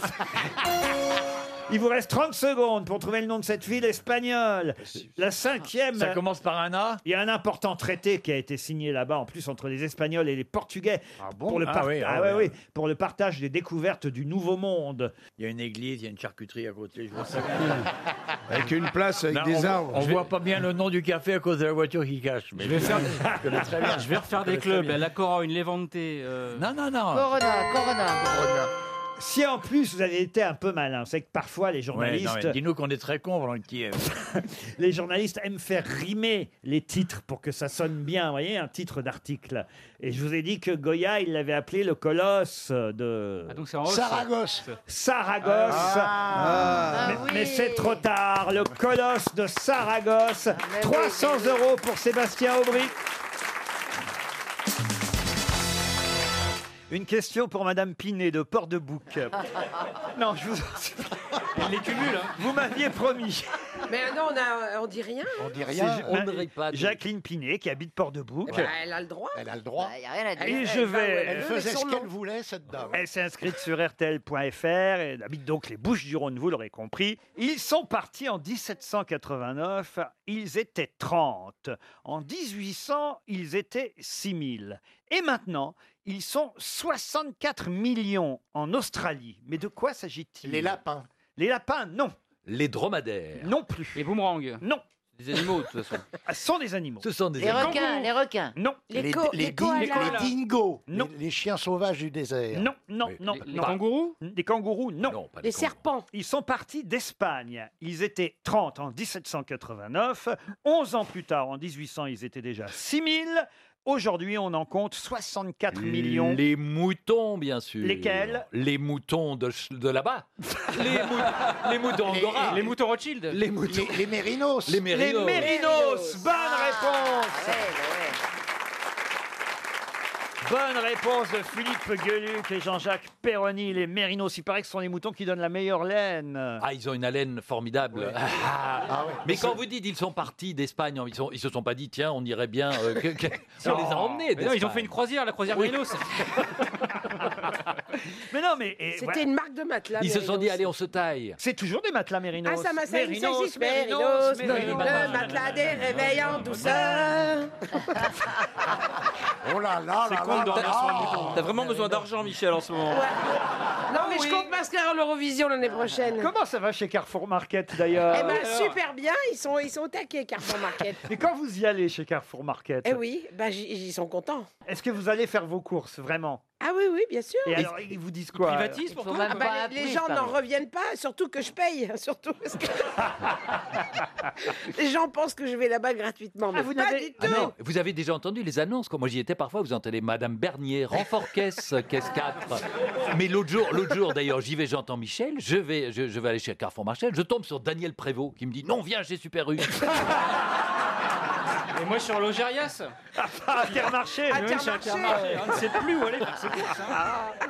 Speaker 4: Il vous reste 30 secondes pour trouver le nom de cette ville espagnole. La cinquième.
Speaker 2: Ça commence par un A
Speaker 4: Il y a un important traité qui a été signé là-bas, en plus, entre les Espagnols et les Portugais.
Speaker 2: bon
Speaker 4: pour le
Speaker 2: Ah
Speaker 4: par-
Speaker 2: oui, ah
Speaker 4: ouais,
Speaker 2: oui.
Speaker 4: oui, Pour le partage des découvertes du Nouveau Monde.
Speaker 2: Il y a une église, il y a une charcuterie à côté. Je vois ça.
Speaker 18: Avec une place, avec
Speaker 2: Non,
Speaker 18: des
Speaker 2: on-
Speaker 18: arbres.
Speaker 2: On voit pas bien le nom du café à cause de la voiture qui cache. Mais
Speaker 28: Je vais
Speaker 2: <laughs>
Speaker 28: faire,
Speaker 2: connais très bien.
Speaker 28: je vais refaire
Speaker 2: Je
Speaker 28: des
Speaker 2: connais très
Speaker 28: clubs.
Speaker 2: bien.
Speaker 28: La Corogne, Levante. euh,
Speaker 2: Non, non, non.
Speaker 6: Ah,
Speaker 9: Corona, Corona.
Speaker 4: Si en plus vous avez été un peu malin, c'est que parfois les
Speaker 2: Ouais, non,
Speaker 4: journalistes,
Speaker 2: mais Dis-nous qu'on est euh. très cons pendant que tu y es.
Speaker 4: <laughs> les journalistes aiment faire rimer les titres pour que ça sonne bien, vous voyez, un titre d'article. Et je vous ai dit que Goya, il l'avait appelé le colosse de
Speaker 28: Ah, donc
Speaker 13: Oh,
Speaker 28: c'est en hausse, ça. Saragosse.
Speaker 4: Saragosse.
Speaker 28: Ah.
Speaker 4: Mais,
Speaker 28: Ah oui.
Speaker 4: mais c'est trop tard, le colosse de Saragosse. 300 euros pour Sébastien Aubry. Une question pour Madame Pinet de Port de Bouc. Non, je vous. Elle les cumule, Vous m'aviez promis.
Speaker 7: <laughs> Mais non, on, a, on dit rien. hein.
Speaker 4: On
Speaker 7: dit
Speaker 4: rien. Jacqueline Pinet qui habite Port de Bouc.
Speaker 7: Eh ben, elle a le droit.
Speaker 18: Elle a le droit.
Speaker 7: Il Ah, y a rien à dire.
Speaker 4: Et je vais.
Speaker 18: Elle faisait ce qu'elle voulait, cette dame.
Speaker 4: Elle s'est inscrite sur RTL.fr. Elle habite euh, donc les Bouches-du-Rhône, vous l'aurez compris. Ils sont partis en 1789. Ils étaient 30. En 1800, ils étaient 6000. Et maintenant, ils sont 64 millions en Australie. Mais de quoi s'agit-il Les lapins. Les lapins, non.
Speaker 12: Les dromadaires.
Speaker 4: Non plus.
Speaker 28: Les boomerangs.
Speaker 4: Non.
Speaker 12: Des animaux, de toute façon.
Speaker 4: Ah, Ce sont des animaux.
Speaker 12: Ce sont des
Speaker 4: Les
Speaker 12: animaux.
Speaker 4: requins,
Speaker 12: les
Speaker 9: requins.
Speaker 4: Non.
Speaker 12: Les co- les
Speaker 5: ding-
Speaker 4: koalas.
Speaker 5: les dingos.
Speaker 4: Non.
Speaker 5: Les, les chiens sauvages du désert.
Speaker 4: Non, non, non. non. Des kangourous, non.
Speaker 5: Les kangourous.
Speaker 4: serpents. Ils sont partis d'Espagne. Ils étaient 30 en 1789. 11 ans plus tard, en 1800, ils étaient déjà 6000. Aujourd'hui, on en compte 64 millions.
Speaker 12: Les moutons, bien sûr.
Speaker 4: Lesquels
Speaker 12: Les moutons de, ch- de là-bas. les, mou- les moutons Angora.
Speaker 28: Ah, Les moutons Rothschild.
Speaker 12: Les moutons.
Speaker 5: Les, mérinos.
Speaker 12: Les mérinos. Bah,
Speaker 4: Les mérinos. Bonne Ah, réponse. Bonne réponse de Philippe Gueluc et Jean-Jacques Perroni. Les mérinos, il paraît que ce sont les moutons qui donnent la meilleure laine.
Speaker 12: Ah, ils ont une haleine formidable. <laughs> Ah.
Speaker 4: ouais.
Speaker 12: Mais quand vous dites ils sont partis d'Espagne, ils, sont, ils se sont pas dit tiens on irait bien. euh, que- <laughs> que- on les a emmenés.
Speaker 28: Mais non, ils ont
Speaker 12: d'Espagne.
Speaker 28: fait une croisière, la croisière
Speaker 12: Oui.
Speaker 28: Mérinos.
Speaker 4: Mais non, mais. eh, et
Speaker 7: C'était
Speaker 4: voilà.
Speaker 7: une marque de matelas.
Speaker 12: Ah, Ils se sont
Speaker 7: Mérinos.
Speaker 12: dit allez on se taille.
Speaker 4: C'est toujours des matelas mérinos.
Speaker 7: Ah, ça m'a ça
Speaker 4: Mérinos,
Speaker 7: existe,
Speaker 4: mérinos,
Speaker 7: Mérinos,
Speaker 4: mérinos.
Speaker 7: le matelas des réveils en douceur.
Speaker 5: Oh là là
Speaker 7: C'est
Speaker 5: là
Speaker 7: con
Speaker 5: là
Speaker 7: de dormir
Speaker 5: là
Speaker 7: sur un
Speaker 5: là.
Speaker 7: mouton.
Speaker 28: T'as vraiment besoin d'argent, Michel, en ce moment.
Speaker 4: Ah,
Speaker 7: Non, mais je compte m'inscrire à l'Eurovision
Speaker 12: Ah,
Speaker 7: l'année prochaine.
Speaker 4: Comment ça va chez Carrefour Market d'ailleurs
Speaker 7: Eh ben, super bien, ils sont, ils sont taqués, Carrefour Market.
Speaker 4: Mais quand vous y allez chez Carrefour Market,
Speaker 7: eh oui, bah, j- ils sont contents.
Speaker 4: est-ce que vous allez faire vos courses vraiment
Speaker 7: Ah oui, oui, bien sûr.
Speaker 4: Et alors ils vous disent quoi euh,
Speaker 7: pour toi Ah, ben, les, les gens n'en reviennent pas, surtout que je paye. hein, Surtout parce que... les gens pensent que je vais là-bas gratuitement. Mais
Speaker 4: vous
Speaker 7: pas
Speaker 4: n'avez-
Speaker 7: du tout.
Speaker 12: Ah non, vous avez déjà entendu les annonces. Quand moi j'y étais parfois, vous entendez Madame Bernier, renfort caisse, <laughs> caisse 4. Mais l'autre jour, l'autre jour d'ailleurs, j'y vais, j'entends Michel, je vais, je, je vais aller chez Carrefour Marchel, je tombe sur Daniel Prévost qui me dit non, viens chez Super U.
Speaker 28: <laughs> Et moi, je suis en
Speaker 12: <laughs>
Speaker 28: Logérias.
Speaker 12: Ah,
Speaker 4: Intermarché.
Speaker 28: Ah, Oui, je suis à Intermarché. On ne sait plus où aller faire ses courses. hein.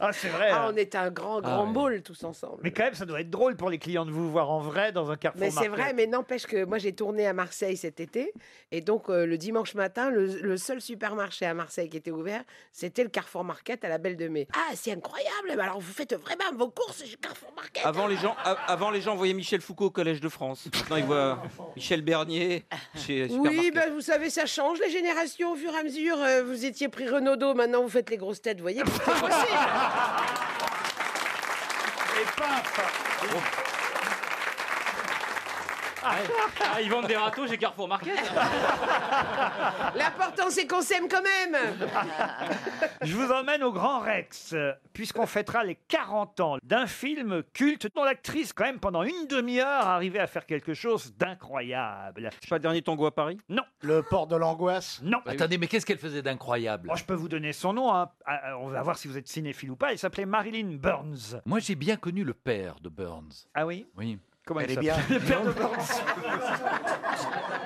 Speaker 4: Ah c'est vrai.
Speaker 7: Ah,
Speaker 4: hein.
Speaker 7: on est un grand,
Speaker 4: Ah
Speaker 7: grand
Speaker 4: ouais.
Speaker 7: ball tous ensemble.
Speaker 4: Mais quand même ça doit être drôle pour les clients de vous voir en vrai dans un Carrefour
Speaker 7: Mais c'est
Speaker 4: Market.
Speaker 7: vrai, mais n'empêche que moi j'ai tourné à Marseille cet été, et donc euh, le dimanche matin, le, le seul supermarché à Marseille qui était ouvert, c'était le Carrefour Market à la Belle de Mai. Ah, c'est incroyable Mais Alors vous faites vraiment vos courses chez Carrefour Market
Speaker 28: Avant les, gens, a- avant, les gens voyaient Michel Foucault au Collège de France. Maintenant, ils voient Michel Bernier chez
Speaker 7: Oui,
Speaker 28: Supermarché.
Speaker 7: bah, vous savez, ça change les générations au fur et à mesure. Euh, vous étiez pris Renaudot, maintenant vous faites les grosses têtes, vous voyez C'est possible
Speaker 4: Et paf
Speaker 28: Ah, ils vendent des râteaux chez Carrefour Market.
Speaker 7: L'important, c'est qu'on s'aime quand même.
Speaker 4: Je vous emmène au Grand Rex, euh, puisqu'on fêtera les 40 ans d'un film culte dont l'actrice, quand même, pendant une demi-heure, arrivait à faire quelque chose d'incroyable. Pas le dernier tango à Paris Non. Le port de l'angoisse Non.
Speaker 12: Bah, Attendez, mais qu'est-ce qu'elle faisait d'incroyable
Speaker 4: Oh, je peux vous donner son nom, hein. Ah, ah, on va voir si vous êtes cinéphile ou pas. Elle s'appelait Marilyn Burns.
Speaker 12: Moi, j'ai bien connu le père de Burns.
Speaker 4: Ah oui
Speaker 12: Oui.
Speaker 4: Comment Elle il est bien. s'appelle Le père de
Speaker 6: Ah,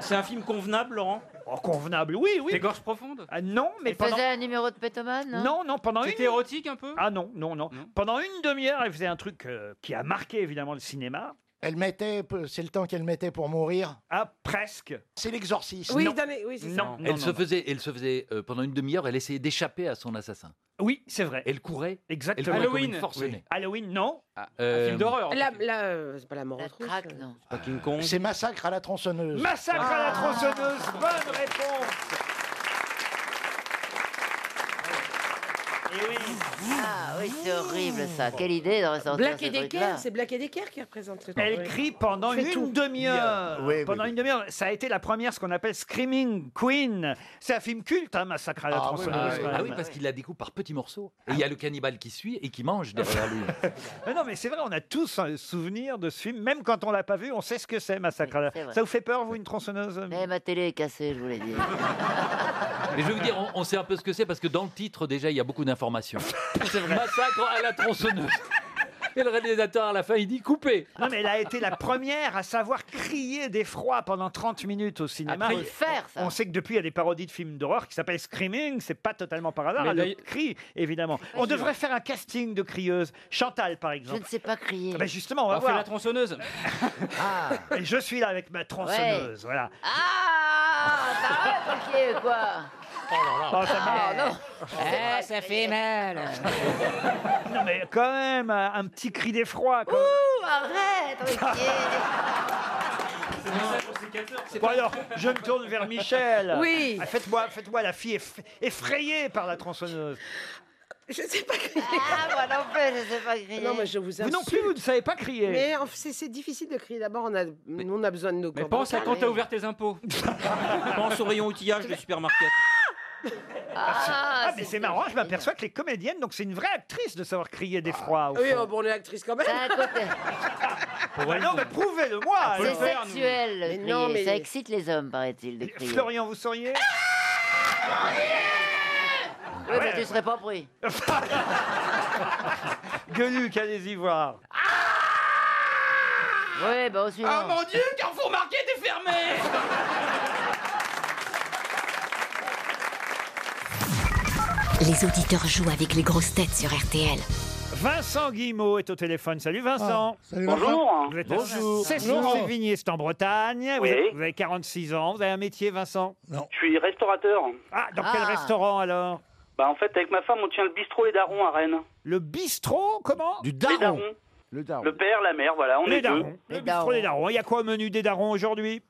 Speaker 28: C'est un film convenable, Laurent
Speaker 4: Oh, convenable, oui, oui.
Speaker 28: Des gorges profondes
Speaker 4: Ah non, mais
Speaker 6: Elle
Speaker 4: pendant...
Speaker 6: faisait un numéro de pétomane, non
Speaker 4: Non, non, pendant une...
Speaker 28: C'était érotique un peu
Speaker 4: Ah non, non, non. Pendant une demi-heure, elle faisait un truc euh, qui a marqué évidemment le cinéma.
Speaker 14: Elle mettait, c'est le temps qu'elle mettait pour mourir.
Speaker 4: Ah, presque.
Speaker 14: C'est l'exorciste.
Speaker 7: Oui, dans les- oui, c'est ça.
Speaker 12: elle, se Faisait, elle se faisait, euh, pendant une demi-heure, elle essayait d'échapper à son assassin.
Speaker 4: Oui, c'est vrai.
Speaker 12: Elle courait.
Speaker 4: Exactement.
Speaker 12: Elle courait comme une
Speaker 4: Halloween.
Speaker 12: forcenée.
Speaker 4: Oui. Halloween, non.
Speaker 12: Euh,
Speaker 7: La, la, euh, c'est pas la mort aux trousses. non.
Speaker 28: Ah,
Speaker 14: C'est massacre à la tronçonneuse. Ah.
Speaker 4: Massacre à la tronçonneuse, bonne réponse.
Speaker 6: Ah oui, c'est horrible ça. Quelle idée de ressortir
Speaker 7: Black
Speaker 6: ce
Speaker 7: et Decker,
Speaker 6: truc-là.
Speaker 7: c'est Black et Decker qui représente ce truc.
Speaker 4: Elle crie pendant
Speaker 7: Fait
Speaker 4: une
Speaker 7: tout.
Speaker 4: demi-heure.
Speaker 7: Oui, oui,
Speaker 4: pendant une demi-heure, ça a été la première, ce qu'on appelle Screaming Queen. C'est un film culte, hein, Massacre à la
Speaker 12: Ah oui,
Speaker 4: tronçonneuse.
Speaker 12: ah oui,
Speaker 4: quand
Speaker 12: ah
Speaker 4: même.
Speaker 12: oui, parce qu'il la découpe par petits morceaux. Et il y a le cannibale qui suit et qui mange
Speaker 4: <laughs>
Speaker 12: derrière lui.
Speaker 4: Mais non, mais c'est vrai, on a tous un souvenir de ce film, même quand on l'a pas vu, on sait ce que c'est, Massacre. à la-
Speaker 6: c'est vrai.
Speaker 4: Ça vous fait peur, vous, une tronçonneuse
Speaker 6: Mais Eh, ma télé est cassée, je vous l'ai dit.
Speaker 12: Mais je vais vous dire, on, on sait un peu ce que c'est parce que dans le titre, déjà, il y a beaucoup d'informations. Massacre à la tronçonneuse. Et le réalisateur, à la fin, il dit coupez.
Speaker 4: Non, mais elle a été la première à savoir crier d'effroi pendant 30 minutes au cinéma.
Speaker 6: Après, il Ah, faut le faire, ça.
Speaker 4: On sait que depuis, il y a des parodies de films d'horreur qui s'appellent Screaming. C'est pas totalement par hasard.
Speaker 28: Mais
Speaker 4: Elle le
Speaker 28: d'ailleurs-
Speaker 4: crie, évidemment. On devrait faire un casting de crieuses. Chantal, par exemple.
Speaker 6: Je ne sais pas crier.
Speaker 4: Ah ben justement, on va
Speaker 28: On fait
Speaker 4: voir.
Speaker 28: la tronçonneuse.
Speaker 4: Et je suis là avec ma tronçonneuse, voilà.
Speaker 6: Ah, ça va, crier, quoi
Speaker 4: Oh, ça m'a-
Speaker 6: Ah, ça fait mal <laughs>
Speaker 4: Non mais quand même, un un petit cri d'effroi. quand-
Speaker 6: Ouh, arrête ok.
Speaker 4: <laughs> Bon alors, je me tourne vers Michel.
Speaker 7: Oui.
Speaker 4: Ah, faites-moi, faites-moi la fille eff- effrayée par la tronçonneuse.
Speaker 7: Je sais pas crier.
Speaker 6: Ah, moi non plus, je sais pas crier.
Speaker 7: Non, mais je vous
Speaker 4: Vous non
Speaker 7: insulte.
Speaker 4: plus, vous ne savez pas crier.
Speaker 7: Mais en- c'est c'est difficile de crier. D'abord, on a, nous, on a besoin de nos
Speaker 28: Mais pense à quand t'as ouvert tes impôts. <laughs> pense au rayon outillage de supermarket.
Speaker 4: Ah, mais c'est marrant, je m'aperçois que les comédiennes, donc c'est une vraie actrice de savoir crier d'effroi. au
Speaker 7: Oui,
Speaker 4: fond.
Speaker 7: oh, bon, on est actrice quand même.
Speaker 6: Ça a un côté
Speaker 4: Bah non, mais prouvez-le-moi.
Speaker 6: C'est
Speaker 4: alors.
Speaker 6: sexuel,
Speaker 7: Mais
Speaker 6: le crier.
Speaker 7: non, mais-
Speaker 6: Ça excite les hommes, paraît-il, de crier. Ah,
Speaker 4: Florian, vous sauriez
Speaker 6: Oui, mais tu serais pas
Speaker 4: <laughs>
Speaker 6: pris.
Speaker 4: Gueuluc, allez-y voir.
Speaker 6: Oui, bah au suivant.
Speaker 28: Oh mon dieu, Carrefour Market est fermé
Speaker 13: Les auditeurs jouent avec les grosses têtes sur RTL.
Speaker 4: Vincent Guimot est au téléphone. Salut Vincent.
Speaker 15: Ah, salut, Vincent. Bonjour.
Speaker 4: Vous êtes
Speaker 15: Bonjour.
Speaker 4: C'est
Speaker 15: Bonjour.
Speaker 4: Sévigné, c'est en Bretagne. Vous
Speaker 23: Oui.
Speaker 4: avez- Vous avez 46 ans. Vous avez un métier, Vincent
Speaker 15: Non.
Speaker 23: Je suis restaurateur.
Speaker 4: Ah, Dans quel restaurant alors
Speaker 23: Bah en fait avec ma femme on tient le bistrot Les Darons à Rennes.
Speaker 4: Le bistrot, comment
Speaker 23: Du daron. Les darons.
Speaker 4: Le
Speaker 23: Le père, la mère, voilà, on
Speaker 4: les
Speaker 23: est deux.
Speaker 4: darons. Le bistrot des darons. Il y a quoi au menu des darons aujourd'hui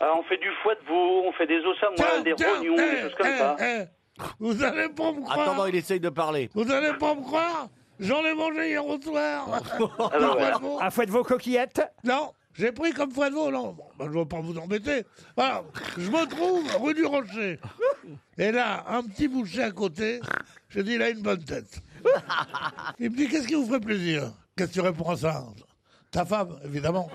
Speaker 23: Ah, on fait du foie de veau, on fait des os samoines, des
Speaker 15: Tiens,
Speaker 23: rognons,
Speaker 15: eh,
Speaker 23: des choses comme
Speaker 15: eh,
Speaker 23: ça.
Speaker 15: eh, vous allez pas me croire.
Speaker 23: Attends, non, il
Speaker 15: essaye de parler. Vous allez pas me croire J'en ai mangé hier au soir.
Speaker 9: Ah.
Speaker 15: <laughs> Ah,
Speaker 23: Ah,
Speaker 4: <laughs>
Speaker 15: Normalement.
Speaker 4: Un fouet de Ah, vos coquillettes
Speaker 15: Non, j'ai pris comme foie de veau, non. Bon, ben, je veux pas vous embêter. Voilà, je me trouve rue du Rocher. Et là, un petit boucher à côté, je dis, il a une bonne tête. Il me dit, qu'est-ce qui vous ferait plaisir Qu'est-ce que tu réponds à ça Ta femme, évidemment.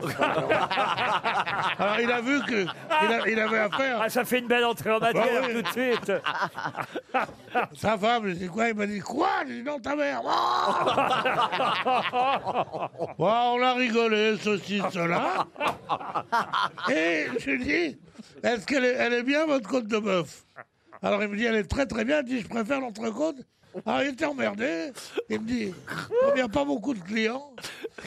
Speaker 15: Alors, il a vu que il, a- il avait affaire.
Speaker 4: Ah, ça fait une belle entrée en matière
Speaker 15: Bah oui.
Speaker 4: tout de suite.
Speaker 15: Sa femme, je dis quoi Il m'a dit quoi J'ai dit non, ta mère. Oh <laughs> Bon, on a rigolé, ceci, cela. Et je lui dis, est-ce qu'elle est, elle est bien votre côte de bœuf Alors il me dit, elle est très très bien. Il dit, je préfère l'entrecôte. Alors il était emmerdé. Il me dit, il n'y a pas beaucoup de clients.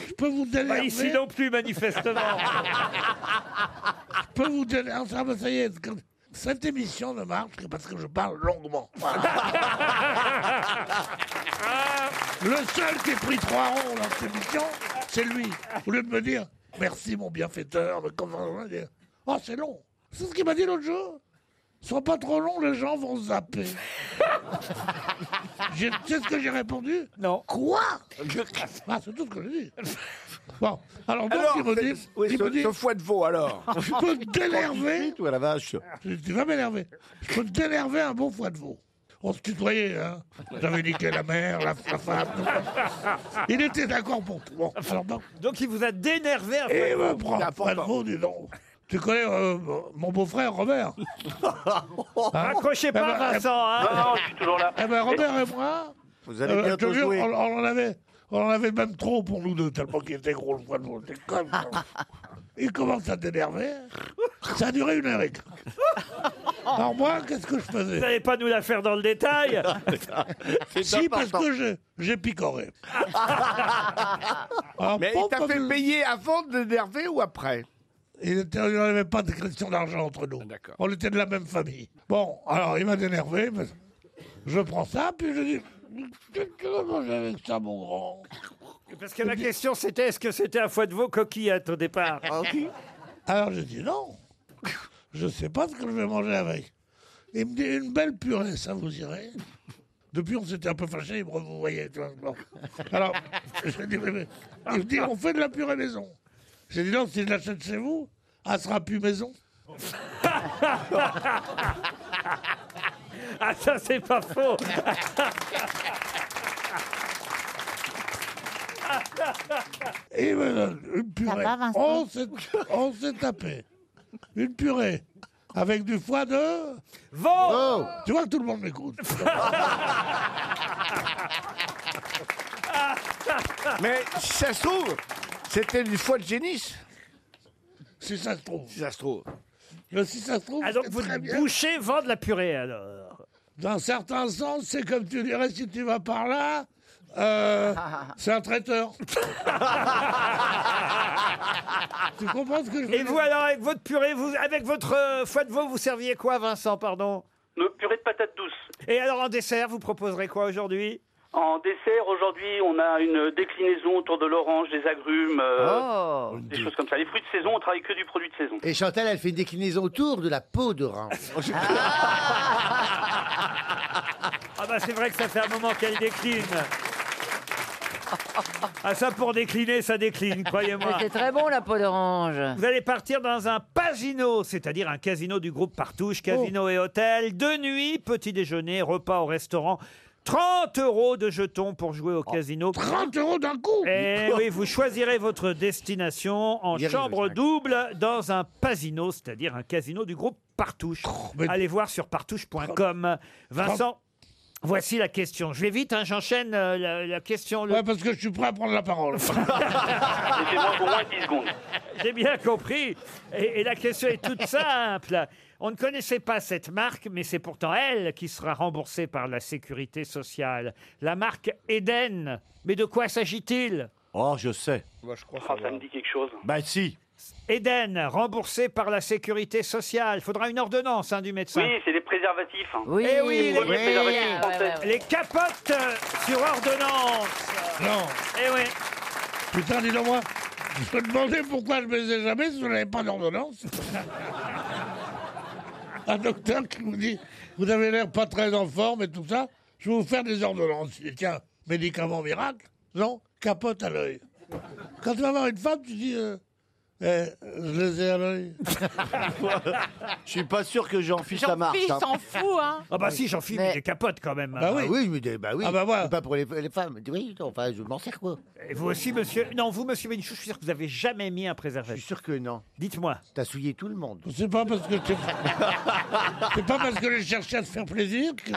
Speaker 15: Je peux vous donner.
Speaker 4: Bah, ici non plus,
Speaker 15: <laughs>
Speaker 4: manifestement.
Speaker 34: <laughs>
Speaker 15: Je peux vous donner. Ah, ça, bah, ça y est. Cette émission ne marche que parce que je parle longuement. <laughs> Le seul qui a pris trois ronds dans cette émission, c'est lui. Au lieu de me dire merci mon bienfaiteur, mais comment on va dire Oh, c'est long. C'est ce qu'il m'a dit l'autre jour. Sois pas trop long, les gens vont zapper. J'ai- Tu sais ce que j'ai répondu
Speaker 4: Non.
Speaker 15: Quoi Ah, C'est tout ce que j'ai dit. Bon, alors donc
Speaker 18: Alors,
Speaker 15: il me dit,
Speaker 18: faites- oui,
Speaker 15: il
Speaker 18: ce-
Speaker 15: me dit-
Speaker 18: ce foie de veau, alors.
Speaker 15: Je peux
Speaker 5: <laughs>
Speaker 15: t'énerver.
Speaker 5: ou à la vache
Speaker 15: Je- Tu vas m'énerver. Je peux t'énerver un bon foie de veau. On se tutoyait, hein. J'avais niqué la mère, la, la femme. tout ça. Il était d'accord pour tout. Bon, alors donc,
Speaker 4: Donc il vous a dénervé un
Speaker 15: Et
Speaker 4: peu.
Speaker 15: il me prend un foie de veau, dis donc. Tu connais euh, mon beau-frère, Robert
Speaker 4: <laughs>
Speaker 15: Hein? ben,
Speaker 4: Raccrochez pas, Vincent, hein. Non, non, je suis toujours là.
Speaker 15: Eh ben, Robert et moi,
Speaker 5: Vous allez
Speaker 15: Euh, je te
Speaker 5: bientôt
Speaker 15: jure,
Speaker 5: jouer.
Speaker 15: On, on en avait, on en avait même trop pour nous deux, tellement qu'il était gros le foie de veau. C'était comme ça. Il commence à t'énerver. Ça a duré une heure et quart. Alors moi, qu'est-ce que je faisais
Speaker 4: Vous n'allez pas nous la faire dans le détail
Speaker 15: Si, parce que je- j'ai
Speaker 18: <laughs>
Speaker 15: picoré. Ah,
Speaker 18: Mais il t'a fait payer avant de l'énerver ou après
Speaker 15: Il était- il n'y avait pas de question d'argent entre nous. on était de la même famille. Bon, alors il m'a dénervé. mais Je prends ça, puis je dis Qu'est-ce que tu veux manger avec ça, mon grand
Speaker 4: Parce que la question c'était est-ce que c'était un foie de veau coquillette au départ
Speaker 15: Alors j'ai dit non, <laughs> je sais pas ce que je vais manger avec. Il me dit une belle purée, ça vous irait. Depuis on s'était un peu fâchés, il me revoyait. tu vois. Bon. Alors <laughs> je dis, mais- mais- il me dit on fait de la purée maison. J'ai dit non, si je l'achète chez vous, elle sera plus maison.
Speaker 4: <laughs> Ah ça c'est pas faux <laughs>
Speaker 15: Et il me donne une purée. On s'est- on s'est tapé. Une purée. Avec du foie de...
Speaker 4: Veau
Speaker 15: Tu vois que tout le monde m'écoute.
Speaker 18: Mais si ça se trouve, c'était du foie de génisse.
Speaker 15: Si ça se trouve.
Speaker 18: Si ça se trouve.
Speaker 15: si ça se trouve,
Speaker 4: Ah donc
Speaker 15: c'est
Speaker 4: vous
Speaker 15: très bien.
Speaker 4: bouchez vend de la purée alors
Speaker 15: Dans certains sens, c'est comme tu dirais si tu vas par là. euh, c'est un
Speaker 18: <laughs>
Speaker 15: traiteur. <laughs> tu comprends ce que je veux
Speaker 4: Et
Speaker 15: dire
Speaker 4: vous alors avec votre purée, vous, avec votre euh, foie de veau, vous serviez quoi Vincent, pardon
Speaker 23: Une purée de patates douces.
Speaker 4: Et alors en dessert, vous proposerez quoi aujourd'hui
Speaker 23: En dessert, aujourd'hui, on a une déclinaison autour de l'orange, des agrumes,
Speaker 1: Oh.
Speaker 23: euh, des choses comme ça. Les fruits de saison, on travaille que du produit de saison.
Speaker 1: Et Chantal, elle fait une déclinaison autour de la peau d'orange.
Speaker 3: <laughs>
Speaker 4: Ah bah c'est vrai que ça fait un moment qu'elle décline. Ah ça pour décliner, ça décline, croyez-moi.
Speaker 15: <laughs>
Speaker 9: Mais c'est très bon la peau d'orange.
Speaker 4: Vous allez partir dans un pasino, c'est-à-dire un casino du groupe Partouche,
Speaker 15: Oh.
Speaker 4: casino et hôtel, deux nuits, petit déjeuner, repas au restaurant. 30 euros de jetons pour jouer au casino.
Speaker 15: 30 Oh, euros d'un coup <laughs>
Speaker 4: Et oui, vous choisirez votre destination en
Speaker 15: Il arrive,
Speaker 4: chambre double dans un pasino, c'est-à-dire un casino du groupe Partouche.
Speaker 15: Oh,
Speaker 4: Allez voir sur partouche.com. Vincent, voici la question. Je vais vite, hein, j'enchaîne euh, la, la question. le-
Speaker 15: Ouais, parce que je suis prêt à prendre la
Speaker 4: <laughs>
Speaker 15: parole.
Speaker 23: Laissez-moi au moins 10 secondes.
Speaker 4: J'ai bien compris. Et, et la question est toute simple. On ne connaissait pas cette marque, mais c'est pourtant elle qui sera remboursée par la sécurité sociale. La marque Eden. Mais de quoi s'agit-il
Speaker 21: Oh, je sais.
Speaker 23: Ah, ça me dit quelque chose.
Speaker 21: Bah si.
Speaker 4: Eden, remboursée par la sécurité sociale. Faudra une ordonnance hein, du médecin.
Speaker 23: Oui, c'est des préservatifs. hein.
Speaker 4: Eh oui, les,
Speaker 23: Premier préservatif français.
Speaker 4: les capotes euh, sur ordonnance.
Speaker 15: Non.
Speaker 4: Eh oui.
Speaker 15: Putain, dis donc moi. Je me demandais pourquoi je baisais jamais si je n'avais pas
Speaker 4: <laughs>
Speaker 15: d'ordonnance. Un docteur qui vous dit Vous avez l'air pas très en forme et tout ça, je vais vous faire des ordonnances. Il dit Tiens, médicament miracle Non, capote à l'œil. Quand tu vas voir une femme, tu dis euh, Eh, Je les ai à l'œil.
Speaker 1: <laughs> Je suis pas sûr que j'en fiche la marche.
Speaker 30: Jean-Philippe
Speaker 1: hein.
Speaker 30: s'en fout, hein.
Speaker 4: Ah bah si, j'en fiche des capotes quand même.
Speaker 1: Ah oui, oui, mais des- bah oui.
Speaker 4: Ah bah voilà.
Speaker 1: C'est Pas pour les, les femmes. Oui, enfin, je m'en sers quoi.
Speaker 4: Et vous aussi, monsieur Non, vous, monsieur Bénichou, je suis sûr que vous avez jamais mis un préservatif. Je suis
Speaker 1: sûr que non.
Speaker 4: Dites-moi.
Speaker 1: T'as souillé tout le monde.
Speaker 15: C'est pas parce que
Speaker 1: <laughs>
Speaker 15: tu... C'est pas parce que j'ai cherché à te faire plaisir que...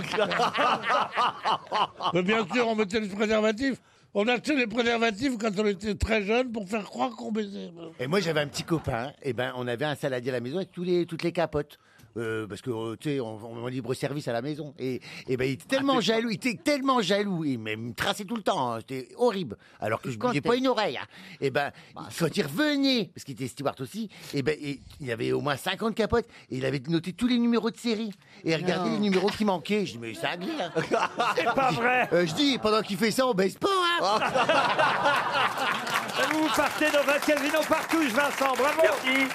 Speaker 15: Mais bien sûr, on mettait les préservatifs. On achetait les préservatifs quand on était très jeune pour faire croire qu'on baisait.
Speaker 1: Et moi, j'avais un petit copain. Et ben, on avait un saladier à la maison avec tous les, toutes les capotes. Euh, parce que euh, tu sais, on, on est libre service à la maison. Et, et ben, il était tellement jaloux, il était tellement jaloux, il me il me traçait tout le temps. hein. C'était horrible. Alors que je n'ai pas une oreille. hein. Et ben, quand il revenait, parce qu'il était steward aussi, et ben, et- il y avait au moins 50 capotes. Et il avait noté tous les numéros de série et regardé
Speaker 9: Non.
Speaker 1: les numéros qui manquaient. Je dis mais ça
Speaker 4: <laughs>
Speaker 1: Euh,
Speaker 4: C'est pas vrai.
Speaker 1: je dis pendant qu'il fait ça, on baisse pas. hein.
Speaker 4: <laughs> Vous partez dans un casino partout, Vincent, bravo
Speaker 23: Merci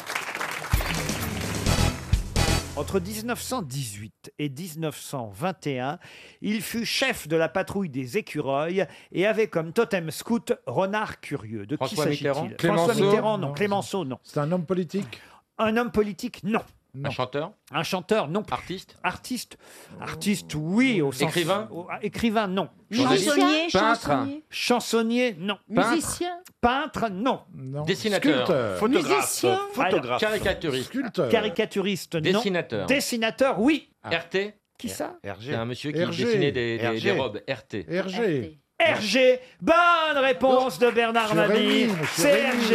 Speaker 4: On Entre 1918 et 1921, il fut chef de la patrouille des écureuils et avait comme totem scout Renard Curieux. De
Speaker 10: François
Speaker 4: qui
Speaker 10: Mitterrand
Speaker 4: s'agit-il François
Speaker 10: Clémenceau
Speaker 4: Mitterrand, non.
Speaker 10: Non.
Speaker 4: Clémenceau, non. C'est un homme politique Un homme politique, non.
Speaker 10: Un chanteur
Speaker 4: Un chanteur, non.
Speaker 10: Artiste
Speaker 4: Artiste Artiste, oui. Au sens-
Speaker 10: Écrivain
Speaker 4: au- ah, Écrivain, non.
Speaker 10: Journaliste Chansonnier, Peintre chansonnier
Speaker 4: Chansonnier, non.
Speaker 10: Peintre
Speaker 4: Musicien Peintre, non.
Speaker 10: Dessinateur. Sculpteur. Photographe. Musicien Photographe.
Speaker 4: Alors,
Speaker 10: Caricaturiste. Sculpteur.
Speaker 4: Caricaturiste, non.
Speaker 10: Dessinateur. Ah.
Speaker 4: Dessinateur, oui.
Speaker 10: RT
Speaker 4: Qui ça
Speaker 10: C'est un monsieur qui
Speaker 4: RG.
Speaker 10: dessinait des, des-
Speaker 4: RG.
Speaker 10: des robes. RT.
Speaker 4: RG. RG. Bonne réponse de Bernard
Speaker 10: Monsieur
Speaker 4: Mabille.
Speaker 10: Rémy, monsieur
Speaker 4: C'est
Speaker 10: Rémy.
Speaker 4: RG.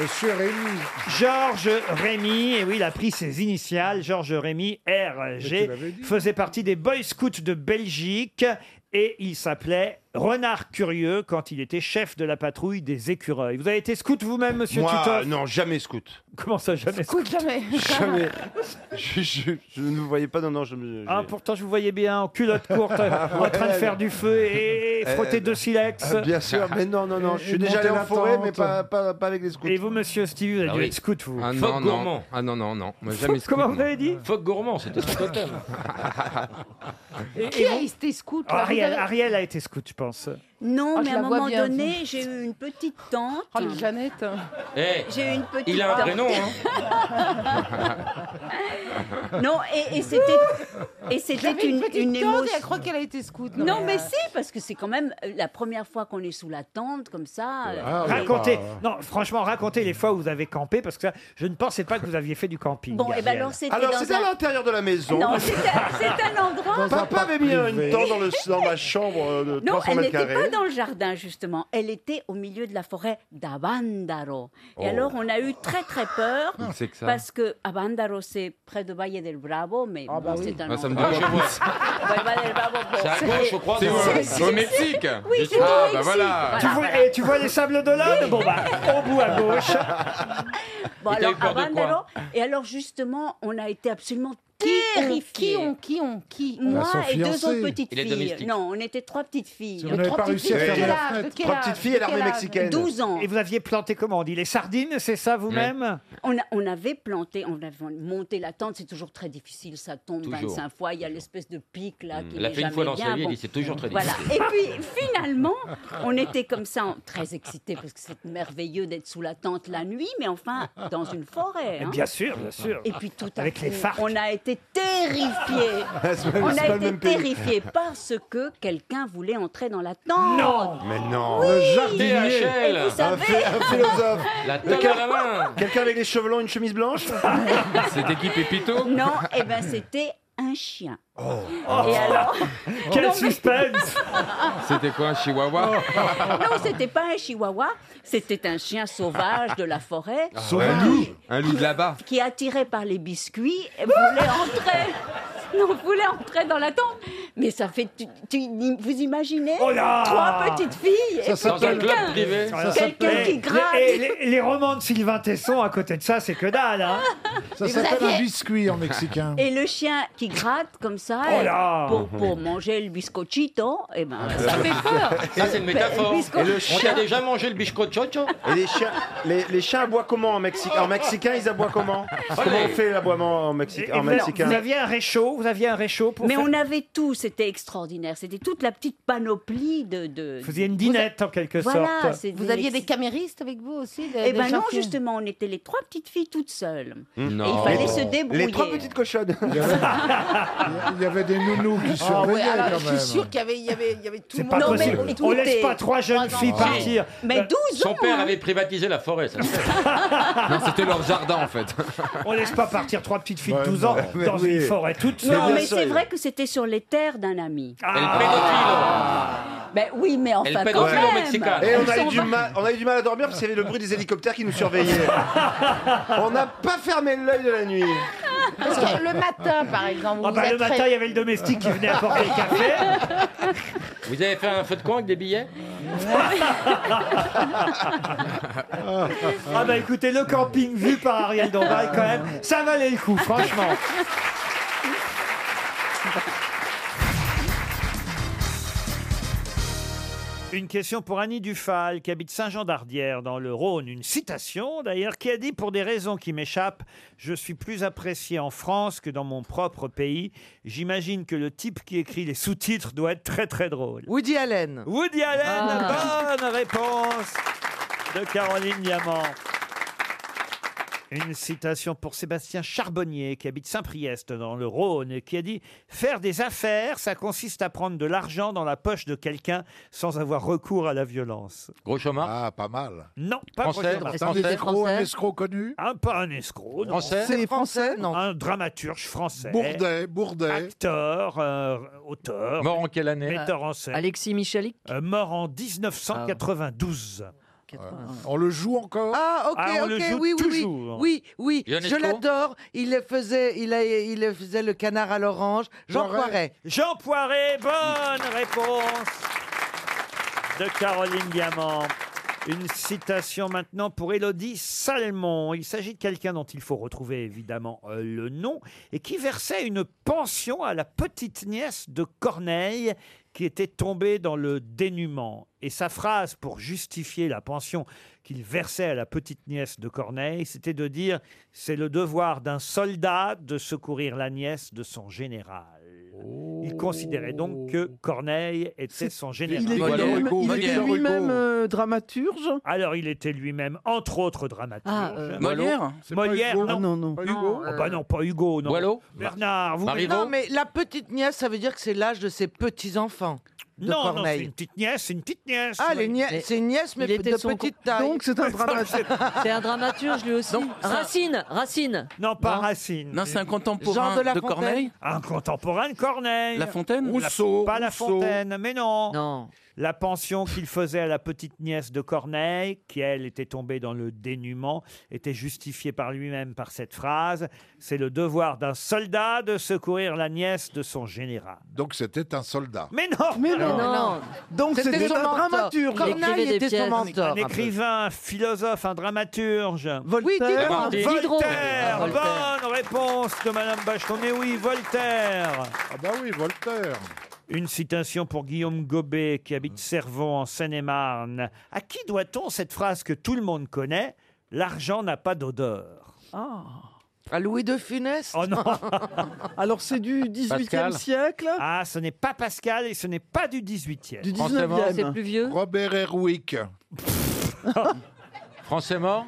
Speaker 4: Monsieur Rémy. Georges Rémy, et oui, il a pris ses initiales. Georges Rémy,
Speaker 20: Mais tu
Speaker 4: RG,
Speaker 20: l'avais dit.
Speaker 4: faisait partie des Boy Scouts de Belgique et il s'appelait Renard Curieux quand il était chef de la patrouille des écureuils. Vous avez été scout vous-même, monsieur
Speaker 21: Moi,
Speaker 4: Titoff
Speaker 21: non, jamais scout.
Speaker 4: Comment ça, jamais
Speaker 21: Scout,
Speaker 4: jamais.
Speaker 21: Jamais. je, je- je ne vous voyais pas, non, non, je me.
Speaker 4: Ah, pourtant, je vous voyais bien en culotte
Speaker 21: <laughs>
Speaker 4: courte, en
Speaker 21: Ah, Ouais,
Speaker 4: train de faire du feu et, et frotter
Speaker 21: Eh,
Speaker 4: deux silex.
Speaker 21: ah, bien sûr, mais non, non, non, je suis
Speaker 4: Et
Speaker 21: déjà
Speaker 4: monter
Speaker 21: allé en
Speaker 4: la
Speaker 21: forêt,
Speaker 4: tente.
Speaker 21: mais pas, pas- pas avec les scouts.
Speaker 4: Et vous, monsieur Stevie, vous avez
Speaker 21: Ah
Speaker 4: dû
Speaker 21: oui.
Speaker 4: être scout, vous.
Speaker 21: Ah,
Speaker 4: Phoque
Speaker 21: non, non.
Speaker 4: gourmand.
Speaker 10: Ah non, non, non. Moi,
Speaker 4: Phoque,
Speaker 10: jamais scout,
Speaker 4: comment
Speaker 10: non.
Speaker 4: vous avez dit
Speaker 10: Phoque gourmand, c'était son <laughs> totem.
Speaker 4: Et-
Speaker 24: Qui
Speaker 4: et
Speaker 24: a
Speaker 4: vous
Speaker 24: été scout là, vous
Speaker 4: Oh, Ariel,
Speaker 24: avez-
Speaker 4: Ariel a été scout, je pense.
Speaker 24: Non,
Speaker 4: Ah,
Speaker 24: mais
Speaker 4: je
Speaker 24: à
Speaker 4: la
Speaker 24: un
Speaker 4: vois
Speaker 24: moment
Speaker 4: bien,
Speaker 24: donné, j'ai eu une petite tante. Oh, Jeannette J'ai eu une petite
Speaker 10: Eh, il a un hein.
Speaker 24: tante.
Speaker 10: prénom, hein.
Speaker 24: <laughs> non, et, et c'était et c'était
Speaker 30: J'avais
Speaker 24: une,
Speaker 30: petite
Speaker 24: une
Speaker 30: tante
Speaker 24: émotion.
Speaker 30: et elle croit qu'elle a été scout.
Speaker 24: Non, mais
Speaker 30: euh,
Speaker 24: si, parce que c'est quand même euh, la première fois qu'on est sous la tente comme ça.
Speaker 10: Ah,
Speaker 24: euh, et-
Speaker 4: racontez, non, franchement, racontez les fois où vous avez campé, parce que ça, je ne pensais pas que vous aviez fait du camping.
Speaker 24: Bon, et ben
Speaker 4: Ariel.
Speaker 24: alors, c'était
Speaker 21: Alors,
Speaker 24: dans
Speaker 21: c'était à
Speaker 24: un-
Speaker 21: l'intérieur de la maison.
Speaker 24: Non, c'est un- c'est un endroit.
Speaker 21: Papa avait mis une tente dans, le, dans ma chambre euh, de
Speaker 24: Non,
Speaker 21: 300
Speaker 24: elle
Speaker 21: mètres
Speaker 24: n'était
Speaker 21: carrés.
Speaker 24: pas dans le jardin, justement. Elle était au milieu de la forêt d'Abandaro. Et
Speaker 21: Oh.
Speaker 24: alors, on a eu très, très peur.
Speaker 21: Ah, c'est que ça.
Speaker 24: Parce que Abandaro, c'est près de Valle del Bravo, mais bon, c'est un
Speaker 10: Ah, ça me dit
Speaker 24: endroit-
Speaker 10: quelque chose.
Speaker 24: Valle del Bravo, bon,
Speaker 10: <laughs> C'est à gauche, je crois,
Speaker 24: c'est-
Speaker 10: dans-
Speaker 24: c'est-
Speaker 10: au
Speaker 24: c'est-
Speaker 10: Mexique.
Speaker 24: Oui,
Speaker 10: Je
Speaker 24: c'est
Speaker 10: suis-
Speaker 24: au
Speaker 10: Ah, bah
Speaker 24: Mexique.
Speaker 10: voilà.
Speaker 4: Tu vois,
Speaker 24: voilà.
Speaker 4: et tu vois les sables d'Olonne Bon, bah, au bout à gauche.
Speaker 24: <laughs> Bon,
Speaker 4: Et t'as
Speaker 24: alors,
Speaker 4: eu peur de quoi
Speaker 24: Abandaro- et alors, justement, on a été absolument terrifiés. Qui ont, qui ont, qui
Speaker 30: ont
Speaker 24: Moi
Speaker 30: Bah, son
Speaker 24: et deux
Speaker 30: fiancé.
Speaker 24: autres petites
Speaker 30: Il est
Speaker 24: filles.
Speaker 30: domestique.
Speaker 24: Non, on était trois petites filles.
Speaker 4: Si on n'avait
Speaker 24: Trois
Speaker 4: pas
Speaker 24: petites
Speaker 4: réussi à
Speaker 24: filles.
Speaker 4: faire la fête.
Speaker 24: quel âge, de quel âge 12 ans.
Speaker 4: Et vous aviez planté comment On dit les sardines, c'est ça vous-même
Speaker 24: On, a- on avait planté, on avait monté la tente, c'est toujours très difficile, ça tombe
Speaker 10: Toujours.
Speaker 24: 25 fois, il y a l'espèce de pic là qui
Speaker 10: Elle a
Speaker 24: n'est
Speaker 10: fait une
Speaker 24: jamais
Speaker 10: fois dans
Speaker 24: bien,
Speaker 10: sa vie, elle
Speaker 24: bon.
Speaker 10: dit, c'est toujours très
Speaker 24: Voilà.
Speaker 10: difficile.
Speaker 24: Et
Speaker 10: <laughs>
Speaker 24: puis finalement, on était comme ça, en- très excités, parce que c'est merveilleux d'être sous la tente la nuit, mais enfin dans une forêt.
Speaker 4: Mais
Speaker 24: hein.
Speaker 4: bien sûr, bien sûr.
Speaker 24: Et puis tout à
Speaker 4: Avec
Speaker 24: coup,
Speaker 4: les phares.
Speaker 24: on a été
Speaker 10: <laughs>
Speaker 24: terrifiés.
Speaker 4: C'est pas-
Speaker 24: on
Speaker 4: c'est
Speaker 24: a
Speaker 4: pas le
Speaker 24: été
Speaker 4: même pays.
Speaker 24: terrifiés parce que quelqu'un voulait entrer dans la tente.
Speaker 21: Mais non
Speaker 24: Oui.
Speaker 21: Le jardinier
Speaker 24: DHL. Et vous
Speaker 21: un,
Speaker 24: savez-
Speaker 21: phé- un
Speaker 24: <laughs>
Speaker 21: philosophe
Speaker 10: La
Speaker 21: Le
Speaker 24: table
Speaker 21: car-
Speaker 24: à la main.
Speaker 21: Quelqu'un avec les cheveux longs et une chemise blanche
Speaker 10: C'était qui, Pépito
Speaker 24: Non, et ben c'était un chien.
Speaker 10: Oh.
Speaker 24: Et
Speaker 4: <laughs>
Speaker 24: alors
Speaker 10: Quel
Speaker 24: <laughs>
Speaker 4: suspense
Speaker 10: C'était quoi, un chihuahua
Speaker 24: Non, c'était pas un chihuahua, c'était un chien sauvage de la forêt
Speaker 10: Ah
Speaker 4: Ah
Speaker 10: Un loup Un loup de là-bas.
Speaker 24: qui, attiré par les biscuits, voulait entrer. Non, voulait entrer dans la tente. Mais ça fait, tu- tu- vous imaginez
Speaker 4: Oh là
Speaker 24: Trois petites filles et
Speaker 4: Ça
Speaker 24: puis
Speaker 4: s'appelle-
Speaker 24: quelqu'un, quelqu'un
Speaker 4: Ça s'appelle-
Speaker 24: qui
Speaker 4: Les-
Speaker 24: gratte.
Speaker 4: Les, les- les romans de Sylvain Tesson, à côté de ça, c'est que dalle. Hein.
Speaker 24: Ça Mais vous s'appelle aviez- un
Speaker 4: biscuit en mexicain.
Speaker 24: Et le chien qui gratte comme ça
Speaker 4: Oh là
Speaker 24: pour, pour manger le biscochito, et ben
Speaker 10: Ah,
Speaker 24: ça fait peur.
Speaker 10: Ça, c'est une métaphore.
Speaker 24: Le bisco-
Speaker 10: Et le chien- On a déjà mangé le biscochocho
Speaker 21: Et les chiens, les, les chiens aboient comment en mexicain En mexicain, ils aboient
Speaker 24: <laughs>
Speaker 21: comment Comment on fait l'aboiement en, Mexi-
Speaker 4: Et
Speaker 21: Oh, en
Speaker 4: vous,
Speaker 21: mexicain
Speaker 4: vous aviez un réchaud, vous aviez un réchaud pour
Speaker 24: Mais
Speaker 4: faire-
Speaker 24: on avait tout, c'était extraordinaire. C'était toute la petite panoplie de. de
Speaker 4: Vous faisiez une dinette, en quelque
Speaker 24: Voilà,
Speaker 4: sorte.
Speaker 24: Vous aviez des
Speaker 30: caméristes avec vous aussi de-
Speaker 24: Eh
Speaker 30: des
Speaker 24: ben non,
Speaker 30: chantiers.
Speaker 24: justement, on était les trois petites filles toutes seules.
Speaker 21: Non.
Speaker 24: Et il fallait
Speaker 21: Les-
Speaker 24: se
Speaker 21: les
Speaker 24: débrouiller.
Speaker 21: trois petites cochonnes. Il y avait des nounous <laughs> qui
Speaker 30: Ah ouais, alors, je suis sûre qu'il y avait, il y avait, il y avait tout le
Speaker 24: pas
Speaker 30: monde.
Speaker 24: possible.
Speaker 4: On laisse pas trois
Speaker 9: Ah,
Speaker 4: jeunes
Speaker 30: Trois
Speaker 4: filles
Speaker 30: enfants.
Speaker 4: partir.
Speaker 24: Mais 12
Speaker 10: Son
Speaker 24: ans
Speaker 10: père
Speaker 24: hein.
Speaker 10: avait privatisé la forêt, ça. non, c'était leur jardin, en fait.
Speaker 4: On laisse pas partir trois petites filles de 12 ans
Speaker 10: non, mais
Speaker 4: dans
Speaker 10: oui.
Speaker 4: une forêt toute seule.
Speaker 24: Non, mais c'est vrai que c'était sur les terres d'un ami. Ben oui, mais
Speaker 21: Elle
Speaker 24: enfin
Speaker 21: pète
Speaker 24: quand
Speaker 21: au fil
Speaker 24: même.
Speaker 21: au Mexicain. Et on a, eu
Speaker 24: Ils
Speaker 21: du
Speaker 24: sont-
Speaker 21: mal, on a eu du mal à dormir parce qu'il y avait le bruit des hélicoptères qui nous
Speaker 4: <laughs>
Speaker 21: surveillaient. on n'a pas fermé l'œil de la nuit.
Speaker 30: Parce que le matin, par exemple, vous
Speaker 4: Ah bah,
Speaker 30: vous
Speaker 4: le
Speaker 30: êtes fait-
Speaker 4: matin, il y avait le domestique qui venait apporter le café.
Speaker 10: Vous avez fait un feu de camp avec des billets
Speaker 4: Ah bah écoutez, le camping vu par Ariel Dombal, quand même, ça valait le coup, franchement. Une question pour Annie Dufal, qui habite Saint-Jean-d'Ardière, dans le Rhône. Une citation, d'ailleurs, qui a dit Pour des raisons qui m'échappent, je suis plus apprécié en France que dans mon propre pays. J'imagine que le type qui écrit les sous-titres doit être très, très drôle.
Speaker 9: Woody Allen.
Speaker 4: Woody Allen,
Speaker 9: Ah.
Speaker 4: bonne réponse de Caroline Diamant. Une citation pour Sébastien Charbonnier, qui habite Saint-Priest, dans le Rhône, et qui a dit « Faire des affaires, ça consiste à prendre de l'argent dans la poche de quelqu'un sans avoir recours à la violence. »
Speaker 18: Gros chômeur Ah, pas mal.
Speaker 4: Non, pas
Speaker 18: Français,
Speaker 4: Roger
Speaker 18: Est-ce qu'il
Speaker 4: Martin.
Speaker 18: était français Un escroc connu
Speaker 4: Un pas un escroc. non.
Speaker 18: Français C'est
Speaker 9: français, non.
Speaker 4: Un dramaturge français.
Speaker 18: Bourdet, Bourdet.
Speaker 4: Acteur, euh, auteur.
Speaker 18: Mort en quelle année
Speaker 4: Metteur en scène.
Speaker 9: Alexis Michalik
Speaker 4: Euh, mort en 1992.
Speaker 18: Euh, On le joue encore
Speaker 9: Ah, ok,
Speaker 4: Ah, on
Speaker 9: ok,
Speaker 4: le joue
Speaker 9: oui, oui, oui,
Speaker 4: toujours.
Speaker 9: oui, oui,
Speaker 4: Ionesco
Speaker 9: je l'adore. Il le faisait, il, a- il le faisait le canard à l'orange. Jean Poiret.
Speaker 4: Jean Poiret, bonne réponse de Caroline Diamant. Une citation maintenant pour Élodie Salmon. Il s'agit de quelqu'un dont il faut retrouver évidemment euh, le nom et qui versait une pension à la petite nièce de Corneille qui était tombée dans le dénuement. Et sa phrase pour justifier la pension qu'il versait à la petite nièce de Corneille, c'était de dire C'est le devoir d'un soldat de secourir la nièce de son général. Il considérait donc que Corneille était son général.
Speaker 20: Il était lui-même- il était lui-même euh, dramaturge.
Speaker 4: Alors, il était lui-même, entre autres, dramaturge.
Speaker 20: Ah, euh, Molière C'est pas
Speaker 4: Molière,
Speaker 20: Hugo
Speaker 4: non.
Speaker 20: Non,
Speaker 4: Pas Hugo. bah non, pas Hugo, non. Bernard, ah, vous
Speaker 9: Non, mais la petite nièce, ça veut dire que c'est l'âge de ses petits-enfants. de
Speaker 4: Non, non, c'est
Speaker 9: Corneille.
Speaker 4: une petite nièce, c'est une petite nièce.
Speaker 9: Ah, les
Speaker 4: oui.
Speaker 9: nièces- c'est une nièce, mais
Speaker 4: Il était
Speaker 9: de
Speaker 4: son
Speaker 9: petite
Speaker 4: con-
Speaker 9: taille.
Speaker 4: Donc, c'est <laughs> un dramaturge.
Speaker 9: <laughs>
Speaker 36: C'est un dramaturge lui aussi.
Speaker 4: Hein
Speaker 36: Racine, Racine.
Speaker 4: Non, pas Racine.
Speaker 36: Ah. Non, c'est un contemporain Jean de La de Fontaine. Corneille
Speaker 4: Un contemporain de Corneille.
Speaker 36: La Fontaine
Speaker 4: La-
Speaker 36: Rousseau,
Speaker 4: Pas La
Speaker 36: Rousseau.
Speaker 4: Fontaine, mais non. La pension qu'il faisait à la petite nièce de Corneille, qui elle était tombée dans le dénuement, était justifiée par lui-même par cette phrase C'est le devoir d'un soldat de secourir la nièce de son général.
Speaker 18: Donc c'était un soldat.
Speaker 4: Mais non
Speaker 20: Mais non. non. Donc, C'était c'était son un mentor. dramaturge. Corneille Il écrivait des était son pièces. mentor, un
Speaker 4: Un
Speaker 20: peu.
Speaker 4: écrivain, un philosophe, un dramaturge.
Speaker 20: Voltaire.
Speaker 4: Voltaire.
Speaker 20: Diderot.
Speaker 4: Voltaire.
Speaker 20: Ah, Voltaire.
Speaker 4: Bonne réponse de Madame Bachon. Mais oui, Voltaire. Ah bah oui, Voltaire. Une citation pour Guillaume Gobet qui habite Cervon en Seine-et-Marne. À qui doit-on cette phrase que tout le monde connaît L'argent n'a pas d'odeur.
Speaker 7: Oh.
Speaker 4: À Louis de Funès Oh non Alors c'est du
Speaker 20: 18e siècle
Speaker 4: Ah, ce n'est pas Pascal et ce n'est pas du 18e.
Speaker 20: Du 19e. C'est plus
Speaker 4: vieux Robert <laughs> Herwick. français mort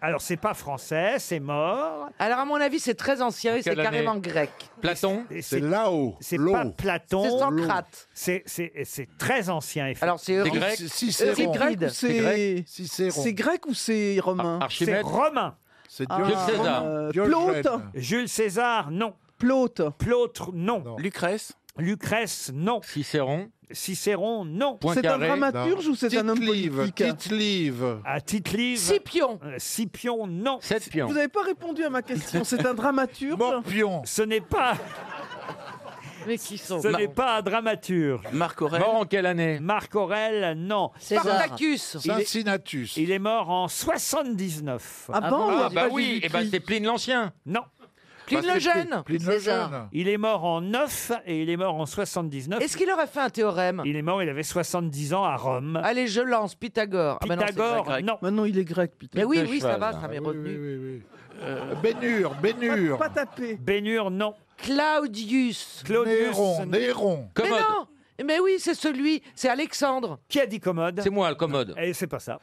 Speaker 4: Alors c'est pas français, c'est mort.
Speaker 9: Alors, à mon avis, c'est très ancien et c'est
Speaker 4: Quelle année
Speaker 9: carrément grec.
Speaker 4: Platon
Speaker 9: C'est
Speaker 4: là-haut. C'est pas Platon.
Speaker 9: C'est Socrate.
Speaker 4: C'est- C'est c'est très ancien. effectivement.
Speaker 9: Alors, c'est Des Grecs
Speaker 20: C'est- C'est c'est grec ou c'est c'est grec ou c'est romain
Speaker 4: C'est romain.
Speaker 20: C'est Ah, Diogène. Jules César. Euh, Diogène. Plaute.
Speaker 4: Jules César, non. Plaute. Plaute, non. Lucrèce. Lucrèce, non. Cicéron. Cicéron, non.
Speaker 20: C'est un dramaturge ou c'est un homme politique
Speaker 4: Tite-Live. Ah, Tite-Live. Scipion. Scipion, non. Seppion.
Speaker 20: Vous n'avez pas répondu à ma question. C'est un dramaturge.
Speaker 4: Ce n'est pas.
Speaker 9: Mais qui sont
Speaker 4: Ce n'est pas un dramaturge. Marc Aurel. Mort en quelle année Marc Aurel, non.
Speaker 9: César. Spartacus.
Speaker 4: Il est- Il est mort en 79.
Speaker 9: Avant ou
Speaker 4: ah
Speaker 9: après
Speaker 4: bah oui, et
Speaker 9: Jésus-Christ
Speaker 4: ben c'est Pline l'Ancien. Non.
Speaker 9: Pline Bah, le c'est Jeune. Pline- Pline le César. Jeune.
Speaker 4: Il est mort en 9 et il est mort en 79. Est-ce qu'il aurait fait un théorème Il est mort, il avait 70 ans à Rome. Allez, je lance Pythagore.
Speaker 9: Ah, bah non, c'est
Speaker 4: Pythagore,
Speaker 9: grec.
Speaker 4: non.
Speaker 20: Maintenant, il est grec, putain.
Speaker 9: Mais oui, oui, ça va, ça m'est revenu.
Speaker 4: Euh, Bénur, Bénur.
Speaker 20: Pas taper.
Speaker 4: Bénur, non.
Speaker 9: Claudius.
Speaker 4: Claudius. Néron, Néron.
Speaker 9: Mais
Speaker 4: Commode.
Speaker 9: non mais oui, c'est celui, c'est Alexandre.
Speaker 4: Qui a dit commode
Speaker 9: C'est
Speaker 4: moi, le commode. Et c'est pas ça.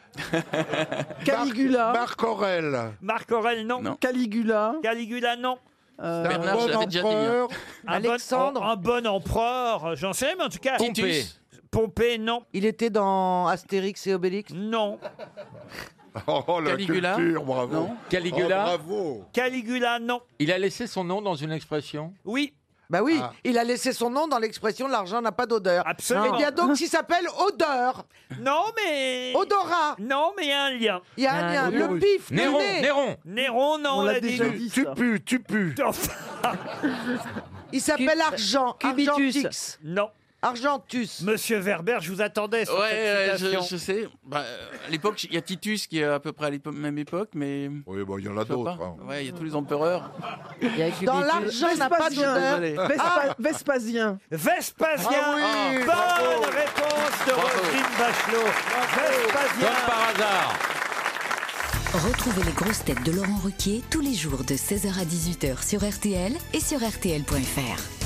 Speaker 20: Caligula.
Speaker 4: Marc Aurel. Marc Aurel, non.
Speaker 20: Caligula.
Speaker 4: Caligula, non.
Speaker 20: Bernard, je l'avais déjà dit, hein.
Speaker 4: Alexandre. un bon empereur, j'en sais, mais en tout cas.
Speaker 9: Pompée.
Speaker 4: Pompée, non.
Speaker 9: Il était dans Astérix et Obélix
Speaker 4: Non.
Speaker 10: <laughs>
Speaker 18: Oh, la
Speaker 9: Caligula
Speaker 18: culture, bravo.
Speaker 9: Non.
Speaker 10: Caligula.
Speaker 18: Oh, bravo.
Speaker 4: Caligula, non.
Speaker 10: Il a laissé son nom dans une expression
Speaker 4: Oui.
Speaker 9: Bah oui,
Speaker 10: Ah.
Speaker 9: il a laissé son nom dans l'expression l'argent n'a pas d'odeur.
Speaker 10: Absolument.
Speaker 9: Eh bien donc, il s'appelle odeur.
Speaker 4: Non, mais.
Speaker 9: Odorat.
Speaker 4: Non, mais il y a un lien.
Speaker 9: Il y a un lien. Le pif. le nez.
Speaker 4: Néron, non, on, l'a dit.
Speaker 18: Tu pues, tu pues.
Speaker 9: Il s'appelle argent. Argentix.
Speaker 4: Non.
Speaker 15: Argentus. Monsieur Werber, je vous attendais
Speaker 10: Ouais,
Speaker 15: sur
Speaker 10: ouais,
Speaker 15: cette citation.
Speaker 10: je, je sais. Bah, euh, à l'époque, il y a Titus qui est à peu près à la même époque, mais. Oui, bon, il y en a
Speaker 37: d'autres, hein.
Speaker 10: Ouais, il y a tous les empereurs.
Speaker 9: Dans l'argent n'a pas d'odeur.
Speaker 10: Désolé.
Speaker 9: Ah,
Speaker 15: Vespasien. Vespasien.
Speaker 9: Ah oui,
Speaker 15: Bonne
Speaker 9: bravo.
Speaker 15: réponse de Roselyne Bachelot. Vespasien.
Speaker 10: hasard.
Speaker 24: Retrouvez les grosses têtes de Laurent Ruquier tous les jours de 16h à 18h sur RTL et sur RTL.fr.